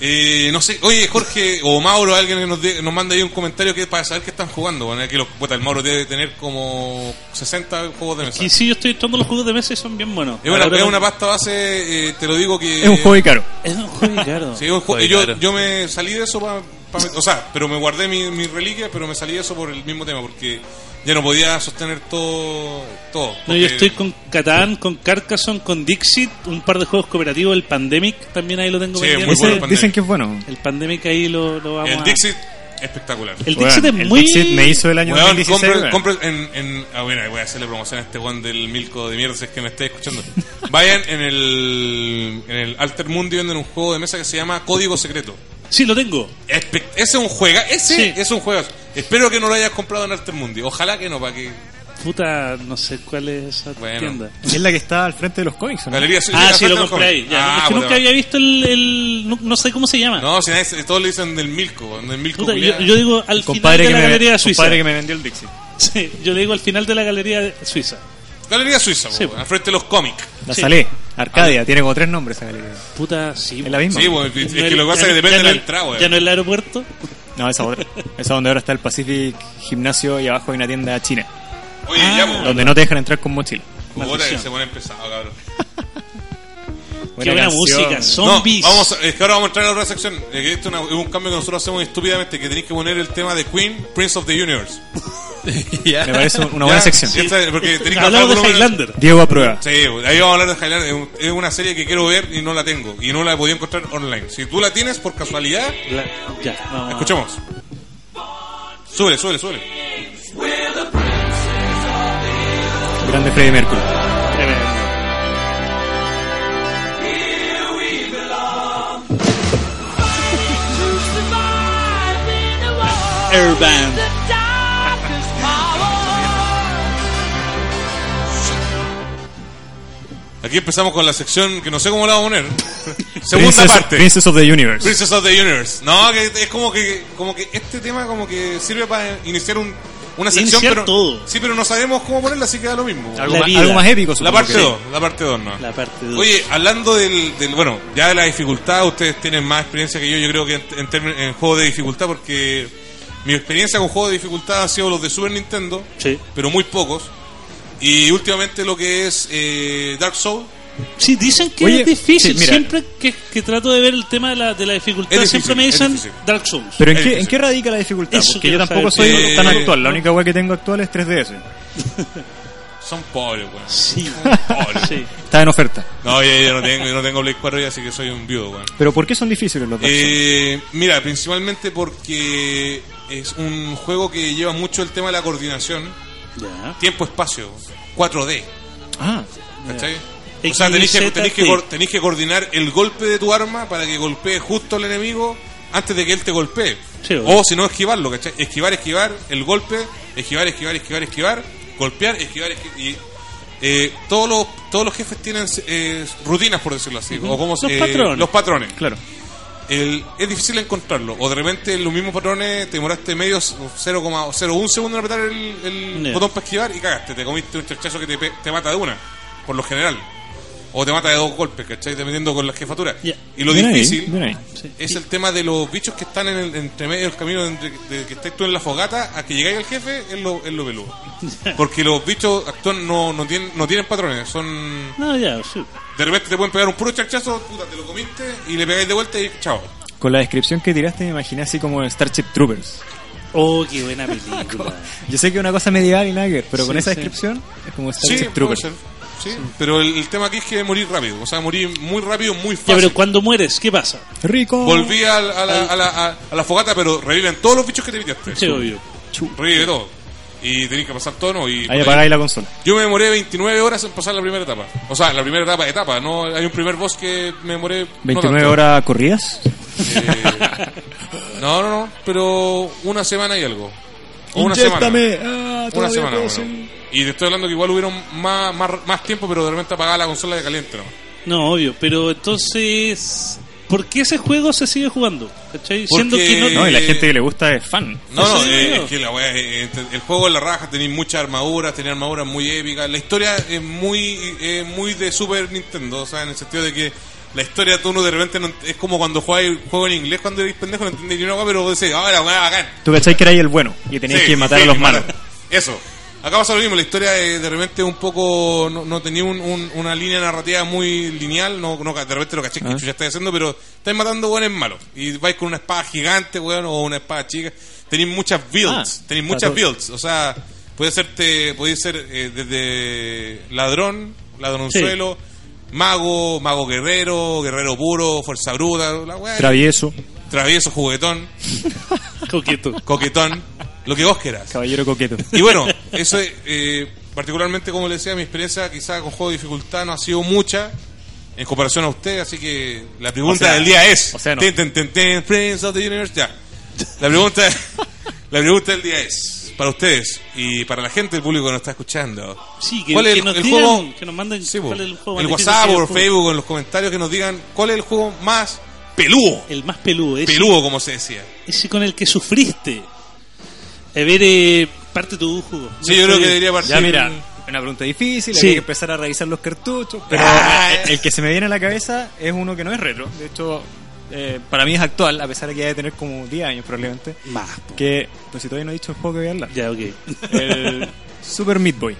Speaker 2: Eh, no sé, oye Jorge o Mauro, alguien que nos, de- nos manda ahí un comentario que para saber qué están jugando. Bueno, que los, puta, el Mauro debe tener como 60 juegos de mesa.
Speaker 4: Que sí, yo estoy entrando los juegos de mesa y son bien buenos.
Speaker 2: Es una,
Speaker 4: Ahora
Speaker 2: es
Speaker 4: con-
Speaker 2: una pasta base, eh, te lo digo que.
Speaker 5: Es un juego caro.
Speaker 4: Ah, Es un juego caro.
Speaker 2: Sí, es un juego-
Speaker 3: Oye,
Speaker 2: yo,
Speaker 3: claro.
Speaker 2: yo me salí de eso para. o sea, pero me guardé mi, mi reliquia, pero me salí de eso por el mismo tema, porque ya no podía sostener todo. todo
Speaker 4: No, yo
Speaker 2: porque-
Speaker 4: estoy con Catán, con Carcassonne, con Dixit, un par de juegos cooperativos, el Pandemic también ahí lo tengo
Speaker 2: Sí,
Speaker 4: pendiente.
Speaker 2: muy bueno el Pandemic.
Speaker 5: dicen que es bueno.
Speaker 4: El Pandemic ahí lo, lo vamos
Speaker 2: El
Speaker 4: a-
Speaker 2: Dixit, espectacular.
Speaker 4: El Dixit
Speaker 5: Weón,
Speaker 4: es
Speaker 5: el
Speaker 4: muy...
Speaker 5: Dixit me hizo el año
Speaker 2: Weón,
Speaker 5: 2016.
Speaker 2: compre-
Speaker 5: weón.
Speaker 2: compre en, en- ah, bueno, voy a hacerle promoción a este Juan del Milco de mierda si es que me esté escuchando. Vayan en el, en el Alter Mundi venden un juego de mesa que se llama Código Secreto.
Speaker 4: Sí, lo tengo.
Speaker 2: Espe- ese es un juega, ese
Speaker 4: Sí.
Speaker 2: es un juego. Espero que no lo hayas comprado en Alter Mundi. Ojalá que no, para que
Speaker 4: Puta, no sé cuál es esa
Speaker 2: Bueno.
Speaker 4: tienda.
Speaker 5: Es la que está al frente de los cómics. ¿o no?
Speaker 2: Galería
Speaker 4: Ah,
Speaker 2: Galería
Speaker 4: sí, lo
Speaker 2: Santa
Speaker 4: compré ahí.
Speaker 2: Juan.
Speaker 4: ya.
Speaker 2: Ah,
Speaker 4: es que
Speaker 2: puta
Speaker 4: nunca
Speaker 2: madre.
Speaker 4: había visto el... el- no, no sé cómo se llama.
Speaker 2: No, si nadie se- todos le dicen del Milco, weón, del Milco.
Speaker 4: Puta, yo,
Speaker 2: culiao.
Speaker 4: yo digo al final
Speaker 5: Compadre
Speaker 4: de
Speaker 5: que,
Speaker 4: la
Speaker 5: me,
Speaker 4: galería suiza.
Speaker 5: compadre que me vendió el Dixie.
Speaker 4: Sí, yo le digo al final de la galería de- suiza.
Speaker 2: Galería Suiza,
Speaker 4: Sí,
Speaker 2: weón,
Speaker 4: pues.
Speaker 2: al frente de los cómics.
Speaker 5: La
Speaker 4: Sí.
Speaker 5: Salé, Arcadia, tiene como tres nombres esa galería.
Speaker 4: Puta, sí.
Speaker 5: ¿Es la misma?
Speaker 2: Sí, weón, es
Speaker 4: No
Speaker 2: que
Speaker 4: el-
Speaker 2: lo que pasa
Speaker 4: ya
Speaker 2: es que
Speaker 4: no-
Speaker 2: depende
Speaker 4: ya
Speaker 2: de
Speaker 4: no
Speaker 2: la
Speaker 4: el-
Speaker 2: entrada, weón.
Speaker 4: Ya no el aeropuerto.
Speaker 5: No, esa otra. Esa donde ahora está el Pacific Gimnasio y abajo hay una tienda china.
Speaker 2: Oye, ya, pues,
Speaker 5: Donde no te dejan entrar con mochila.
Speaker 2: ahora que
Speaker 4: Ah, maldición.
Speaker 2: se pone pesado, cabrón.
Speaker 4: Qué buena
Speaker 5: canción.
Speaker 4: música.
Speaker 2: No,
Speaker 4: Zombies.
Speaker 2: vamos, a- es que ahora vamos a entrar a otra sección. Es que esto es, una- es un cambio que nosotros hacemos estúpidamente, que tenéis que poner el tema de Queen, Prince of the Universe.
Speaker 3: Ya.
Speaker 5: Me parece una
Speaker 2: ¿Ya?
Speaker 5: buena sección.
Speaker 2: Sí, esta- porque tenéis que
Speaker 4: Hablamos
Speaker 2: bajar
Speaker 4: de
Speaker 2: el volumen.
Speaker 4: Highlander.
Speaker 5: Diego aprueba.
Speaker 2: Sí, ahí vamos a hablar de Highlander. Es un- Es una serie que quiero ver y no la tengo. Y no la he podido encontrar online. Si tú la tienes por casualidad,
Speaker 4: La- ya, vamos.
Speaker 2: escuchemos. Súbele, súbele, súbele.
Speaker 5: Grande Freddy Mercury.
Speaker 4: Airband.
Speaker 2: Aquí empezamos con la sección que no sé cómo la vamos a poner. Segunda
Speaker 5: Princess,
Speaker 2: parte.
Speaker 5: Princess of the Universe.
Speaker 2: Princess of the Universe. No, que es como que, como que este tema como que sirve para iniciar un, una sección,
Speaker 4: Iniciar
Speaker 2: pero,
Speaker 4: todo.
Speaker 2: sí, pero no sabemos cómo ponerla, así que da lo mismo.
Speaker 5: Algo,
Speaker 4: La
Speaker 5: más,
Speaker 4: vida.
Speaker 5: algo más épico,
Speaker 2: La
Speaker 5: supongo
Speaker 2: parte
Speaker 5: que.
Speaker 2: 2, la parte 2, ¿no?
Speaker 4: La parte 2.
Speaker 2: Oye, hablando del, del- bueno, ya de la dificultad, ustedes tienen más experiencia que yo, yo creo que en, en, términ- en juegos de dificultad, porque mi experiencia con juegos de dificultad ha sido los de Super Nintendo,
Speaker 4: Sí.
Speaker 2: pero muy pocos. Y últimamente lo que es eh, Dark Souls,
Speaker 4: Sí, dicen que
Speaker 5: Oye,
Speaker 4: es difícil.
Speaker 5: sí, mira.
Speaker 4: siempre que, que trato de ver el tema de la, de la dificultad,
Speaker 2: Es difícil,
Speaker 4: siempre me
Speaker 2: es
Speaker 4: dicen
Speaker 2: difícil.
Speaker 4: Dark Souls.
Speaker 5: Pero ¿en
Speaker 2: Es
Speaker 5: qué,
Speaker 2: difícil.
Speaker 5: ¿en qué radica la dificultad?
Speaker 4: Eso
Speaker 5: Porque yo
Speaker 4: quiero
Speaker 5: tampoco soy
Speaker 4: saber.
Speaker 2: Eh,
Speaker 5: tan actual. La única weá que tengo actual es 3DS.
Speaker 2: son pobres, weón.
Speaker 4: Sí.
Speaker 2: Pobres.
Speaker 4: sí.
Speaker 5: Está en oferta.
Speaker 2: No, yo, yo no tengo, yo no tengo Play 4 ya, así que soy un viudo, weón.
Speaker 5: Pero ¿por qué son difíciles los dos?
Speaker 2: Eh, mira, principalmente porque es un juego que lleva mucho el tema de la coordinación,
Speaker 4: Ya.
Speaker 2: tiempo-espacio, 4D.
Speaker 5: ah,
Speaker 2: ¿Cachai?
Speaker 4: Ya.
Speaker 2: O sea, tenéis que,
Speaker 4: XYZ,
Speaker 2: tenéis que
Speaker 4: sí.
Speaker 2: cor- tenéis que coordinar el golpe de tu arma para que golpee justo al enemigo antes de que él te golpee.
Speaker 4: Sí, obvio.
Speaker 2: o si no, esquivarlo, ¿cachai? Esquivar, esquivar, el golpe, esquivar, esquivar, esquivar, esquivar, golpear, esquivar, esquivar. Y, eh, todos, los, todos los jefes tienen eh, rutinas, por decirlo así. o como,
Speaker 4: Los
Speaker 2: eh,
Speaker 4: patrones.
Speaker 2: Los patrones.
Speaker 5: claro.
Speaker 2: El- es difícil encontrarlo. O de repente los mismos patrones te demoraste medio 0,01 segundo en apretar el, el
Speaker 4: Ya.
Speaker 2: botón para esquivar y cagaste. Te comiste un chachazo que te, pe- te mata de una, por lo general. O te mata de dos golpes, ¿cachai? Dependiendo con la jefatura.
Speaker 4: Ya.
Speaker 2: Y lo
Speaker 5: Bien ahí,
Speaker 2: difícil
Speaker 5: bien ahí.
Speaker 2: es el tema de los bichos que están en el, entre medio del camino entre, de que estés tú en la fogata a que llegáis al jefe es lo, es lo peludo. Porque los bichos actúan, no, no, tienen, no tienen patrones, son...
Speaker 4: No, ya, sí.
Speaker 2: De repente te pueden pegar un puro chachazo, puta, te lo comiste y le pegáis de vuelta y chao.
Speaker 5: Con la descripción que tiraste me imaginé así como Starship Troopers.
Speaker 4: Oh, qué buena película.
Speaker 5: Yo sé que es una cosa medieval y nada que ver, pero con
Speaker 4: Sí,
Speaker 5: esa
Speaker 4: sí.
Speaker 5: descripción es como
Speaker 2: Sí,
Speaker 5: Starship
Speaker 2: puede
Speaker 5: Troopers.
Speaker 2: ser. Sí, pero el, el tema aquí es que morir rápido, o sea, morir muy rápido, muy
Speaker 4: ya,
Speaker 2: fácil.
Speaker 4: pero cuando mueres, ¿qué pasa?
Speaker 5: Rico.
Speaker 2: Volví al- a, la, a, la, a- a la fogata, pero reviven todos los bichos que te piteaste.
Speaker 4: Sí, obvio.
Speaker 2: Revive todo. Y tenés que pasar tono y...
Speaker 5: Ahí apagáis la consola.
Speaker 2: Yo me demoré 29 horas en pasar la primera etapa. O sea, la primera etapa, etapa, no hay un primer boss que me demoré... no
Speaker 5: 29
Speaker 2: tanto.
Speaker 5: horas corridas.
Speaker 2: Eh, no, no, no, pero una semana y algo. O una
Speaker 5: Inyéctame.
Speaker 2: semana.
Speaker 5: Ah,
Speaker 2: Una
Speaker 5: todavía
Speaker 2: semana,
Speaker 5: puedo
Speaker 2: bueno.
Speaker 5: ser.
Speaker 2: Y te estoy hablando que igual hubieron más, más, más tiempo, pero de repente apagaba la consola de caliente, ¿no?
Speaker 4: No, obvio. Pero entonces, ¿por qué ese juego se sigue jugando? ¿Cachai? Siendo
Speaker 2: Porque-
Speaker 4: que no.
Speaker 5: No, y la
Speaker 2: Eh,
Speaker 5: gente que le gusta es fan.
Speaker 2: No, no,
Speaker 4: Eso
Speaker 2: eh,
Speaker 4: digo.
Speaker 2: es que la weá, eh, te- el juego de la raja, tenía muchas armaduras, tenía armaduras muy épicas. La historia es muy eh, muy de Super Nintendo, o sea, en el sentido de que la historia tú no de repente no ent- es como cuando juegas el juego en inglés, cuando eres pendejo no entendés ni una weá, pero vos decís, ahora weá, bacán.
Speaker 5: Tú pensáis que erais el bueno y tenías
Speaker 2: Sí,
Speaker 5: que matar
Speaker 2: sí,
Speaker 5: a los malos.
Speaker 2: Eso. Acá pasa lo mismo, la historia eh, de repente un poco no, no tenía un- un- una línea narrativa muy lineal, no, no de repente lo caché
Speaker 5: Ah.
Speaker 2: que ya estáis haciendo, pero estáis matando weones malos. Y vais con una espada gigante, weón, o una espada chica. Tenéis muchas builds,
Speaker 5: Ah,
Speaker 2: tenéis
Speaker 5: para
Speaker 2: muchas
Speaker 5: todo.
Speaker 2: builds. O sea, puede ser, te, podéis ser eh, desde ladrón, ladronzuelo, mago, mago guerrero, guerrero puro, fuerza bruta, la weá,
Speaker 5: Travieso,
Speaker 2: travieso, juguetón,
Speaker 4: Coqueto.
Speaker 2: coquetón, lo que vos quieras.
Speaker 5: caballero coqueto.
Speaker 2: Y bueno, eso es, eh, particularmente como les decía, mi experiencia quizá con juego de dificultad no ha sido mucha en comparación a usted, así que la pregunta
Speaker 5: O sea,
Speaker 2: del día es,
Speaker 5: o sea, no.
Speaker 2: Ten, ten, ten, ten, Prince of the Universe, ya. La pregunta, la pregunta del día es, para ustedes y para la gente, el público que nos está escuchando,
Speaker 4: Sí, que,
Speaker 2: ¿cuál
Speaker 4: que
Speaker 2: es el,
Speaker 4: nos
Speaker 2: el
Speaker 4: digan,
Speaker 2: juego?
Speaker 4: que nos manden
Speaker 2: Sí,
Speaker 4: cuál
Speaker 2: po.
Speaker 4: es el juego.
Speaker 2: el
Speaker 4: más
Speaker 2: WhatsApp
Speaker 4: difícil
Speaker 2: o
Speaker 4: que hay jugado.
Speaker 2: Facebook, en los comentarios que nos digan cuál es el juego más peludo,
Speaker 4: El más peludo, ese,
Speaker 2: peludo como se decía.
Speaker 4: ese con el que sufriste. A ver, eh, parte tu jugo.
Speaker 2: Sí, yo creo que debería partir.
Speaker 5: Ya mira, una pregunta difícil,
Speaker 4: Sí. eh,
Speaker 5: hay que empezar a revisar los cartuchos, pero
Speaker 2: Ah.
Speaker 5: el- el que se me viene a la cabeza es uno que no es retro, de hecho eh, para mí es actual, a pesar de que ya debe tener como 10 años probablemente,
Speaker 4: Más. po.
Speaker 5: que, pues si todavía no he dicho el juego que voy a hablar,
Speaker 4: Ya, ok.
Speaker 5: el Super Meat Boy.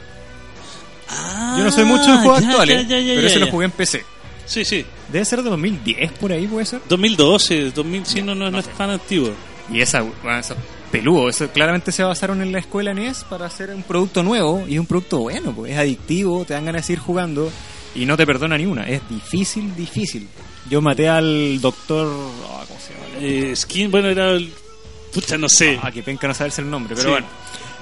Speaker 5: Yo no soy mucho de juegos
Speaker 4: Ah, ya,
Speaker 5: actuales,
Speaker 4: ya, ya, ya,
Speaker 5: pero
Speaker 4: ya,
Speaker 5: ese lo
Speaker 4: ya.
Speaker 5: jugué en PC.
Speaker 4: Sí, sí.
Speaker 5: Debe ser de 2010 por ahí, puede ser.
Speaker 4: 2012, 2005 no, no,
Speaker 5: no
Speaker 4: es
Speaker 5: sé.
Speaker 4: tan activo.
Speaker 5: Y esa, bueno, eso, peludo, eso claramente se basaron en la escuela NES para hacer un producto nuevo y un producto bueno, pues es adictivo, te dan ganas de ir jugando y no te perdona ni una, es difícil, difícil. Yo maté al doctor, ah, ¿cómo se llama?
Speaker 4: Eh, skin, bueno, era el. Pucha, no sé.
Speaker 5: Ah, que penca no saberse el nombre, pero
Speaker 4: Sí.
Speaker 5: bueno.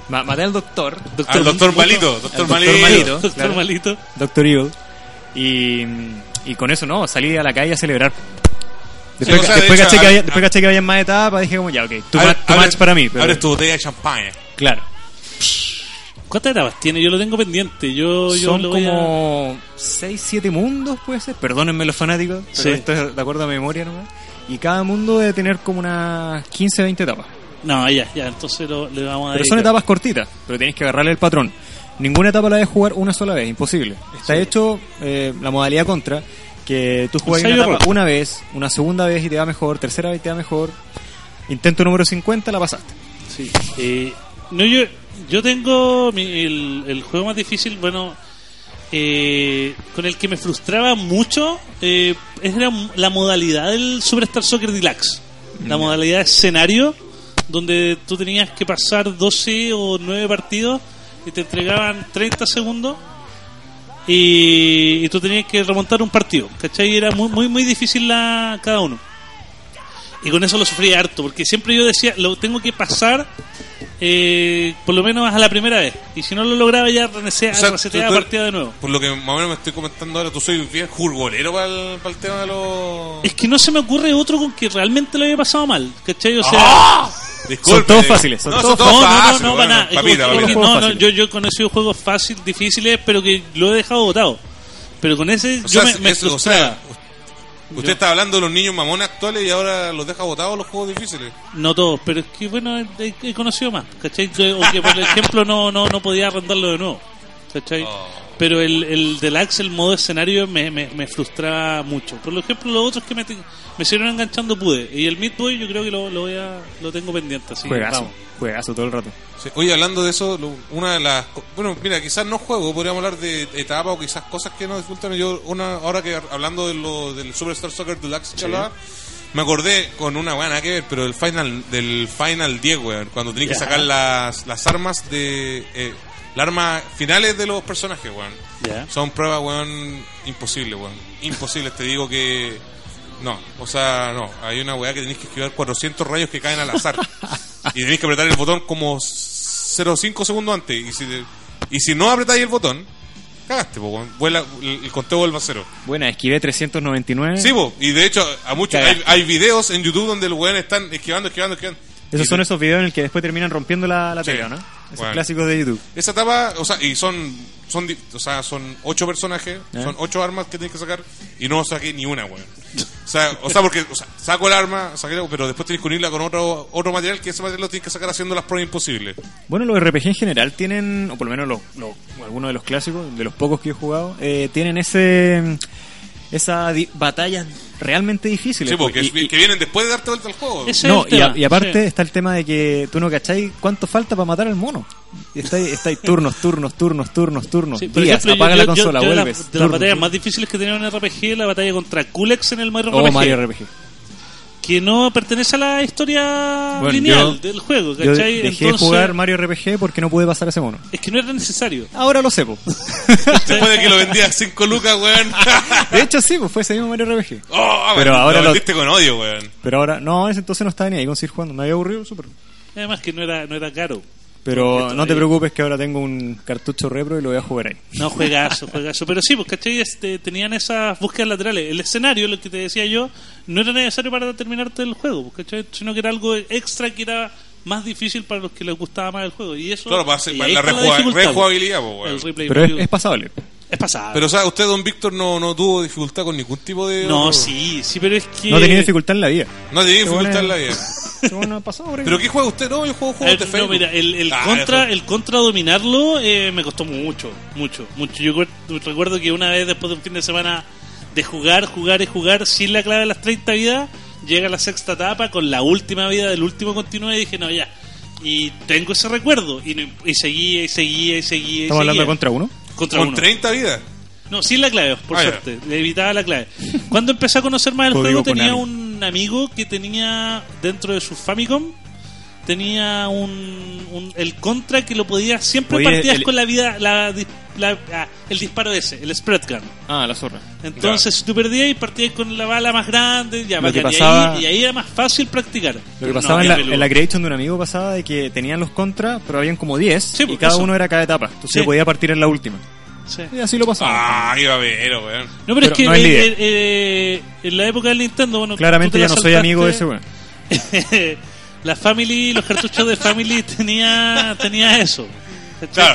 Speaker 5: Ma- maté al doctor,
Speaker 2: Al doctor Malito, doctor
Speaker 5: Al doctor
Speaker 2: Malito.
Speaker 5: Malito.
Speaker 4: Doctor
Speaker 5: claro.
Speaker 4: Malito.
Speaker 5: doctor Evil, y, y con eso no, salí a la calle a celebrar. Después,
Speaker 2: o sea, de
Speaker 5: después
Speaker 2: hecho,
Speaker 5: caché
Speaker 2: al-
Speaker 5: que había- después
Speaker 2: al-
Speaker 5: caché que había más etapas, dije como ya, ok, too,
Speaker 2: Abre-
Speaker 5: much, too
Speaker 2: abre-
Speaker 5: much para mí, pero
Speaker 2: Abres tu botella de champaña.
Speaker 5: claro.
Speaker 4: ¿Cuántas grabas tiene? Yo lo tengo pendiente. Yo, yo
Speaker 5: Son
Speaker 4: lo voy a-
Speaker 5: como 6, 7 mundos, puede ser. Perdónenme los fanáticos, pero
Speaker 4: Sí.
Speaker 5: esto es de acuerdo a memoria nomás. Y cada mundo debe tener como unas 15, 20 etapas.
Speaker 4: No, ya, ya, entonces lo- le vamos a
Speaker 5: Pero
Speaker 4: dedicar.
Speaker 5: son etapas cortitas, pero tienes que agarrarle el patrón. Ninguna etapa la debes jugar una sola vez, imposible. Está hecho eh, la modalidad contra, que tú juegas una
Speaker 4: Ensayo
Speaker 5: etapa
Speaker 4: error.
Speaker 5: una vez, una segunda vez y te va mejor, tercera vez te va mejor. Intento número 50, la pasaste.
Speaker 4: Sí. Eh, no, yo, yo tengo mi- el, el juego más difícil, bueno, eh, con el que me frustraba mucho, eh, es la, la modalidad del Superstar Soccer Deluxe. La modalidad escenario, donde tú tenías que pasar 12 o 9 partidos y te entregaban 30 segundos y, y tú tenías que remontar un partido, ¿cachai? Era muy, muy, muy difícil la, cada uno. Y con eso lo sufrí harto, porque siempre yo decía, lo tengo que pasar eh, por lo menos a la primera vez. Y si no lo lograba ya reseteaba
Speaker 2: O sea, tú- tú-
Speaker 4: partida de nuevo.
Speaker 2: Por lo que más o menos me estoy comentando ahora, tú soy bien jurgolero para el, para el tema de los.
Speaker 4: Es que no se me ocurre otro con que realmente lo haya pasado mal, ¿cachai? O sea...
Speaker 2: Disculpe.
Speaker 5: Son todos fáciles, son
Speaker 2: no,
Speaker 5: todos
Speaker 2: son todos
Speaker 4: no,
Speaker 2: fáciles.
Speaker 4: no, no, para
Speaker 2: Ah, bueno,
Speaker 4: nada. Es como-
Speaker 2: papita,
Speaker 4: es
Speaker 2: papita.
Speaker 4: que
Speaker 5: Juegos
Speaker 4: no, no,
Speaker 5: fáciles.
Speaker 4: yo, yo he conocido juegos fáciles, difíciles, pero que lo he dejado botado. Pero con ese
Speaker 2: O
Speaker 4: yo
Speaker 2: sea,
Speaker 4: me, me
Speaker 2: es- o
Speaker 4: frustraba.
Speaker 2: sea, usted está hablando de los niños mamones actuales y ahora los deja botados los juegos difíciles.
Speaker 4: No todos, pero es que bueno, he, he conocido más, ¿cachai? Que- O que por ejemplo no, no, no podía arrendarlo de nuevo, ¿cachai?
Speaker 2: Oh.
Speaker 4: Pero el, el deluxe, el modo escenario, me, me, me frustraba mucho. Por ejemplo, los otros que me, te- me siguieron enganchando pude. Y el Meat Boy yo creo que lo, lo, voy a, lo tengo pendiente, así que
Speaker 5: Juegazo,
Speaker 4: vamos.
Speaker 5: juegazo todo el rato.
Speaker 2: Sí, Oye, hablando de eso, lo- una de las. co- Bueno, mira, quizás no juego, podríamos hablar de etapas o quizás cosas que nos disfrutan. Yo, una, ahora que hablando de lo, del Superstar Soccer Deluxe, que hablaba, me acordé con una buena que ver, pero el final, del Final 10, weón, cuando tenés que sacar las, las armas de. Eh, las armas finales de los personajes, weón.
Speaker 4: Ya.
Speaker 2: Son pruebas, weón, imposibles, weón. Imposibles, te digo que. No, o sea, no. Hay una weá que tenéis que esquivar 400 rayos que caen al azar. y tenéis que apretar el botón como 0,5 segundos antes. Y si, te- y si no apretáis el botón, cagaste, po, weón. Vuela, el el conteo vuelve a cero.
Speaker 5: Buena, esquivé 399.
Speaker 2: Sí, po. Y de hecho, a muchos hay,
Speaker 5: Cagaste.
Speaker 2: hay videos en YouTube donde los weones están esquivando, esquivando, esquivando.
Speaker 5: Esos
Speaker 2: Y
Speaker 5: son
Speaker 2: te-
Speaker 5: esos videos en los que después terminan rompiendo la, la
Speaker 2: Sí.
Speaker 5: tele, ¿no? Esos
Speaker 2: Bueno.
Speaker 5: clásicos de YouTube.
Speaker 2: Esa etapa, o sea, y son son di- o sea, son ocho personajes,
Speaker 5: ¿Eh?
Speaker 2: son ocho armas que tienes que sacar y no saqué ni una, weón. O sea, o sea, porque o sea, saco el arma, saqué la- pero después tienes que unirla con otro otro material que ese material lo tienes que sacar haciendo las pruebas imposibles.
Speaker 5: Bueno, los RPG en general tienen, o por lo menos los- los- algunos de los clásicos, de los pocos que he jugado, eh, tienen ese esa di- batallas realmente difíciles.
Speaker 2: Sí,
Speaker 5: pues,
Speaker 2: porque
Speaker 5: y-
Speaker 2: es- que vienen después de darte vuelta al juego.
Speaker 4: Ese
Speaker 5: no,
Speaker 4: es el
Speaker 5: y, a-
Speaker 4: tema,
Speaker 5: y aparte
Speaker 4: sí.
Speaker 5: está el tema de que tú no cacháis cuánto falta para matar al mono. Y está ahí, está ahí turnos, turnos, turnos, turnos, turnos.
Speaker 4: Sí, por
Speaker 5: días,
Speaker 4: ejemplo,
Speaker 5: apaga
Speaker 4: yo-
Speaker 5: la
Speaker 4: yo- yo
Speaker 5: consola,
Speaker 4: de la-
Speaker 5: vuelves.
Speaker 4: de las
Speaker 5: turnos,
Speaker 4: batallas más
Speaker 5: turnos.
Speaker 4: difíciles que tenía un RPG, la batalla contra Kulex en el Mario
Speaker 5: Oh,
Speaker 4: RPG,
Speaker 5: Mario RPG.
Speaker 4: que no pertenece a la historia
Speaker 5: Bueno,
Speaker 4: lineal
Speaker 5: yo-
Speaker 4: del juego,
Speaker 5: Yo
Speaker 4: ¿cachai?
Speaker 5: dejé de
Speaker 4: Entonces,
Speaker 5: jugar Mario RPG porque no pude pasar a ese mono.
Speaker 4: es que no era necesario.
Speaker 5: Ahora lo sé, po.
Speaker 2: Después de que lo vendías a 5 lucas, weón.
Speaker 5: De hecho, sí, pues fue ese mismo Mario RPG.
Speaker 2: Oh,
Speaker 5: Pero
Speaker 2: weón,
Speaker 5: ahora
Speaker 2: lo
Speaker 5: lo-
Speaker 2: vendiste con odio, weón.
Speaker 5: Pero ahora, no, en ese entonces no estaba ni ahí con seguir jugando. Me había aburrido súper.
Speaker 4: Además que no era, no era caro.
Speaker 5: Pero
Speaker 4: Porque
Speaker 5: no te
Speaker 4: todavía-
Speaker 5: preocupes que ahora tengo un cartucho repro y lo voy a jugar ahí.
Speaker 4: No, juegazo, juegazo. Pero sí, pues, ¿cachai? Este, tenían esas búsquedas laterales. El escenario, lo que te decía yo, no era necesario para terminarte el juego, pues, ¿cachai? Sino que era algo extra que era más difícil para los que les gustaba más el juego. Y eso...
Speaker 2: Claro, para, hacer-
Speaker 4: y
Speaker 2: para
Speaker 4: ahí
Speaker 2: la
Speaker 4: está
Speaker 2: rejua-
Speaker 4: dificultad,
Speaker 2: rejugabilidad, po,
Speaker 4: pues. El
Speaker 2: weón.
Speaker 4: replay
Speaker 5: Pero es,
Speaker 4: value.
Speaker 5: es pasable.
Speaker 4: Es pasado.
Speaker 2: Pero o sea, usted don Víctor no, no tuvo dificultad con ningún tipo de
Speaker 4: No, sí, sí, pero es que...
Speaker 5: No tenía dificultad en la vida.
Speaker 2: No tenía dificultad en la vida.
Speaker 5: Bueno, pasó, por ahí.
Speaker 2: ¿Pero qué juega usted? No, yo juego
Speaker 4: A
Speaker 2: juegos
Speaker 4: ver,
Speaker 2: de
Speaker 4: no,
Speaker 2: Facebook.
Speaker 4: mira, el, el
Speaker 2: Ah,
Speaker 4: contra,
Speaker 2: eso.
Speaker 4: el contra dominarlo eh, me costó mucho, mucho, mucho. Yo cu- recuerdo que una vez después de un fin de semana de jugar, jugar y jugar sin la clave de las 30 vidas, llega la sexta etapa con la última vida del último continuo y dije, no, ya. Y tengo ese recuerdo. Y, no- y seguía, y seguía, y seguía. y
Speaker 5: Estamos hablando
Speaker 4: seguía.
Speaker 5: de contra uno.
Speaker 4: Contra
Speaker 2: Con
Speaker 4: uno.
Speaker 2: 30 vidas.
Speaker 4: No, sin la clave, por
Speaker 2: Ah, ya.
Speaker 4: suerte. Le evitaba la clave. Cuando empecé a conocer más el
Speaker 5: Código
Speaker 4: juego, tenía
Speaker 5: Konami.
Speaker 4: un amigo que tenía dentro de su Famicom. Tenía un, un- el contra que lo podía siempre
Speaker 5: Podía
Speaker 4: partías
Speaker 5: el-
Speaker 4: con la vida, la, dis- la- ah, el disparo ese, el spread gun.
Speaker 5: Ah, la zorra.
Speaker 4: Entonces, si tú perdías y partías con la bala más grande, ya
Speaker 5: Lo que
Speaker 4: bacán, y ahí-
Speaker 5: pasaba-
Speaker 4: y, ahí, era más fácil practicar.
Speaker 5: Lo
Speaker 4: Pero
Speaker 5: que
Speaker 4: no,
Speaker 5: pasaba en,
Speaker 4: qué
Speaker 5: la,
Speaker 4: peludo.
Speaker 5: en la creation de un amigo pasaba de que tenían los contras, pero habían como 10
Speaker 4: Sí,
Speaker 5: y
Speaker 4: pues,
Speaker 5: cada
Speaker 4: eso.
Speaker 5: uno era cada etapa. Entonces
Speaker 4: Sí.
Speaker 5: yo podía partir en la última.
Speaker 4: Sí.
Speaker 5: Y así lo pasaba.
Speaker 2: Ah, qué babero, weón.
Speaker 4: No, pero,
Speaker 5: Pero
Speaker 4: es que
Speaker 5: no es
Speaker 4: eh,
Speaker 5: líder.
Speaker 4: eh, eh, en la época del Nintendo, bueno, tú
Speaker 5: Claramente
Speaker 4: te
Speaker 5: ya
Speaker 4: la
Speaker 5: no soy amigo de
Speaker 4: saltaste.
Speaker 5: ese weón.
Speaker 4: la Family, los cartuchos de Family tenía, tenía eso.
Speaker 2: Claro.
Speaker 4: ¿Cachai?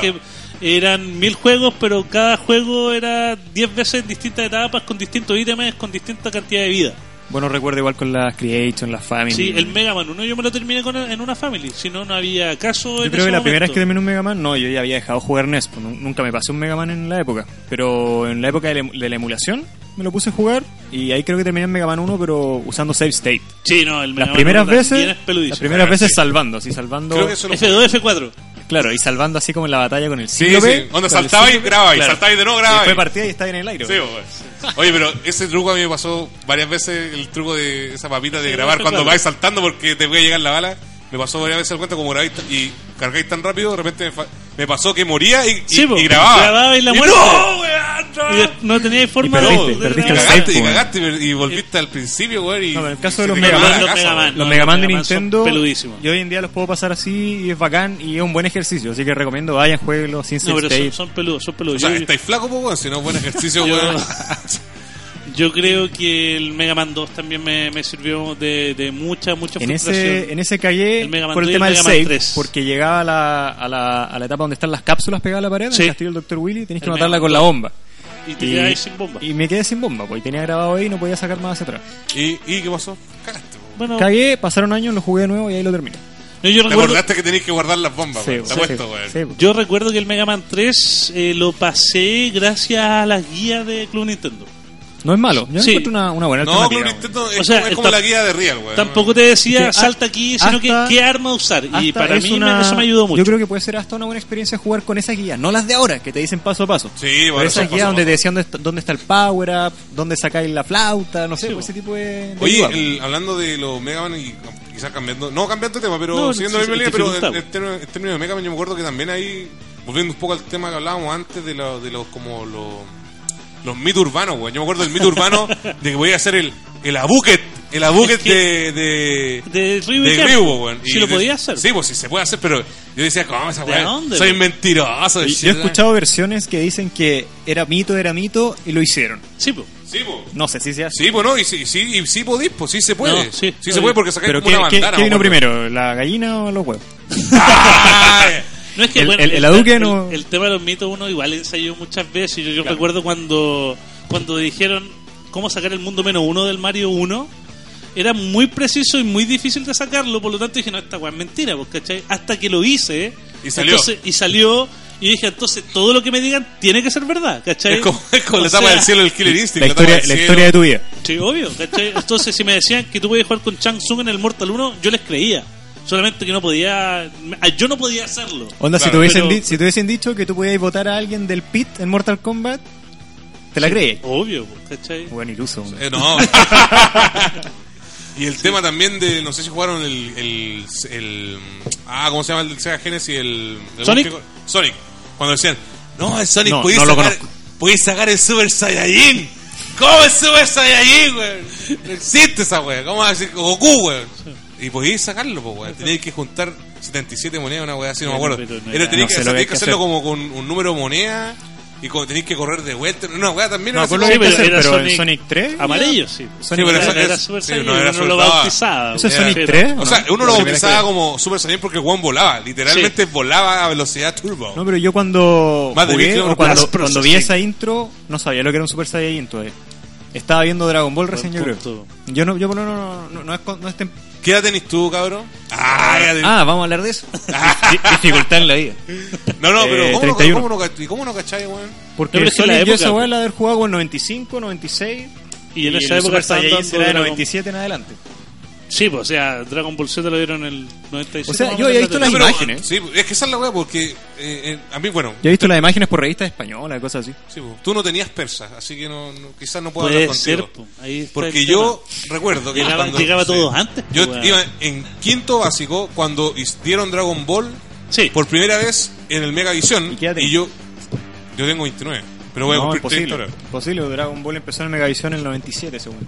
Speaker 4: Que eran mil juegos, pero cada juego era diez veces en distintas etapas, con distintos ítems, con distinta cantidad de vida.
Speaker 5: Bueno, recuerdo igual con las Creation, las Family.
Speaker 4: Sí, el Mega Man 1 yo me lo terminé con, en una family, si no, no había caso.
Speaker 5: Yo
Speaker 4: en
Speaker 5: creo
Speaker 4: ese
Speaker 5: que la primera vez
Speaker 4: momento.
Speaker 5: que terminé un Mega Man, no, yo ya había dejado jugar NES, pues, nu- nunca me pasé un Mega Man en la época. Pero en la época de la, em- de la emulación me lo puse a jugar y ahí creo que terminé en Mega Man 1, pero usando Save State.
Speaker 4: Sí, no, el Mega
Speaker 5: Las
Speaker 4: Man
Speaker 5: primeras
Speaker 4: 1 también
Speaker 5: veces,
Speaker 4: es peludizo.
Speaker 5: las primeras
Speaker 2: Ah,
Speaker 5: veces
Speaker 2: sí.
Speaker 5: salvando, así salvando,
Speaker 2: Creo que eso lo
Speaker 4: F2, F4.
Speaker 5: claro, y salvando así como en la batalla con el
Speaker 2: Sí,
Speaker 5: cíclope,
Speaker 2: sí.
Speaker 5: con
Speaker 2: Onda,
Speaker 5: el
Speaker 2: saltaba y
Speaker 5: cíclope,
Speaker 2: grababa, y
Speaker 5: claro.
Speaker 2: saltaba y de nuevo
Speaker 5: Y
Speaker 2: grababa.
Speaker 5: después
Speaker 2: y-
Speaker 5: partía y estaba en el aire.
Speaker 2: Sí, güey. Oye, pero ese truco a mí me pasó varias veces, el truco de esa papita de grabar
Speaker 4: no,
Speaker 2: cuando
Speaker 4: claro.
Speaker 2: vais saltando porque te voy a llegar la bala. Me pasó varias veces el cuento como grabáis tan- y cargáis tan rápido, de repente me, fa- me pasó que moría y, y,
Speaker 4: Sí, po.
Speaker 2: y grababa.
Speaker 4: Grababa y la muerte.
Speaker 2: ¡No, weón! no!
Speaker 4: Y de- no tenía forma
Speaker 5: perdiste,
Speaker 4: de. de-
Speaker 2: y
Speaker 5: perdiste el
Speaker 4: de-
Speaker 5: save,
Speaker 2: cagaste, y
Speaker 5: po, weón.
Speaker 2: cagaste y y volviste al principio, weón. y-
Speaker 5: No, pero en el
Speaker 2: y
Speaker 5: caso de
Speaker 2: se
Speaker 5: los
Speaker 2: te
Speaker 5: Mega
Speaker 2: quemaba
Speaker 5: Man-
Speaker 2: la
Speaker 4: los
Speaker 2: casa,
Speaker 4: Mega Man.
Speaker 2: weón.
Speaker 5: Los
Speaker 4: No,
Speaker 5: Mega
Speaker 4: los
Speaker 5: Man de
Speaker 4: Mega Man son
Speaker 5: Nintendo,
Speaker 4: peludísimos.
Speaker 5: yo hoy en día los puedo pasar así y es bacán y es un buen ejercicio, así que recomiendo vayan, jueguenlo sin
Speaker 4: No,
Speaker 5: save
Speaker 4: pero
Speaker 5: state.
Speaker 4: son, son peludos, son
Speaker 2: O
Speaker 4: peludos.
Speaker 2: sea,
Speaker 4: Yo-
Speaker 2: estáis flacos, po, weón, si no, buen ejercicio,
Speaker 4: Yo-
Speaker 2: weón.
Speaker 4: Yo creo que el Mega Man 2 también me, me sirvió de, de mucha, mucha
Speaker 5: en
Speaker 4: frustración.
Speaker 5: ese, en ese cagué
Speaker 4: El Mega Man
Speaker 5: por el
Speaker 4: 2 y
Speaker 5: tema
Speaker 4: el
Speaker 5: del
Speaker 4: Mega Man
Speaker 5: save,
Speaker 4: 3.
Speaker 5: porque llegaba a la, a, la, a la etapa donde están las cápsulas pegadas a la pared,
Speaker 4: Sí.
Speaker 5: el castillo del Dr. Willy, tenés que
Speaker 4: El
Speaker 5: matarla
Speaker 4: Mega
Speaker 5: con la bomba.
Speaker 4: Y te quedáis sin bomba.
Speaker 5: y me quedé sin bomba, porque tenía grabado ahí y no podía sacar más hacia atrás.
Speaker 2: ¿Y, ¿Y qué pasó? Cagaste, po.
Speaker 4: bueno,
Speaker 5: Cagué, pasaron años, lo jugué de nuevo y ahí lo terminé.
Speaker 4: no, yo
Speaker 2: Te
Speaker 4: recuerdo,
Speaker 2: acordaste que tenías que guardar las bombas,
Speaker 5: Sí,
Speaker 2: weón. Te
Speaker 5: sí,
Speaker 2: apuesto,
Speaker 5: sí, pues.
Speaker 2: weón.
Speaker 5: sí, po.
Speaker 4: yo recuerdo que el Mega Man 3 eh, lo pasé gracias a las guías de Club Nintendo.
Speaker 5: No es malo, yo
Speaker 4: Sí.
Speaker 5: encuentro una, una buena
Speaker 2: No,
Speaker 5: alternativa,
Speaker 2: Club
Speaker 5: weón.
Speaker 2: Nintendo es,
Speaker 4: O sea,
Speaker 2: como- es como
Speaker 4: tam-
Speaker 2: la guía de Real, weón.
Speaker 4: Tampoco te decía
Speaker 5: Es que a-
Speaker 4: salta aquí, sino que
Speaker 5: hasta-
Speaker 4: qué arma usar. Y
Speaker 5: Hasta
Speaker 4: para
Speaker 5: es
Speaker 4: mí me-
Speaker 5: una-
Speaker 4: eso me ayudó mucho.
Speaker 5: Yo creo que puede ser hasta una buena experiencia jugar con esas guías, no las de ahora, que te dicen paso a paso.
Speaker 2: Sí,
Speaker 5: Pero
Speaker 2: bueno,
Speaker 5: esas
Speaker 2: son
Speaker 5: guías
Speaker 2: paso a
Speaker 5: donde
Speaker 2: paso.
Speaker 5: te decían dónde está, dónde está el power up, dónde sacáis la flauta, no sé,
Speaker 4: Sí,
Speaker 5: pues, ese tipo de. de
Speaker 2: Oye,
Speaker 5: ayuda, pues.
Speaker 2: el- hablando de los Mega Man y um, quizás cambiando, no cambiando de tema, pero
Speaker 4: No,
Speaker 2: siguiendo
Speaker 4: sí,
Speaker 2: la misma
Speaker 4: sí,
Speaker 2: línea,
Speaker 4: te
Speaker 2: pero
Speaker 4: preguntaba.
Speaker 2: en, en términos, en términos de Mega Man yo me acuerdo que también ahí, volviendo un poco al tema que hablábamos antes de, la- de los como los, los mitos urbanos, güey. Yo me acuerdo del mito urbano de que voy a hacer el, el abuket, el abuket
Speaker 4: Es que-
Speaker 2: de, de,
Speaker 4: de Ryu y
Speaker 2: de
Speaker 4: Ken.
Speaker 2: Ryu, güey.
Speaker 4: Si
Speaker 2: Y
Speaker 4: lo
Speaker 2: de-
Speaker 4: podía hacer.
Speaker 2: Sí, pues sí, se puede hacer, pero yo decía, ¿cómo esa
Speaker 4: ¿De
Speaker 2: weá?
Speaker 4: dónde,
Speaker 2: Soy
Speaker 4: güey?
Speaker 2: mentiroso.
Speaker 5: Y-
Speaker 2: shit,
Speaker 5: Yo he
Speaker 2: la-
Speaker 5: escuchado versiones que dicen que era mito, era mito y lo hicieron.
Speaker 4: Sí, po.
Speaker 2: Sí, pues.
Speaker 5: No sé si se hace.
Speaker 2: Sí, pues no, y sí, sí, y sí podís, pues sí se puede.
Speaker 4: No,
Speaker 2: sí,
Speaker 4: sí.
Speaker 2: se puede porque sacáis
Speaker 5: Pero
Speaker 2: como
Speaker 5: ¿qué,
Speaker 2: una
Speaker 5: qué-
Speaker 2: bandana.
Speaker 5: qué
Speaker 2: me
Speaker 5: vino
Speaker 2: acuerdo.
Speaker 5: primero? ¿La gallina o los huevos?
Speaker 2: ¡Ah!
Speaker 4: No es que
Speaker 5: El-
Speaker 4: bueno,
Speaker 5: el- el Hadouken
Speaker 4: el-
Speaker 5: o-
Speaker 4: el tema de los mitos uno igual ensayó muchas veces. Yo, yo
Speaker 5: Claro.
Speaker 4: recuerdo cuando cuando dijeron cómo sacar el mundo menos uno del Mario 1 era muy preciso y muy difícil de sacarlo, por lo tanto dije, no, esta weá es mentira, pues, ¿cachai? Hasta que lo hice
Speaker 2: Y salió.
Speaker 4: entonces- y salió y dije, entonces todo lo que me digan tiene que ser verdad, ¿cachai?
Speaker 2: Es como, es como
Speaker 4: O
Speaker 2: la tapa
Speaker 4: sea,
Speaker 2: del cielo del Killer
Speaker 5: La
Speaker 2: Instinct. tapa
Speaker 5: historia,
Speaker 2: del
Speaker 5: la
Speaker 2: cielo.
Speaker 5: historia de tu vida.
Speaker 4: Sí, obvio, ¿cachai? Entonces, si me decían que tú podías jugar con Chang Tsung en el Mortal 1, yo les creía. Solamente que no podía. Yo no podía hacerlo.
Speaker 5: Onda, si,
Speaker 2: Claro,
Speaker 5: te hubiesen
Speaker 4: pero-
Speaker 5: di- si te hubiesen dicho que tú podías votar a alguien del pit en Mortal Kombat, ¿te la crees?
Speaker 4: Obvio, pues, ¿cachai?
Speaker 5: Buen iluso. hombre.
Speaker 2: Eh, no. y el tema también de. No sé si jugaron el. el, el- ah, ¿cómo se llama el del Sega Genesis? El, el-
Speaker 4: ¿Sonic?
Speaker 2: Sonic. Cuando decían, no, el Sonic
Speaker 5: No,
Speaker 2: podéis
Speaker 5: no lo
Speaker 2: sacar.
Speaker 5: conozco.
Speaker 2: Podéis sacar el Super Saiyajin. ¿Cómo el Super Saiyajin, weón? No existe esa weón. ¿Cómo va a decir Goku, weón? Y podéis sacarlo, pues, weón. Teníais que juntar 77 monedas, una weá así, no me
Speaker 4: Bueno,
Speaker 2: acuerdo.
Speaker 4: pero no
Speaker 2: Era,
Speaker 4: era-
Speaker 2: teníais
Speaker 5: no
Speaker 2: que,
Speaker 5: sé lo que
Speaker 2: teníais
Speaker 5: hay
Speaker 2: que
Speaker 5: que
Speaker 2: hacerlo
Speaker 5: hacer.
Speaker 2: como con un número de moneda y como tenéis que correr de vuelta. Una weá también
Speaker 5: No,
Speaker 2: era
Speaker 4: Ah,
Speaker 2: así
Speaker 5: acuerdo
Speaker 2: como-
Speaker 5: que hay que hacer, pero en Sonic 3.
Speaker 4: Amarillo, sí.
Speaker 5: Sonic
Speaker 2: pero
Speaker 4: era,
Speaker 2: eso-
Speaker 4: era
Speaker 2: es-
Speaker 4: Super
Speaker 2: sí,
Speaker 4: Saiyan,
Speaker 2: no, era
Speaker 4: uno lo
Speaker 2: soldado.
Speaker 4: bautizaba.
Speaker 5: ¿Eso es
Speaker 4: Era-
Speaker 5: Sonic
Speaker 4: era-
Speaker 5: 3?
Speaker 2: O sea, uno lo
Speaker 5: La primera que
Speaker 2: bautizaba
Speaker 5: era.
Speaker 2: como Super Saiyan porque Juan volaba, literalmente volaba a velocidad turbo.
Speaker 5: No, pero yo cuando
Speaker 2: Más de
Speaker 5: jugué,
Speaker 2: 10
Speaker 5: o
Speaker 2: kilómetros
Speaker 5: cuando,
Speaker 2: por hora.
Speaker 5: cuando vi esa intro, no sabía lo que era un Super Saiyajin todavía. Estaba viendo Dragon Ball recién, yo
Speaker 4: Buen
Speaker 5: creo.
Speaker 4: punto.
Speaker 5: Yo no, yo no, no, no, no es, con- no es tem-
Speaker 2: ¿Qué edad tenés tú, cabrón? Ah, ya te-
Speaker 5: Ah, vamos a hablar de eso. Di- Dificultad en la vida.
Speaker 2: no, no, pero
Speaker 5: eh,
Speaker 2: ¿cómo, no-
Speaker 5: 31.
Speaker 2: cómo no, cach- y ¿cómo no cachai, weón?
Speaker 5: Porque
Speaker 4: No, pero
Speaker 5: el
Speaker 4: es que la
Speaker 5: Sonic yo
Speaker 4: época- pues.
Speaker 5: esa weá la de haber jugado en 95, 96.
Speaker 4: Y en esa
Speaker 5: el
Speaker 4: época
Speaker 5: Super
Speaker 4: estaban
Speaker 5: Saiyajin
Speaker 4: dando
Speaker 5: será de
Speaker 4: Dragon-
Speaker 5: 97 en adelante.
Speaker 4: Sí, pues, o sea, Dragon Ball Z lo dieron en el 97.
Speaker 5: O sea,
Speaker 4: más
Speaker 5: yo
Speaker 4: o
Speaker 5: había
Speaker 4: menos,
Speaker 5: visto
Speaker 4: la
Speaker 5: las
Speaker 4: tele.
Speaker 2: Pero,
Speaker 5: imágenes.
Speaker 2: Sí, es que esa es la weá, porque eh, eh, a mí, bueno,
Speaker 5: Yo he visto las imágenes por revistas españolas, cosas así.
Speaker 2: sí, pues, tú no tenías persa, así que no, no- quizás no puedo hablar
Speaker 4: Puede
Speaker 2: contigo.
Speaker 4: ser, po. Ahí está
Speaker 2: Porque
Speaker 4: el
Speaker 2: yo
Speaker 4: tema.
Speaker 2: recuerdo que
Speaker 4: Llegaba-
Speaker 2: cuando-
Speaker 4: llegaba todo antes,
Speaker 2: Yo
Speaker 4: pues,
Speaker 2: iba en quinto básico cuando is- dieron Dragon Ball
Speaker 4: Sí.
Speaker 2: por primera vez en el Megavisión.
Speaker 5: ¿Y qué edad
Speaker 2: Y
Speaker 5: tenés?
Speaker 2: yo, yo tengo 29, pero voy a
Speaker 5: no, es
Speaker 2: cumplir 30
Speaker 5: posible.
Speaker 2: horas.
Speaker 5: Posible, Dragon Ball empezó en Megavisión en el 97, según.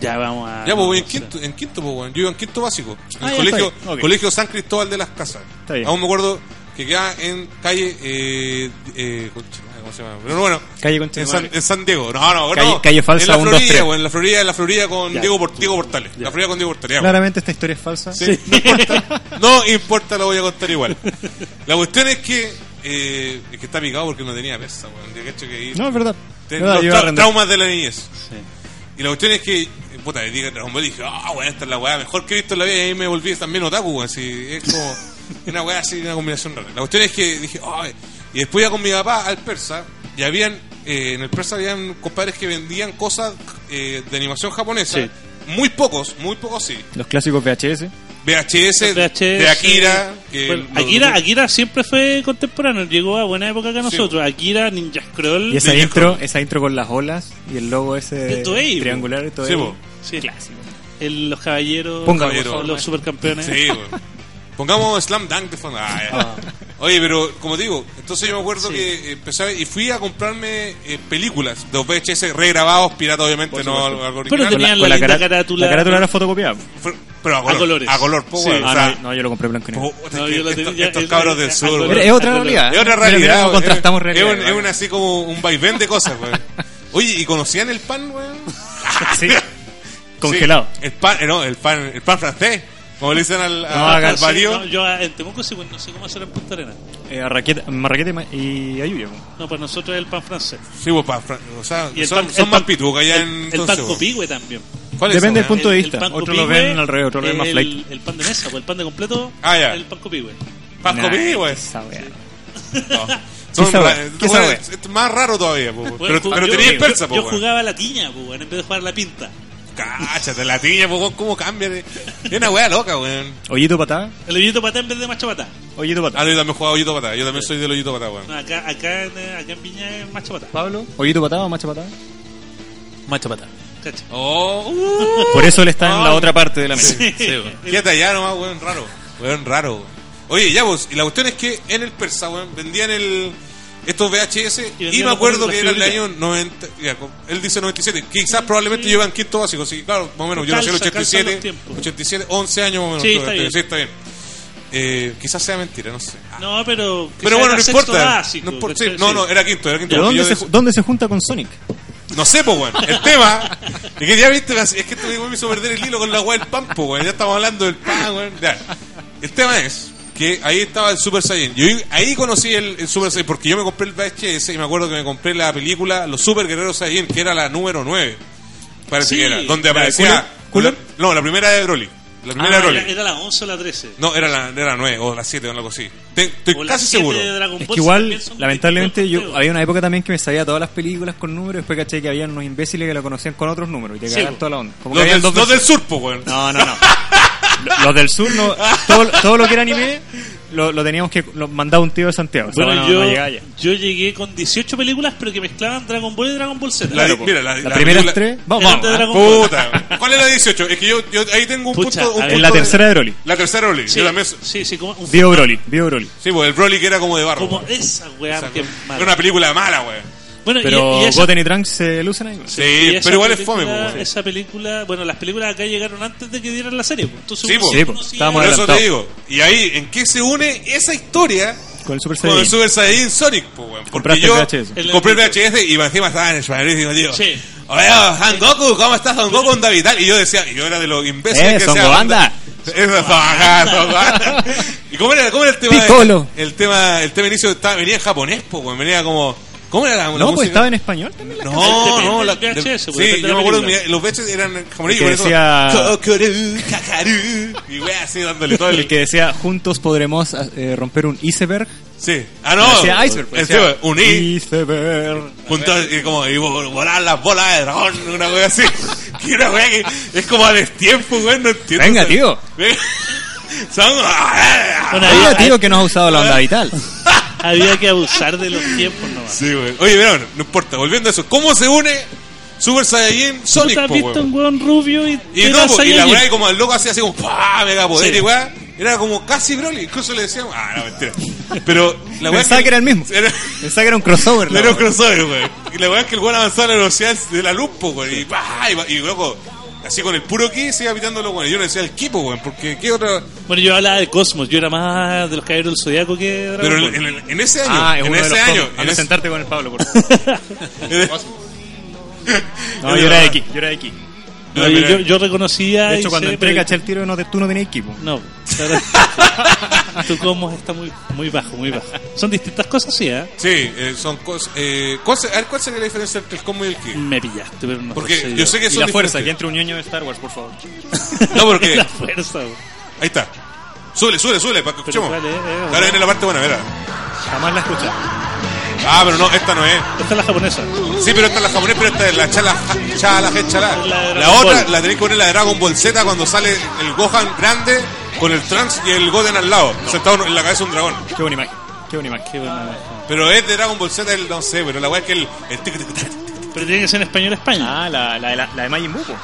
Speaker 4: Ya vamos a.
Speaker 2: Ya, pues voy en
Speaker 4: o sea,
Speaker 2: quinto, en quinto, pues, weón. Yo iba en quinto básico. En
Speaker 5: Ah,
Speaker 2: el
Speaker 5: ya,
Speaker 2: colegio,
Speaker 5: está bien. Ok.
Speaker 2: colegio San Cristóbal de las Casas.
Speaker 5: Está bien.
Speaker 2: Aún me acuerdo que queda en calle. Eh, eh, concha madre, ¿Cómo se llama? Pero bueno.
Speaker 5: Calle Concha
Speaker 2: en
Speaker 5: de
Speaker 2: San,
Speaker 5: Madre.
Speaker 2: en San Diego. No, no,
Speaker 5: Calle-
Speaker 2: no.
Speaker 5: calle falsa,
Speaker 2: En la
Speaker 5: un, dos,
Speaker 2: Florida,
Speaker 5: tres.
Speaker 2: weón. En la Florida, en la Florida con
Speaker 4: Ya.
Speaker 2: Diego, Por- Diego Portales. La Florida con Diego Portales. ya, weón.
Speaker 5: Claramente esta historia es falsa.
Speaker 2: Sí, No importa, no importa, lo voy a contar igual. La cuestión es que. eh, es que está picado porque no tenía pesa, weón. De hecho que ahí-
Speaker 5: No, es verdad.
Speaker 2: te-
Speaker 5: Es verdad,
Speaker 2: los
Speaker 5: yo iba a
Speaker 2: tra-
Speaker 5: arrendar.
Speaker 2: traumas de la niñez.
Speaker 4: sí.
Speaker 2: Y la cuestión es que eh, puta, me diga Dragon Ball y dije, ah, weón, esta es la weá mejor que he visto en la vida. Y ahí me volví también otaku, weón. Así, es como una weá así, una combinación rara. La cuestión es que dije, ay. Y después iba con mi papá al persa y habían, eh, en el persa habían compadres que vendían cosas eh, de animación japonesa.
Speaker 4: Sí.
Speaker 2: Muy pocos, muy pocos sí.
Speaker 5: Los clásicos VHS.
Speaker 2: VHS,
Speaker 4: VHS,
Speaker 2: de Akira. Que
Speaker 4: bueno,
Speaker 2: lo-
Speaker 4: Akira, Akira siempre fue contemporáneo, llegó a buena época que nosotros.
Speaker 2: pues.
Speaker 4: Akira, Ninja Scroll,
Speaker 5: Y esa
Speaker 2: De
Speaker 5: intro, esa intro con las olas y el logo ese
Speaker 4: De Toei,
Speaker 5: triangular de Toei.
Speaker 2: Sí, po.
Speaker 4: sí, el- los caballeros,
Speaker 5: Póngalo,
Speaker 2: por favor.
Speaker 4: los supercampeones.
Speaker 2: Sí, weón. Pongamos Slam Dunk de fondo. Ah, ya. Oye, pero como te digo, entonces yo me acuerdo que eh, empecé y fui a comprarme eh, películas de los VHS regrabados, pirata obviamente,
Speaker 5: Por
Speaker 2: no
Speaker 5: supuesto.
Speaker 2: algo
Speaker 4: Pero
Speaker 2: original.
Speaker 5: Con
Speaker 4: Tenían la linda
Speaker 5: cara-
Speaker 4: carátula.
Speaker 5: La carátula era fotocopiada.
Speaker 2: Fue- pero a, color,
Speaker 4: colores.
Speaker 2: A color, po,
Speaker 4: Sí.
Speaker 2: weón, o
Speaker 5: Ah,
Speaker 2: sea,
Speaker 5: no, no, yo lo compré blanco y negro.
Speaker 2: po,
Speaker 4: No,
Speaker 2: es
Speaker 4: yo
Speaker 2: que
Speaker 4: la
Speaker 2: estos,
Speaker 4: tenía-
Speaker 2: estos
Speaker 4: es-
Speaker 2: cabros
Speaker 4: es-
Speaker 2: del
Speaker 4: es
Speaker 2: sur,
Speaker 4: a
Speaker 2: weón.
Speaker 4: color.
Speaker 5: Es otra
Speaker 4: Ah,
Speaker 5: realidad. ¿eh?
Speaker 2: Es otra
Speaker 5: Mira, mira
Speaker 2: realidad.
Speaker 5: cómo
Speaker 2: weón.
Speaker 5: contrastamos
Speaker 2: Es-
Speaker 5: realidades.
Speaker 2: Es, un- es un así como un vaivén de cosas, weón. Oye, ¿y conocían el pan, weón?
Speaker 5: Sí. Congelado.
Speaker 2: Sí, el pan, eh, no, el pan, el pan francés. Como le dicen al,
Speaker 5: No,
Speaker 2: al,
Speaker 5: hagan-
Speaker 2: al varío.
Speaker 4: No, yo ah, en Temuco sí, bueno, no sé cómo será en Punta Arena.
Speaker 5: Eh, a Raqueta- Marraqueta y Ma- y Ayuya. po.
Speaker 4: No, para nosotros es el pan francés.
Speaker 2: Sí, pues, pa- fra- o sea,
Speaker 4: Y el
Speaker 2: son,
Speaker 4: pan-
Speaker 2: son
Speaker 4: el
Speaker 2: más
Speaker 4: pan-
Speaker 2: pituca allá en pues.
Speaker 4: El pan
Speaker 2: Concepción.
Speaker 4: copigüe también.
Speaker 2: ¿Cuál es
Speaker 5: Depende
Speaker 2: esa,
Speaker 5: del punto de
Speaker 4: El-
Speaker 5: vista.
Speaker 4: el pan
Speaker 5: Otros lo
Speaker 4: copihue,
Speaker 5: ven al revés, otros lo ven más
Speaker 4: el-
Speaker 5: flight.
Speaker 4: El pan de mesa, o el pan de completo.
Speaker 2: Ah, ya.
Speaker 4: El pan copihue.
Speaker 2: Pan
Speaker 5: Nah,
Speaker 2: copihue, güey.
Speaker 5: esa wea.
Speaker 2: No. Son
Speaker 5: sabe?
Speaker 2: ra-
Speaker 5: Ah, ¿Qué
Speaker 2: bueno,
Speaker 5: sabe?
Speaker 2: es- es más raro todavía, po,
Speaker 4: Bueno,
Speaker 2: pero,
Speaker 4: ju-
Speaker 2: pero
Speaker 4: yo-
Speaker 2: tenías
Speaker 4: yo-
Speaker 2: persa, po,
Speaker 4: Yo
Speaker 2: weón.
Speaker 4: jugaba a la tiña, po, weón, en vez de jugar a la pinta.
Speaker 2: Cáchate, la tiña, po, weón, cómo cambia. de- Es una wea loca, weón.
Speaker 5: Hoyito patada.
Speaker 4: El hoyito patá en vez de macho patá.
Speaker 5: Hoyito
Speaker 2: Ah,
Speaker 5: patada.
Speaker 2: no, yo también jugaba hoyito patada, yo también soy del hoyito patada, weón.
Speaker 4: No, acá, acá, en- eh, acá en Viña es macho patá.
Speaker 2: Ah.
Speaker 5: Pablo. Hoyito patada o macho patada.
Speaker 3: Macho patada.
Speaker 4: Cacha.
Speaker 2: Oh,
Speaker 4: uh.
Speaker 5: Por eso él está en la
Speaker 2: Ah.
Speaker 5: otra parte de la mesa.
Speaker 2: Quédate allá nomás, weón, raro. Weón, raro. weón. Oye, ya vos, y la cuestión es que en el Persa, weón, vendían el, estos VHS
Speaker 4: Y
Speaker 2: y,
Speaker 4: vendían
Speaker 2: me
Speaker 4: los
Speaker 2: acuerdo
Speaker 4: las
Speaker 2: que era el año
Speaker 4: figuritas.
Speaker 2: 90, ya, con- él dice 97, quizás probablemente yo iba en quinto básico, sí, claro, más o menos, yo nací en el
Speaker 4: Calza, calzan
Speaker 2: 87,
Speaker 4: los tiempos.
Speaker 2: 87, 11 años más o menos,
Speaker 4: Sí, está
Speaker 2: tuve,
Speaker 4: bien.
Speaker 2: sí, está bien. Eh, quizás sea mentira, no sé. Ah,
Speaker 4: No, pero. que
Speaker 2: Pero
Speaker 4: sea
Speaker 2: bueno, no
Speaker 4: era
Speaker 2: importa.
Speaker 4: sexto básico,
Speaker 2: no, importa, sí,
Speaker 4: ¿cachai?
Speaker 2: no, no, era quinto, era quinto.
Speaker 5: Pero
Speaker 2: porque
Speaker 5: ¿Dónde
Speaker 2: yo
Speaker 5: se,
Speaker 2: de-
Speaker 5: ju- ¿Dónde se junta con Sonic?
Speaker 2: no sé, pues, weón. El tema. Es que ya viste, es que esto me hizo perder el hilo con la weá del pan, po, weón. Ya estamos hablando del pan, weón. Ya. El tema es que ahí estaba el Super Saiyan. Yo ahí- ahí conocí el, el Super Saiyan porque yo me compré el VHS y me acuerdo que me compré la película Los Super Guerreros Saiyan, que era la número 9. Parece
Speaker 4: Sí.
Speaker 2: que era. Donde
Speaker 5: ¿La de
Speaker 2: aparecía.
Speaker 5: Cooler?
Speaker 2: la- no, la primera de Broly. La primera
Speaker 4: Ah,
Speaker 2: de Broly.
Speaker 4: era, era la 11 o la 13.
Speaker 2: No, era la, era la 9 o la 7 o algo así. Te- estoy
Speaker 4: O la
Speaker 2: casi
Speaker 4: 7
Speaker 2: seguro.
Speaker 4: de Dragon
Speaker 5: Es
Speaker 4: Ball,
Speaker 5: que igual,
Speaker 4: también son
Speaker 5: lamentablemente,
Speaker 4: multijuegos,
Speaker 5: yo
Speaker 4: creo.
Speaker 5: había una época también que me sabía todas las películas con números, después caché que había unos imbéciles que la conocían con otros números y te
Speaker 4: Sí,
Speaker 5: cagaban
Speaker 4: po.
Speaker 5: toda la onda. Como que
Speaker 2: Los
Speaker 5: habían
Speaker 2: del,
Speaker 5: dos
Speaker 2: los del
Speaker 5: versiones.
Speaker 2: sur, po, weón.
Speaker 5: No, no, no. Lo- Los del sur, no, todo, todo lo que era anime lo, lo teníamos que lo mandaba un tío de Santiago. O sea,
Speaker 4: Bueno,
Speaker 5: no-
Speaker 4: yo,
Speaker 5: no llegaba allá.
Speaker 4: yo llegué con 18 películas, pero que mezclaban Dragon Ball y Dragon Ball Z.
Speaker 2: La,
Speaker 4: Claro,
Speaker 2: mira, la,
Speaker 5: Las primeras
Speaker 2: película-
Speaker 5: tres, vamos, vamos,
Speaker 4: Eran de
Speaker 5: ¿ah?
Speaker 4: Dragon Ball.
Speaker 2: Puta. ¿Cuál es la 18? Es que yo, yo ahí tengo un
Speaker 4: Pucha,
Speaker 2: punto. Un
Speaker 4: a ver,
Speaker 2: punto
Speaker 5: En la
Speaker 2: de-
Speaker 5: tercera de Broly.
Speaker 2: La tercera Broly.
Speaker 4: Sí,
Speaker 2: Yo también. Sí,
Speaker 4: sí, sí, como, un-
Speaker 5: Dio Broly, Dio Broly.
Speaker 2: pues el Broly que era como de barro.
Speaker 4: como
Speaker 2: weón.
Speaker 4: esa
Speaker 2: O
Speaker 4: weá.
Speaker 2: sea,
Speaker 4: que
Speaker 2: no-
Speaker 4: mala.
Speaker 2: era una película mala, weón.
Speaker 4: bueno, y-
Speaker 5: Pero
Speaker 4: y, esa-
Speaker 5: Goten y Trunks se lucen ahí.
Speaker 2: Sí,
Speaker 4: y esa
Speaker 2: pero igual es
Speaker 4: película-
Speaker 2: fome, pues, po, weón.
Speaker 4: Esa película, bueno, las películas acá llegaron antes de que dieran la serie. po. Entonces
Speaker 2: Sí,
Speaker 4: uno
Speaker 2: po.
Speaker 4: uno
Speaker 2: Sí,
Speaker 5: po.
Speaker 4: sigue-
Speaker 5: Estábamos
Speaker 2: Por eso te
Speaker 5: adelantado.
Speaker 2: digo. Y ahí, ¿en qué se une esa historia?
Speaker 5: Con el Super
Speaker 2: Con el
Speaker 5: Saiyan.
Speaker 2: Super Saiyan Sonic, pues, weón. Porque
Speaker 5: Compraste
Speaker 2: yo
Speaker 5: el
Speaker 4: VHS.
Speaker 2: compré el VHS y encima estaba en el españolismo, tío.
Speaker 4: Sí.
Speaker 2: Oye, Han Goku, ¿cómo estás, Son Goku, onda vital? Y yo decía, y yo era de los imbéciles
Speaker 5: Eh,
Speaker 2: que
Speaker 5: Son
Speaker 2: decía,
Speaker 5: Goanda.
Speaker 2: Eso, Son Goanda, Son Goanda. ¿Y cómo era, cómo era el tema?
Speaker 5: Piccolo.
Speaker 2: El, tema, el tema inicio estaba, venía en japonés, pues, weón. Venía como, ¿cómo era la, la
Speaker 5: No, pues
Speaker 2: música?
Speaker 5: estaba en español también. La
Speaker 2: No,
Speaker 4: Depende
Speaker 2: no,
Speaker 4: del
Speaker 2: la
Speaker 4: VHS, pues,
Speaker 2: Sí,
Speaker 4: depende de
Speaker 2: yo
Speaker 4: la
Speaker 2: me acuerdo,
Speaker 4: película.
Speaker 2: mira, los VHS eran en japonés y
Speaker 5: Que
Speaker 2: por eso-
Speaker 5: decía-
Speaker 2: Kokoru, kakaru. Y wea, así dándole todo
Speaker 5: El que decía, juntos podremos eh, romper un iceberg.
Speaker 2: Sí. Ah, no.
Speaker 5: Decía iceberg. pues,
Speaker 2: El
Speaker 5: decía,
Speaker 2: tema, uní.
Speaker 5: Iceberg.
Speaker 2: Juntar y como y vo- volar las bolas de dragón, una wea así. Que una wea que es como a destiempo, weón, no entiendo.
Speaker 5: Venga,
Speaker 2: O sea,
Speaker 5: tío.
Speaker 2: venga. Son. ah,
Speaker 4: Bueno,
Speaker 5: Oiga,
Speaker 4: había,
Speaker 2: eh,
Speaker 5: tío, que nos ha usado la onda vital.
Speaker 4: había que abusar de los tiempos nomás.
Speaker 2: Sí, weón. Oye, mira, no importa, volviendo a eso. ¿Cómo se une Super Saiyajin
Speaker 4: ¿Tú
Speaker 2: Sonic,
Speaker 4: has
Speaker 2: po,
Speaker 4: visto
Speaker 2: weón?
Speaker 4: un weón rubio y,
Speaker 2: Y,
Speaker 4: era
Speaker 2: no, po, y la
Speaker 4: Saiyajin?
Speaker 2: weá, y como el loco hacía así como ¡pah! Mega poder
Speaker 4: Sí.
Speaker 2: y weá. Era como casi Broly, incluso le decíamos. Ah, no, mentira. Pero la weá.
Speaker 5: Pensaba que era el mismo.
Speaker 2: Era-
Speaker 5: Pensaba que era un crossover. la
Speaker 2: Le era un
Speaker 5: verdad.
Speaker 2: crossover, güey. Y la weá es que el weón avanzaba a la velocidad de la luz, po, güey. Y, pa, y, va- y loco, así con el puro ki se iba pitando los güey. Yo le decía el equipo, güey, porque qué otra.
Speaker 4: Bueno, yo hablaba de Cosmos, yo era más de los caballeros del Zodiaco que de Dragon
Speaker 2: Pero en,
Speaker 4: Ball.
Speaker 2: en- en- en ese año,
Speaker 5: Ah, es
Speaker 2: en
Speaker 5: uno de
Speaker 2: ese
Speaker 5: los
Speaker 2: año.
Speaker 5: cómics.
Speaker 2: En
Speaker 5: Anda a
Speaker 2: ese,
Speaker 5: sentarte con el Pablo, por favor. No, yo era de aquí, yo era de aquí.
Speaker 4: No, yo, yo- yo reconocía.
Speaker 5: De
Speaker 4: y
Speaker 5: hecho, cuando
Speaker 4: sé,
Speaker 5: entré,
Speaker 4: pero-
Speaker 5: caché el tiro, no, te- tú no tenías equipo.
Speaker 4: No. tu comos está muy, muy bajo, muy bajo. Son distintas cosas, sí, ¿eh?
Speaker 2: Sí, eh, son cosas. Eh, ¿cuál, se- a ver, ¿Cuál sería la diferencia entre el combo y el kick?
Speaker 4: Me pillaste, pero no
Speaker 2: Porque
Speaker 4: sé
Speaker 2: yo sé que
Speaker 5: Y
Speaker 2: son
Speaker 5: la fuerza, que
Speaker 2: diferentes.
Speaker 5: entre un ñoño de Star Wars, por favor.
Speaker 2: No, porque.
Speaker 4: La fuerza, güey.
Speaker 2: Ahí está. Sube, sube, sube, para que
Speaker 4: Pero
Speaker 2: escuchemos.
Speaker 4: cuál es, eh,
Speaker 2: Ahora viene la parte buena, verá.
Speaker 5: Jamás la escuché.
Speaker 2: Ah, pero no, esta no es.
Speaker 4: Esta es la japonesa.
Speaker 2: Sí, pero esta es la japonés, pero esta es la chala, ja- chala, je- chala.
Speaker 4: La de
Speaker 2: La,
Speaker 4: Dragon
Speaker 2: otra
Speaker 4: Ball.
Speaker 2: la tenéis que poner la de Dragon Ball Z cuando sale el Gohan grande con el Trunks y el Goten al lado, sentado en la cabeza de un dragón.
Speaker 5: Qué buena imagen. Qué buena imagen.
Speaker 4: Qué buena.
Speaker 2: Pero es de Dragon Ball Z, el, no sé, pero la weá es que el. el tic, tic, tic, tic.
Speaker 4: Pero tiene que ser en español España.
Speaker 5: Ah, la, la, la, la de Majin Buu. po.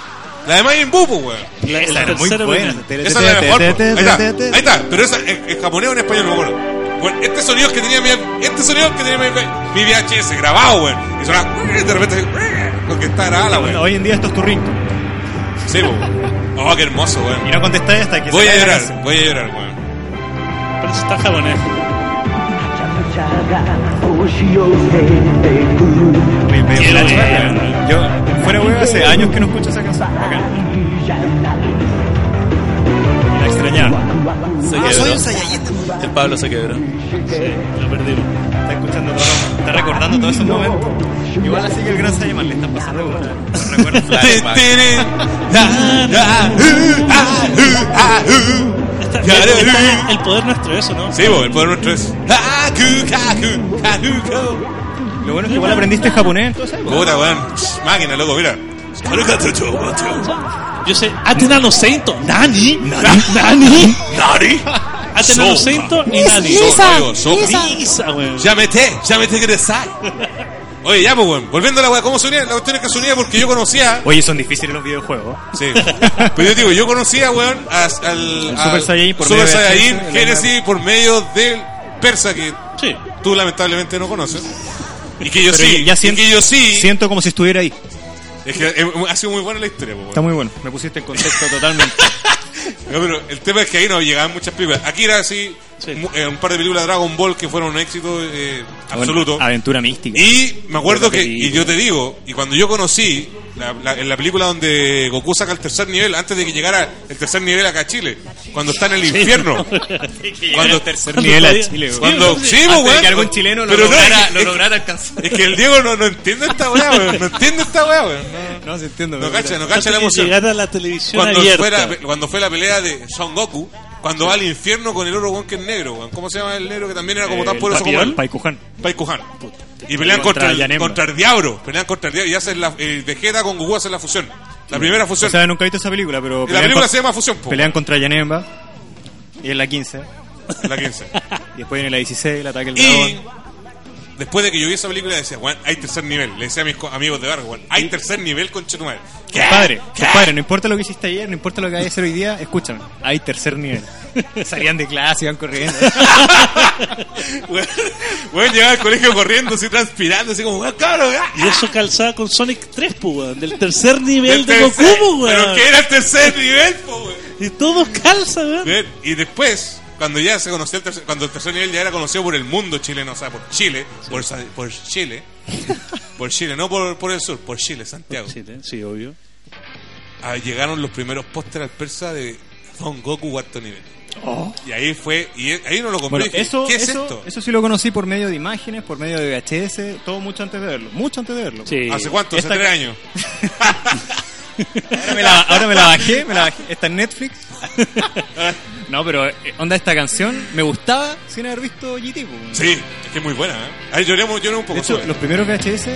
Speaker 2: La de Majin Buu, pues, weón.
Speaker 4: La-
Speaker 5: Esa
Speaker 4: la
Speaker 5: era muy
Speaker 4: tercera
Speaker 5: buena.
Speaker 4: buena.
Speaker 2: Esa es la mejor. po. Ahí está, ahí está. Pero esa es, es japonés o en español, no me acuerdo. Bueno, este sonido es que tenía mi, este sonido es que tenía mi, mi VHS grabado, weón. Y sonaba de repente porque está grabada, la
Speaker 5: Bueno,
Speaker 2: weón.
Speaker 5: hoy en día esto es tu ring.
Speaker 2: Sí, weón. Oh, qué hermoso,
Speaker 5: Y
Speaker 2: weón.
Speaker 5: no contestáis hasta que
Speaker 2: Voy
Speaker 5: se
Speaker 2: a
Speaker 5: acabe la
Speaker 2: llorar,
Speaker 5: canción.
Speaker 2: voy a llorar, weón.
Speaker 4: Pero eso está japonés.
Speaker 7: 星を捨ててく
Speaker 5: Me- me-
Speaker 4: Qué
Speaker 5: la
Speaker 4: buena.
Speaker 5: chata. Yo, fuera huevo, hace años que no escucho esa canción. Bacán.
Speaker 7: いいじゃない
Speaker 5: La extrañaba.
Speaker 3: Se
Speaker 5: Ah,
Speaker 2: Ah,
Speaker 3: quebró. El Pablo se quebró.
Speaker 4: Lo perdimos.
Speaker 5: Está escuchando todo. Está recordando todos esos momentos. Igual así que el gran Sayaman le está pasando. Los recuerdos
Speaker 3: Flashback.
Speaker 4: Esta- esta- el poder nuestro, eso, ¿no?
Speaker 2: Sí, weón, el poder nuestro es.
Speaker 5: Lo bueno es que igual aprendiste japonés, entonces.
Speaker 2: Puta, weón. Máquina, loco, mira.
Speaker 4: Yo sé, Atenano Seinto, Nani, Nani,
Speaker 2: Nani. Soma.
Speaker 4: Atenano Seinto y Nani.
Speaker 2: Soma, digo, Soma.
Speaker 4: Misa, weón.
Speaker 2: Llámete, llámete que eres sai. Oye, ya, pues, weón. Volviendo a la weá, ¿cómo se unía? La cuestión es que se unía porque yo conocía.
Speaker 5: Oye, son difíciles los videojuegos.
Speaker 2: Sí. Pero yo digo, yo conocía, weón, a- al.
Speaker 5: El
Speaker 2: al
Speaker 5: Super Saiyajin por
Speaker 2: Super
Speaker 5: medio de
Speaker 2: Saiyajin
Speaker 5: Genesis,
Speaker 2: Genesis por medio del persa que
Speaker 4: Sí.
Speaker 2: tú lamentablemente no conoces. Y que yo
Speaker 5: Pero
Speaker 2: sí.
Speaker 5: ya
Speaker 2: y
Speaker 5: siento-
Speaker 2: que yo sí.
Speaker 5: Siento como si estuviera ahí.
Speaker 2: Es que eh, ha sido muy buena la historia, pues, weón.
Speaker 5: Está muy bueno. Me pusiste en contexto totalmente.
Speaker 2: No, pero el tema es que ahí no llegaban muchas películas. Aquí era así,
Speaker 4: Sí.
Speaker 2: mu- eh, un par de películas de Dragon Ball que fueron un éxito eh, absoluto.
Speaker 5: Ah, Bueno, aventura mística.
Speaker 2: Y me acuerdo
Speaker 5: Otra
Speaker 2: que,
Speaker 5: película.
Speaker 2: y yo te digo, y cuando yo conocí la, la- en la película donde Goku saca el tercer nivel, antes de que llegara el tercer nivel acá a Chile, cuando está en el infierno. Cuando-
Speaker 5: el tercer nivel a
Speaker 4: podía-
Speaker 5: Chile, weón.
Speaker 2: Cuando,
Speaker 4: Sí,
Speaker 2: sí,
Speaker 5: Antes
Speaker 2: pues,
Speaker 5: de
Speaker 2: weón.
Speaker 5: que algún chileno lo
Speaker 2: Pero no,
Speaker 5: lograra,
Speaker 2: es-
Speaker 5: lo
Speaker 2: es-
Speaker 5: lograra alcanzar.
Speaker 2: Es que el Diego no, no entiende esta weá, weón. No entiende esta weá, weón.
Speaker 5: No, se entiende.
Speaker 2: No, no
Speaker 5: pero-
Speaker 2: cacha, no cacha la
Speaker 4: Antes de
Speaker 2: emoción.
Speaker 4: llegar a la televisión
Speaker 2: cuando
Speaker 4: abierta.
Speaker 2: fue, la, cuando fue la pelea de Son Goku, cuando va al infierno con el otro weón que es negro, weón. ¿Cómo se llama el negro que también era como tan
Speaker 5: El
Speaker 2: poderoso como
Speaker 5: Papillón,
Speaker 2: él?
Speaker 5: Paikuján.
Speaker 2: Pai Kuhan. Y pelean contra,
Speaker 5: Contra
Speaker 2: el,
Speaker 5: Yanemba.
Speaker 2: contra el Diablo. Pelean contra el Diablo. Y hacen la, el Vegeta con Goku hacen la fusión. La primera
Speaker 5: O
Speaker 2: fusión.
Speaker 5: sea, nunca he visto esa película, pero.
Speaker 2: y la
Speaker 5: pelean
Speaker 2: película
Speaker 5: con-
Speaker 2: se llama Fusión, po,
Speaker 5: Pelean contra Yanemba. Y en la 15.
Speaker 2: la 15.
Speaker 5: Y después viene la 16, el ataque al
Speaker 2: y
Speaker 5: dragón.
Speaker 2: después de que yo vi esa película, decía, Juan, hay tercer nivel. Le decía a mis co- amigos de barrio, Juan, hay tercer nivel con Chetumal.
Speaker 5: Compadre, compadre, no importa lo que hiciste ayer, no importa lo que vayas a hacer hoy día, escúchame, hay tercer nivel. Salían de clase, iban corriendo.
Speaker 2: Bueno, llegaba al colegio corriendo, así transpirando, así como, weón, cabrón, ah".
Speaker 4: Y eso calzaba con Sonic 3, pues, weón. Del tercer nivel
Speaker 2: Del
Speaker 4: de
Speaker 2: tercer-
Speaker 4: Goku,
Speaker 2: Pero
Speaker 4: weón.
Speaker 2: que era el tercer nivel, po, weón.
Speaker 4: Y todo calza, weón.
Speaker 2: Bien, Y después, cuando ya se conoció el tercer, cuando el tercer nivel ya era conocido por el mundo chileno, o sea, por Chile, por, Sa- por Chile, por Chile, no por, por el sur, por Chile, Santiago.
Speaker 4: Sí, ¿eh? sí, obvio.
Speaker 2: Ah, llegaron los primeros pósteres al persa de Son Goku cuarto nivel. Y ahí fue, y e- ahí no lo compré.
Speaker 5: Oh. Bueno,
Speaker 2: dije,
Speaker 5: eso,
Speaker 2: ¿Qué es
Speaker 5: eso,
Speaker 2: esto?
Speaker 5: eso sí lo conocí por medio de imágenes, por medio de VHS, todo mucho antes de verlo, mucho antes de verlo.
Speaker 4: Sí.
Speaker 2: ¿Hace cuánto? ¿Hace
Speaker 5: Esta-
Speaker 2: tres años?
Speaker 5: Ahora me la, ahora me la bajé, me la bajé. Está en Netflix. No, pero eh, onda esta canción me gustaba sin haber visto GT. pues.
Speaker 2: Sí, es que es muy buena. ¿eh? Ahí lloremos, lloremos un poco.
Speaker 5: De hecho,
Speaker 2: sobre.
Speaker 5: los primeros VHS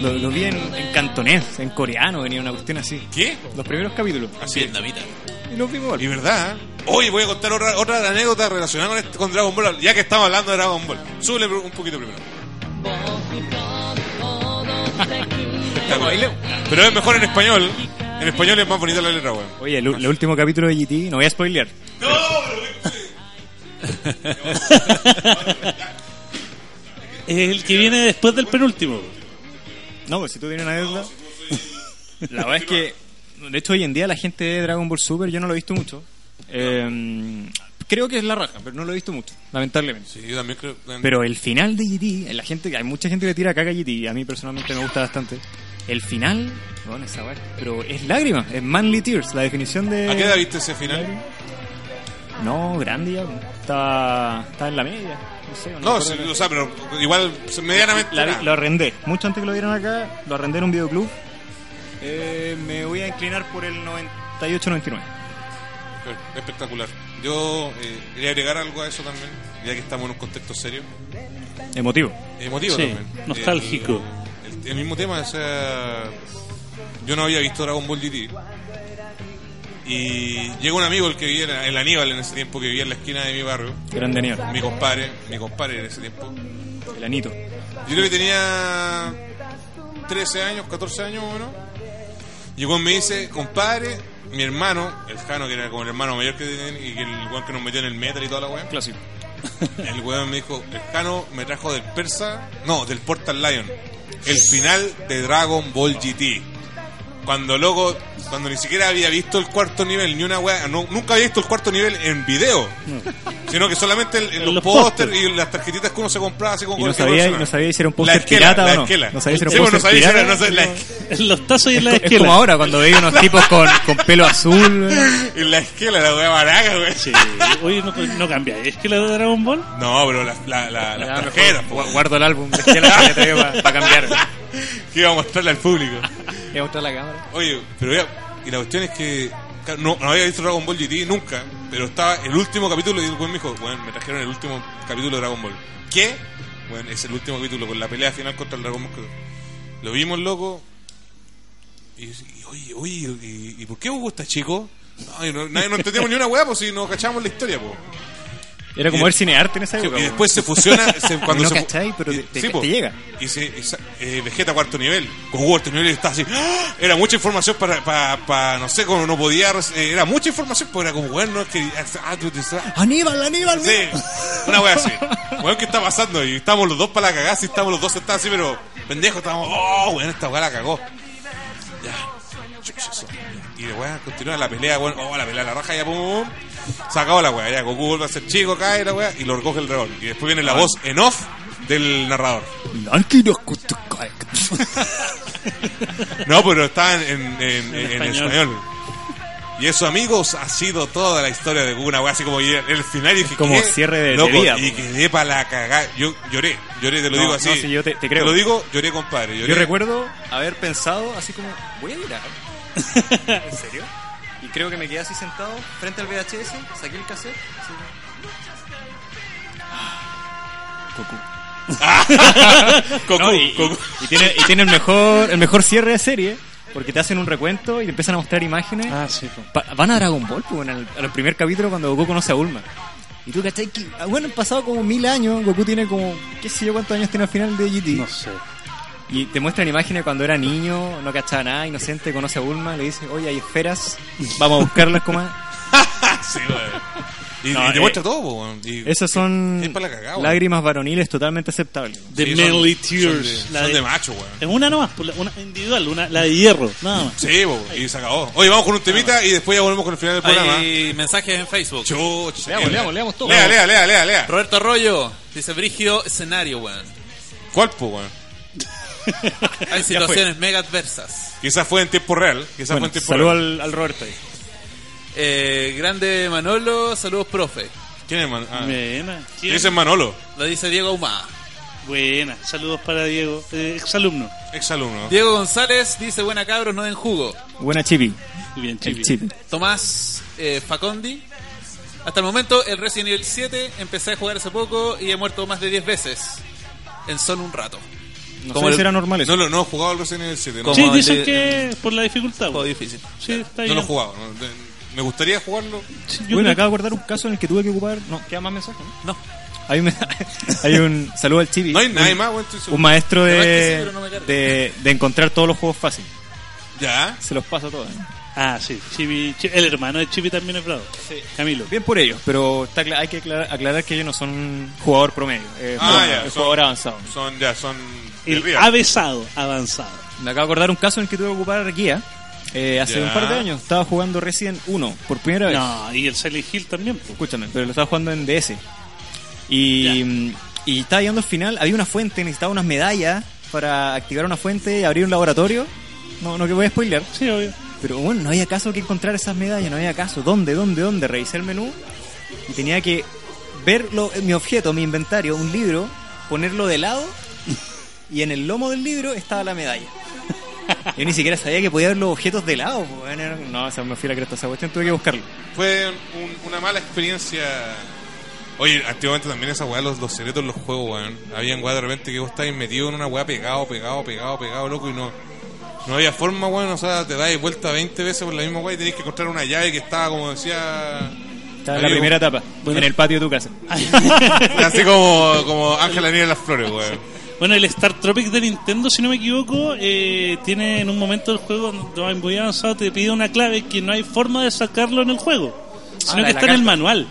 Speaker 5: los lo vi en, en cantonés, en coreano, venía una cuestión así.
Speaker 2: ¿Qué?
Speaker 5: Los primeros capítulos.
Speaker 2: Así es.
Speaker 3: Vietnamita.
Speaker 5: Y los vimos.
Speaker 2: Y verdad, ¿eh? hoy voy a contar otra, otra anécdota relacionada con, este- con Dragon Ball, ya que estamos hablando de Dragon Ball. Súbele un poquito primero. Espectacular. Pero es mejor en español. En español es más bonita la letra, weón.
Speaker 5: Oye, el, el último capítulo de GT, no voy a spoilear.
Speaker 2: No,
Speaker 4: Es el que viene después del penúltimo.
Speaker 5: No, pues si tú tienes una deuda. La verdad es que, de hecho, hoy en día la gente de Dragon Ball Super, yo no lo he visto mucho. Eh, creo que es la raja, pero no lo he visto mucho, lamentablemente.
Speaker 2: Sí, yo también creo.
Speaker 5: Pero el final de GT, la gente, hay mucha gente que le tira caca a GT, a mí personalmente me gusta bastante. El final, bueno, esa weá, pero es lágrima, es manly tears, la definición de...
Speaker 2: ¿A qué edad viste ese final?
Speaker 5: No, grande ya. Estaba, estaba en la media. No sé. me
Speaker 2: No,
Speaker 5: acuerdo
Speaker 2: sí,
Speaker 5: de la-
Speaker 2: o sea, pero igual pues, medianamente.
Speaker 5: La vi-
Speaker 2: nada.
Speaker 5: lo arrendé. Mucho antes que lo dieran acá, lo arrendé en un videoclub. Eh, me voy a inclinar por el 98-99.
Speaker 2: Espectacular. Yo eh, quería agregar algo a eso también, ya que estamos en un contexto serio.
Speaker 5: Emotivo.
Speaker 2: Emotivo
Speaker 4: Sí,
Speaker 2: también.
Speaker 4: nostálgico.
Speaker 2: El, el- el mismo tema, o sea. Yo no había visto Dragon Ball GT. Y llegó un amigo, el que vivía, en- el Aníbal en ese tiempo, que vivía en la esquina de mi barrio.
Speaker 5: Grande Aníbal.
Speaker 2: Mi compadre, mi compadre en ese tiempo.
Speaker 5: El anito.
Speaker 2: Yo creo que tenía 13 años, 14 años más o menos. Y el weón me dice, compadre, mi hermano, el Jano, que era como el hermano mayor que tenía y que el weón que nos metió en el metal y toda la weá.
Speaker 5: Clásico.
Speaker 2: El weón me dijo, el Jano me trajo del Persa, no, del Portal Lion, el final de Dragon Ball GT. Cuando loco, cuando ni siquiera había visto el cuarto nivel, ni una weá, ah, no- nunca había visto el cuarto nivel en video, sino que solamente el- en los,
Speaker 4: los
Speaker 2: pósters
Speaker 4: pósters.
Speaker 2: y las tarjetitas que uno se compraba así como
Speaker 5: Y no
Speaker 2: con-
Speaker 5: sabía,
Speaker 2: con-
Speaker 5: no sabía si era un
Speaker 2: la
Speaker 5: póster
Speaker 2: esquela,
Speaker 5: pirata
Speaker 2: la
Speaker 5: o no.
Speaker 2: esquela.
Speaker 5: No sabía si era un
Speaker 2: Sí, bueno, no sabía
Speaker 5: póster
Speaker 2: si era- no
Speaker 5: pirata.
Speaker 2: sé, la-
Speaker 4: En los tazos y en la
Speaker 5: Es
Speaker 4: esquela.
Speaker 5: como ahora, cuando veía unos tipos con, con pelo azul.
Speaker 2: En la esquela, la wea baraca, güey.
Speaker 4: Sí. Oye, no, no cambia. ¿Es que la de Dragon Ball?
Speaker 2: No, pero la, la, la,
Speaker 5: Ya,
Speaker 2: las
Speaker 5: mejor
Speaker 2: tarjetas, pues, po,
Speaker 5: gu- Guardo el álbum de esquela para cambiar.
Speaker 2: que iba a mostrarle al público.
Speaker 5: Voy a mostrar la cámara.
Speaker 2: Oye, pero ya, y la cuestión es que claro, no, no había visto Dragon Ball GT nunca, pero estaba el último capítulo y el güey me dijo, bueno, me trajeron el último capítulo de Dragon Ball. ¿Qué? Bueno, es el último capítulo con la pelea final contra el Dragon Ball. que- Lo vimos, loco. Y, y, oye, oye, y, y por qué vos gusta, chico? Ay, no, nadie- no entendemos ni una weá, pues si no cachamos la historia, pues.
Speaker 5: Era como ver cinearte en esa
Speaker 2: Sí,
Speaker 5: época.
Speaker 2: y después se fusiona se- cuando
Speaker 5: No
Speaker 2: se fu-
Speaker 5: cachai, pero
Speaker 2: y-
Speaker 5: te- te- te llega.
Speaker 2: y se y sa- eh, Vegeta cuarto nivel con Hugo cuarto nivel y está así ¡ah! era mucha información para, para, para- no sé como no podía res- eh, era mucha información pero era como bueno es que ah, tú te sa-
Speaker 5: Aníbal, Aníbal,
Speaker 2: sí, una wea así weón ¿qué está pasando? y estamos los dos para la cagada si estamos los dos sentados así pero pendejo estamos oh weón esta weá la cagó ya Chucha, eso. y de weá continúa la pelea weón oh la pelea la raja ya pum, pum, pum. se acabó la weá ya Goku vuelve a ser chico cae la weá y lo recoge el dragón y después viene la voz en off del narrador No, pero está en, en- en- en español.
Speaker 4: español.
Speaker 2: Y eso, amigos, ha sido toda la historia de Goku, una wea así como y el final y dije,
Speaker 5: Como
Speaker 2: ¿qué?
Speaker 5: cierre de- de
Speaker 2: Loco,
Speaker 5: vida,
Speaker 2: Y
Speaker 5: po.
Speaker 2: quedé para la cagada. Yo lloré, lloré, te lo
Speaker 5: No,
Speaker 2: digo así.
Speaker 5: no, sí, yo te- te creo.
Speaker 2: lo digo, lloré, compadre. Lloré.
Speaker 5: Yo recuerdo haber pensado así como, voy a llorar. ¿En serio? Y creo que me quedé así sentado frente al VHS, saqué el cassette. así como-
Speaker 2: Goku,
Speaker 5: No, y,
Speaker 2: Goku.
Speaker 5: y- y tiene, y tiene el, mejor, el mejor cierre de serie, porque te hacen un recuento y te empiezan a mostrar imágenes.
Speaker 4: Ah, sí. po.
Speaker 5: Pa- van a Dragon Ball, pues, en el, en el primer capítulo cuando Goku conoce a Bulma. Y tú, ¿cachai? Que, ah, bueno, han pasado como mil años, Goku tiene como, qué sé yo cuántos años tiene al final de GT.
Speaker 4: No sé.
Speaker 5: Y te muestran imágenes cuando era niño, no cachaba nada, inocente, conoce a Bulma, le dice, oye, hay esferas, vamos a buscarlas, coma.
Speaker 2: Ah, Sí, wea. y,
Speaker 5: No,
Speaker 2: y te
Speaker 5: eh,
Speaker 2: muestra todo, po, weón. Y-
Speaker 5: Esas son
Speaker 2: Es para la cagada, weón.
Speaker 5: lágrimas varoniles totalmente aceptables.
Speaker 4: The
Speaker 2: Sí, son-
Speaker 4: Manly
Speaker 2: son
Speaker 4: Tears.
Speaker 2: de- Son de,
Speaker 4: la de-
Speaker 2: macho, weón.
Speaker 4: Es una nomás, po, la- una individual, una, la de hierro, nada más.
Speaker 2: Sí, po, y se acabó. Oye, vamos con un temita y después ya volvemos con el final del programa.
Speaker 3: Hay mensajes en Facebook.
Speaker 2: Chucha,
Speaker 5: Leamos,
Speaker 2: eh,
Speaker 5: leamos, leamos todo.
Speaker 2: Lea, lea, lea, lea, lea.
Speaker 3: Roberto Arroyo dice brígido escenario, weón.
Speaker 2: ¿Cuál, po, weón?
Speaker 3: Hay situaciones mega adversas.
Speaker 2: Quizás fue en tiempo real. Quizás
Speaker 5: Bueno,
Speaker 2: fue en tiempo
Speaker 5: saludo
Speaker 2: real.
Speaker 5: al, al Roberto ahí.
Speaker 3: Eh, grande Manolo, saludos profe.
Speaker 2: ¿Quién es, man? Ah,
Speaker 4: Buena. ¿Quién?
Speaker 2: Dice Manolo,
Speaker 3: Lo dice Diego Humada.
Speaker 4: Buena. Saludos para Diego, eh, exalumno.
Speaker 2: ex alumno.
Speaker 3: Diego González dice buena cabros, no den jugo.
Speaker 5: Buena Chibi,
Speaker 4: Muy bien,
Speaker 5: el
Speaker 4: chipi.
Speaker 5: Chibi.
Speaker 3: Tomás eh, Facondi. Hasta el momento, el Resident Evil 7 empecé a jugar hace poco y he muerto más de 10 veces en solo un rato.
Speaker 5: No
Speaker 3: Como
Speaker 5: sé
Speaker 3: el-
Speaker 5: si era normal eso.
Speaker 2: No, lo- no he jugado al Resident Evil 7. No,
Speaker 3: Como
Speaker 4: Sí,
Speaker 3: el
Speaker 4: dicen
Speaker 3: de-
Speaker 4: que por la dificultad.
Speaker 3: Juego
Speaker 4: po.
Speaker 3: difícil.
Speaker 4: Sí, está
Speaker 2: no
Speaker 4: bien.
Speaker 2: lo he jugado. no. De- Me gustaría jugarlo.
Speaker 4: Sí, yo
Speaker 5: Bueno, me
Speaker 4: creo-
Speaker 5: acabo de acordar un caso en el que tuve que ocupar... No, ¿queda más mensajes? no?
Speaker 3: No.
Speaker 5: Hay un, hay un saludo al Chibi.
Speaker 2: No hay nadie
Speaker 5: un-
Speaker 2: más, güey, estoy seguro.
Speaker 5: Un maestro
Speaker 3: La verdad es que sí,
Speaker 5: de,
Speaker 3: pero no me carga.
Speaker 5: de, de encontrar todos los juegos fáciles.
Speaker 2: Ya.
Speaker 5: Se los pasa todos. ¿eh? ¿no?
Speaker 4: Ah, sí. Chibi- Chi- el hermano de Chibi también es bravo. Camilo.
Speaker 5: Bien por ellos, pero está cla- hay que aclarar, aclarar que ellos no son un jugador promedio, es
Speaker 2: Ah,
Speaker 5: jugador-
Speaker 2: ya,
Speaker 5: es
Speaker 2: son-
Speaker 5: jugador avanzado.
Speaker 2: Son, ya, son. de
Speaker 4: El
Speaker 2: arriba.
Speaker 4: avesado, avanzado.
Speaker 5: Me acabo de acordar un caso en el que tuve que ocupar guía eh, hace
Speaker 2: Ya.
Speaker 5: un par de años. Estaba jugando Resident 1 por primera vez.
Speaker 4: No, y el Silent Hill también. pues. po.
Speaker 5: Escúchame, pero lo estaba jugando en DS. Y, mm, y estaba llegando al final, había una fuente, necesitaba unas medallas para activar una fuente y abrir un laboratorio. No, no que voy a spoiler.
Speaker 4: Sí, obvio.
Speaker 5: Pero bueno, no había caso que encontrar esas medallas, no había caso. ¿Dónde, dónde, dónde? Revisé el menú y tenía que ver lo- mi objeto, mi inventario, un libro, ponerlo de lado y en el lomo del libro estaba la medalla. Yo ni siquiera sabía que podía ver los objetos de lado. pues, bueno, era- no, o sea, me fui a la cresta esa cuestión, tuve que buscarlo.
Speaker 2: Fue un- una mala experiencia. Oye, antiguamente también esa weá, los, los secretos en los juegos, weón. Habían weá de repente que vos estabas metido en una weá pegado, pegado, pegado, pegado, loco, y no. No había forma, weón. O sea, te dais vuelta 20 veces por la misma weá y tenés que encontrar una llave que estaba, como decía.
Speaker 5: Estaba en la
Speaker 2: Amigo.
Speaker 5: primera etapa, en el patio de tu casa.
Speaker 2: Así como, como Ángela Nieve de las Flores, weón.
Speaker 4: Bueno, el Star Tropic de Nintendo, si no me equivoco, eh, tiene en un momento del juego donde muy avanzado, te pide una clave que no hay forma de sacarlo en el juego, sino
Speaker 5: Ah, la
Speaker 4: que
Speaker 5: de
Speaker 4: está
Speaker 5: la
Speaker 4: en
Speaker 5: carta.
Speaker 4: el manual.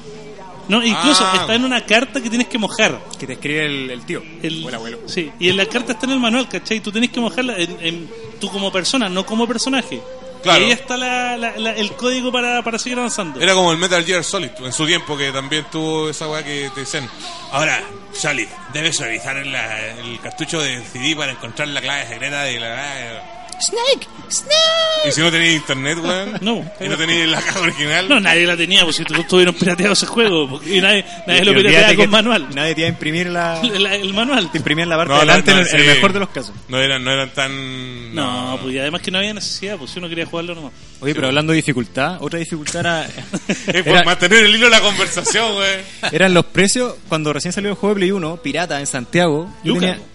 Speaker 4: No, incluso
Speaker 2: Ah.
Speaker 4: está en una carta que tienes que mojar.
Speaker 5: Que te escribe el, el tío,
Speaker 4: El,
Speaker 5: o el abuelo.
Speaker 4: Sí, y en la carta está en el manual, ¿cachai? Tú tenés que mojarla en, en- tú como persona, no como personaje.
Speaker 2: Claro.
Speaker 4: Y ahí está la- la- la- el código para, para seguir avanzando.
Speaker 2: Era como el Metal Gear Solid en su tiempo, que también tuvo esa weá que te dicen. Ahora, Solid, debes revisar la- el cartucho de CD para encontrar la clave secreta de la.
Speaker 5: ¡Snake! ¡Snake!
Speaker 2: Y si no tenéis internet, weón.
Speaker 4: No.
Speaker 2: Y no tenéis la caja original.
Speaker 4: No, nadie la tenía, pues si tú- tuvieron pirateado ese juego, porque- y nadie, nadie lo
Speaker 5: Y olvídate
Speaker 4: pirateaba
Speaker 5: que
Speaker 4: con manual.
Speaker 5: Nadie te iba a imprimir la,
Speaker 4: La- el manual.
Speaker 5: te imprimían la parte
Speaker 2: No,
Speaker 5: de
Speaker 2: la-
Speaker 5: delante
Speaker 2: no,
Speaker 5: en el- en
Speaker 2: sí.
Speaker 5: el mejor de los casos.
Speaker 2: No eran, no eran tan.
Speaker 4: No, pues y además que no había necesidad, pues si uno quería jugarlo nomás.
Speaker 5: Oye, pero hablando de dificultad, otra dificultad era,
Speaker 2: Es por
Speaker 5: era-
Speaker 2: mantener el hilo de la conversación, güey.
Speaker 5: eran los precios cuando recién salió el juego de Play 1, pirata en Santiago. yo
Speaker 4: Lucas,
Speaker 5: tenía-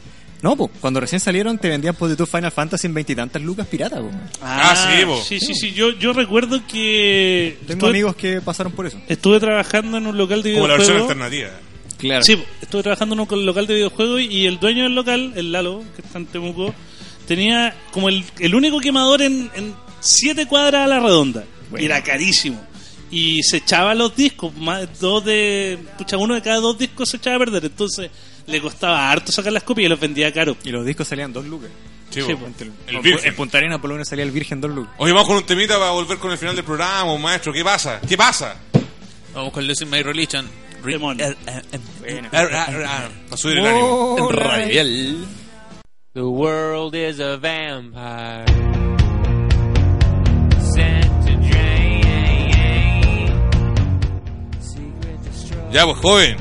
Speaker 5: no, pues cuando recién salieron te vendían por YouTube Final Fantasy en veintitantas lucas pirata. po.
Speaker 2: Ah, sí, po.
Speaker 4: Sí, sí, sí, yo, yo recuerdo que
Speaker 5: Tengo
Speaker 4: estuve,
Speaker 5: amigos que pasaron por eso.
Speaker 4: estuve trabajando en un local de
Speaker 2: Como la versión
Speaker 4: videojuegos.
Speaker 2: alternativa.
Speaker 5: Claro.
Speaker 4: Sí, po, estuve trabajando en un local de videojuegos y el dueño del local, el Lalo, que está en Temuco, tenía como el, el único quemador en, en siete cuadras a la redonda.
Speaker 5: Bueno.
Speaker 4: Era carísimo. Y se echaba los discos, más, dos de. Pucha, uno de cada dos discos se echaba a perder. Entonces le costaba harto sacar las copias y los vendía caro.
Speaker 5: Y los discos salían dos lucas.
Speaker 2: Chivo.
Speaker 4: Sí, po.
Speaker 5: pues,
Speaker 2: el
Speaker 5: En-
Speaker 2: virgen.
Speaker 5: En Punta Arenas por lo menos salía el Virgen dos lucas.
Speaker 2: Oye, vamos con un temita para volver con el final del programa, maestro. ¿Qué pasa? ¿Qué pasa?
Speaker 3: Vamos con Losing My Religion. Re-
Speaker 4: Demonio.
Speaker 3: eh, eh, eh,
Speaker 5: Bueno.
Speaker 2: Para subir
Speaker 5: Oh.
Speaker 2: el ánimo.
Speaker 3: Radial.
Speaker 6: The world is a vampire. Sent to drain. Secret destroy.
Speaker 2: Ya, pues, joven.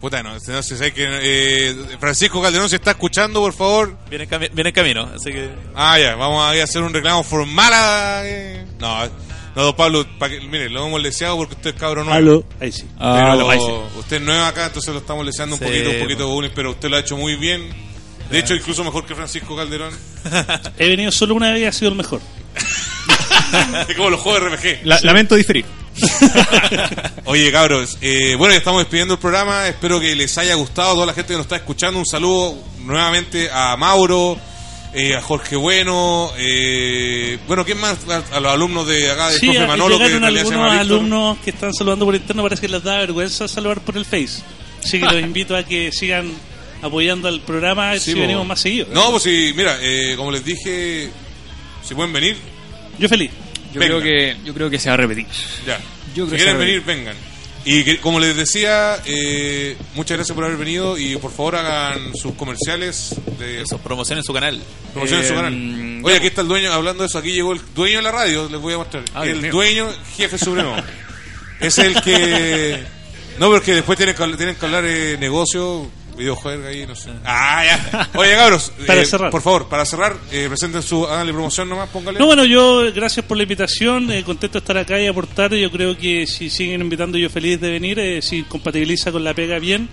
Speaker 2: Puta, no, no sé, sé que. eh, Francisco Calderón, si está escuchando, por favor.
Speaker 3: Viene, en cami- viene en camino, así que.
Speaker 2: Ah, ya, vamos a hacer un reclamo formal a. eh, No, no, don Pablo, pa' que- mire, lo hemos leseado porque usted es cabrón. nuevo.
Speaker 4: Aló. Ahí sí.
Speaker 2: Pero
Speaker 5: Ah, ahí sí. pues.
Speaker 2: usted es nuevo acá, entonces lo estamos leseando un
Speaker 3: Sí,
Speaker 2: poquito, un
Speaker 3: po.
Speaker 2: poquito, bullying, pero usted lo ha hecho muy bien. De hecho, incluso mejor que Francisco Calderón.
Speaker 4: He venido solo una vez y ha sido el mejor.
Speaker 2: Es como los juegos RPG.
Speaker 5: La- Lamento diferir.
Speaker 2: Oye, cabros, eh, bueno, ya estamos despidiendo el programa. Espero que les haya gustado a toda la gente que nos está escuchando. Un saludo nuevamente a Mauro, eh, a Jorge Bueno. eh, bueno, ¿quién más? A, a los alumnos de acá, del
Speaker 4: Sí,
Speaker 2: profe
Speaker 4: a-
Speaker 2: Manolo, que ah, en
Speaker 4: llegaron
Speaker 2: realidad se
Speaker 4: algunos
Speaker 2: llama Víctor.
Speaker 4: alumnos que están saludando por interno, parece que les da vergüenza saludar por el Face. Así que los invito a que sigan apoyando al programa
Speaker 2: Sí,
Speaker 4: si
Speaker 2: po.
Speaker 4: venimos más seguido.
Speaker 2: No, pues sí, mira, eh, como les dije, si pueden venir,
Speaker 4: Yo feliz.
Speaker 5: Yo
Speaker 2: Venga.
Speaker 5: creo, que, yo creo que se va a repetir.
Speaker 2: Ya.
Speaker 5: Yo creo
Speaker 2: si
Speaker 5: que
Speaker 2: quieren
Speaker 5: se
Speaker 2: venir, vengan. Y que- como les decía, eh, muchas gracias por haber venido y por favor hagan sus comerciales de
Speaker 3: Eso, promoción en su canal.
Speaker 2: promoción de su
Speaker 4: Em,
Speaker 5: Eh,
Speaker 2: canal.
Speaker 4: pues.
Speaker 2: Oye, aquí está el dueño hablando de eso. Aquí llegó el dueño de la radio, les voy a mostrar.
Speaker 5: Ah, Dios
Speaker 2: el
Speaker 5: mío.
Speaker 2: dueño, jefe supremo. es el que. No, pero es que después tienen que, habl- tienen que hablar de negocio, videojuegos ahí, no sé. Ah, ya. Oye, cabros,
Speaker 4: Para
Speaker 2: eh,
Speaker 4: cerrar.
Speaker 2: por favor, para cerrar, eh, presenten su. Háganle promoción nomás, póngale.
Speaker 4: No, bueno, yo gracias por la invitación, eh, contento de estar acá y aportar. Yo creo que si siguen invitando, yo feliz de venir, eh, si compatibiliza con la pega bien.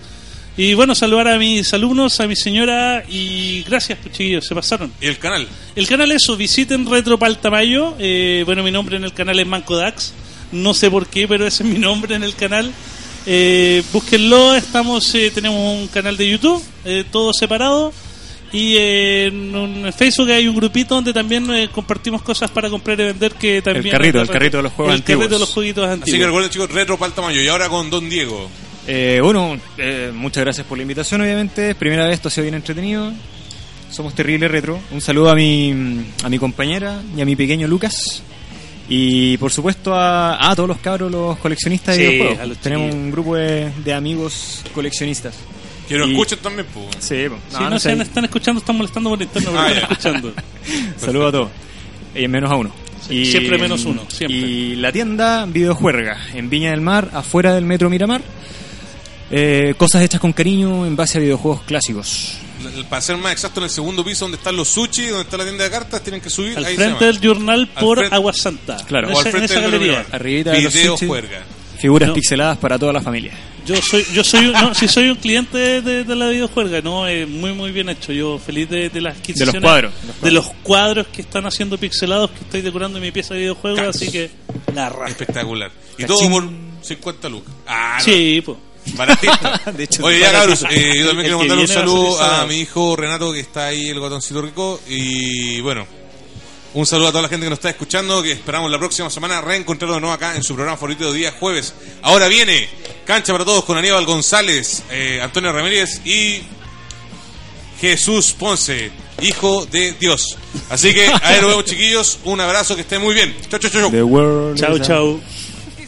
Speaker 4: Y bueno, saludar a mis alumnos, a mi señora y gracias, pues, chiquillos, se pasaron.
Speaker 2: Y el canal.
Speaker 4: El canal eso, visiten Retro Paltamayo. Eh, bueno, mi nombre en el canal es Manco Dax. No sé por qué, pero ese es mi nombre en el canal. Eh, búsquenlo, estamos, eh, tenemos un canal de YouTube, eh, todo separado. Y eh, en, un- en Facebook hay un grupito donde también eh, compartimos cosas para comprar y vender que también...
Speaker 5: carrito, el carrito de los juegos
Speaker 4: El carrito de
Speaker 5: antiguos.
Speaker 4: los jueguitos antiguos.
Speaker 2: Así que recuerden, chicos, Retro Paltamayo. Y ahora con Don Diego.
Speaker 5: Eh, bueno, eh, muchas gracias por la invitación, obviamente. Primera vez, esto ha sido bien entretenido. Somos Terrible Retro. Un saludo a mi, a mi compañera y a mi pequeño Lucas. Y por supuesto a, a todos los cabros, los coleccionistas
Speaker 4: Sí,
Speaker 5: de
Speaker 4: a los
Speaker 5: videojuegos. Tenemos
Speaker 4: chiquillos.
Speaker 5: un grupo de, de amigos coleccionistas.
Speaker 2: Que lo
Speaker 5: Y-
Speaker 2: escuchen también, pues.
Speaker 5: Sí, po. No,
Speaker 4: Si no, pues,
Speaker 5: no
Speaker 4: se
Speaker 5: sé.
Speaker 4: están escuchando, están molestando por interno, pero
Speaker 2: Ah,
Speaker 4: están
Speaker 2: ya.
Speaker 4: escuchando.
Speaker 5: Saludo a todos. Y menos a uno.
Speaker 4: Sí, siempre menos uno, siempre.
Speaker 5: Y la tienda Videojuerga, en Viña del Mar, afuera del Metro Miramar. Eh, cosas hechas con cariño en base a videojuegos clásicos.
Speaker 2: Para ser más exacto, en el segundo piso donde están los sushi, donde está la tienda de cartas, tienen que subir.
Speaker 4: Al
Speaker 2: ahí
Speaker 4: frente
Speaker 2: se llama.
Speaker 4: del Journal
Speaker 2: Al
Speaker 4: por
Speaker 2: frente-
Speaker 4: Agua Santa.
Speaker 5: Claro.
Speaker 4: En
Speaker 2: O al
Speaker 4: esa, en
Speaker 2: frente
Speaker 4: esa
Speaker 2: del
Speaker 4: galería.
Speaker 2: Boulevard.
Speaker 5: Arribita de los
Speaker 2: Video
Speaker 5: sushi.
Speaker 2: juerga.
Speaker 5: Figuras
Speaker 4: No.
Speaker 5: pixeladas para toda la familia.
Speaker 4: Yo soy, yo soy, un- no, si soy un cliente de, de la videojuerga, no, eh, muy, muy bien hecho. Yo feliz de, de las adquisiciones.
Speaker 5: cuadros.
Speaker 4: De los cuadros que están haciendo pixelados que estoy decorando en mi pieza de videojuego, así que la raja.
Speaker 2: Espectacular. Y
Speaker 5: Cachín.
Speaker 2: todo por 50 lucas. Ah, no.
Speaker 4: Sí, pues. po.
Speaker 2: Baratista.
Speaker 5: De hecho,
Speaker 2: Oye,
Speaker 5: es
Speaker 2: ya
Speaker 5: barato.
Speaker 2: cabros, eh, yo también quiero
Speaker 4: El que
Speaker 2: mandar un
Speaker 4: viene va a
Speaker 2: saludo
Speaker 4: ser
Speaker 2: a
Speaker 4: salado.
Speaker 2: mi hijo Renato, que está ahí, el guatoncito rico. Y bueno, un saludo a toda la gente que nos está escuchando, que esperamos la próxima semana reencontrarnos de nuevo acá en su programa favorito de día jueves. Ahora viene Cancha para Todos con Aníbal González, eh, Antonio Ramírez y Jesús Ponce, hijo de Dios. Así que, ahí nos vemos chiquillos, un abrazo, que estén muy bien. Chau, chau, chau. chau.
Speaker 5: The world
Speaker 4: Chao,
Speaker 5: is a-
Speaker 4: chao.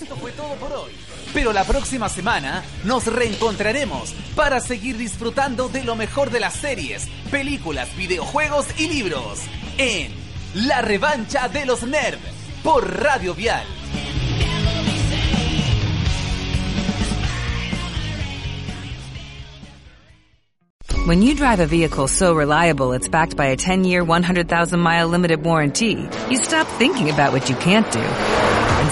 Speaker 1: Esto fue todo por hoy. Pero la próxima semana nos reencontraremos para seguir disfrutando de lo mejor de las series, películas, videojuegos y libros en La Revancha de los Nerds por Radio Vial.
Speaker 8: When you drive a vehicle so reliable it's backed by a 10-year, 100,000-mile limited warranty, you stop thinking about what you can't do and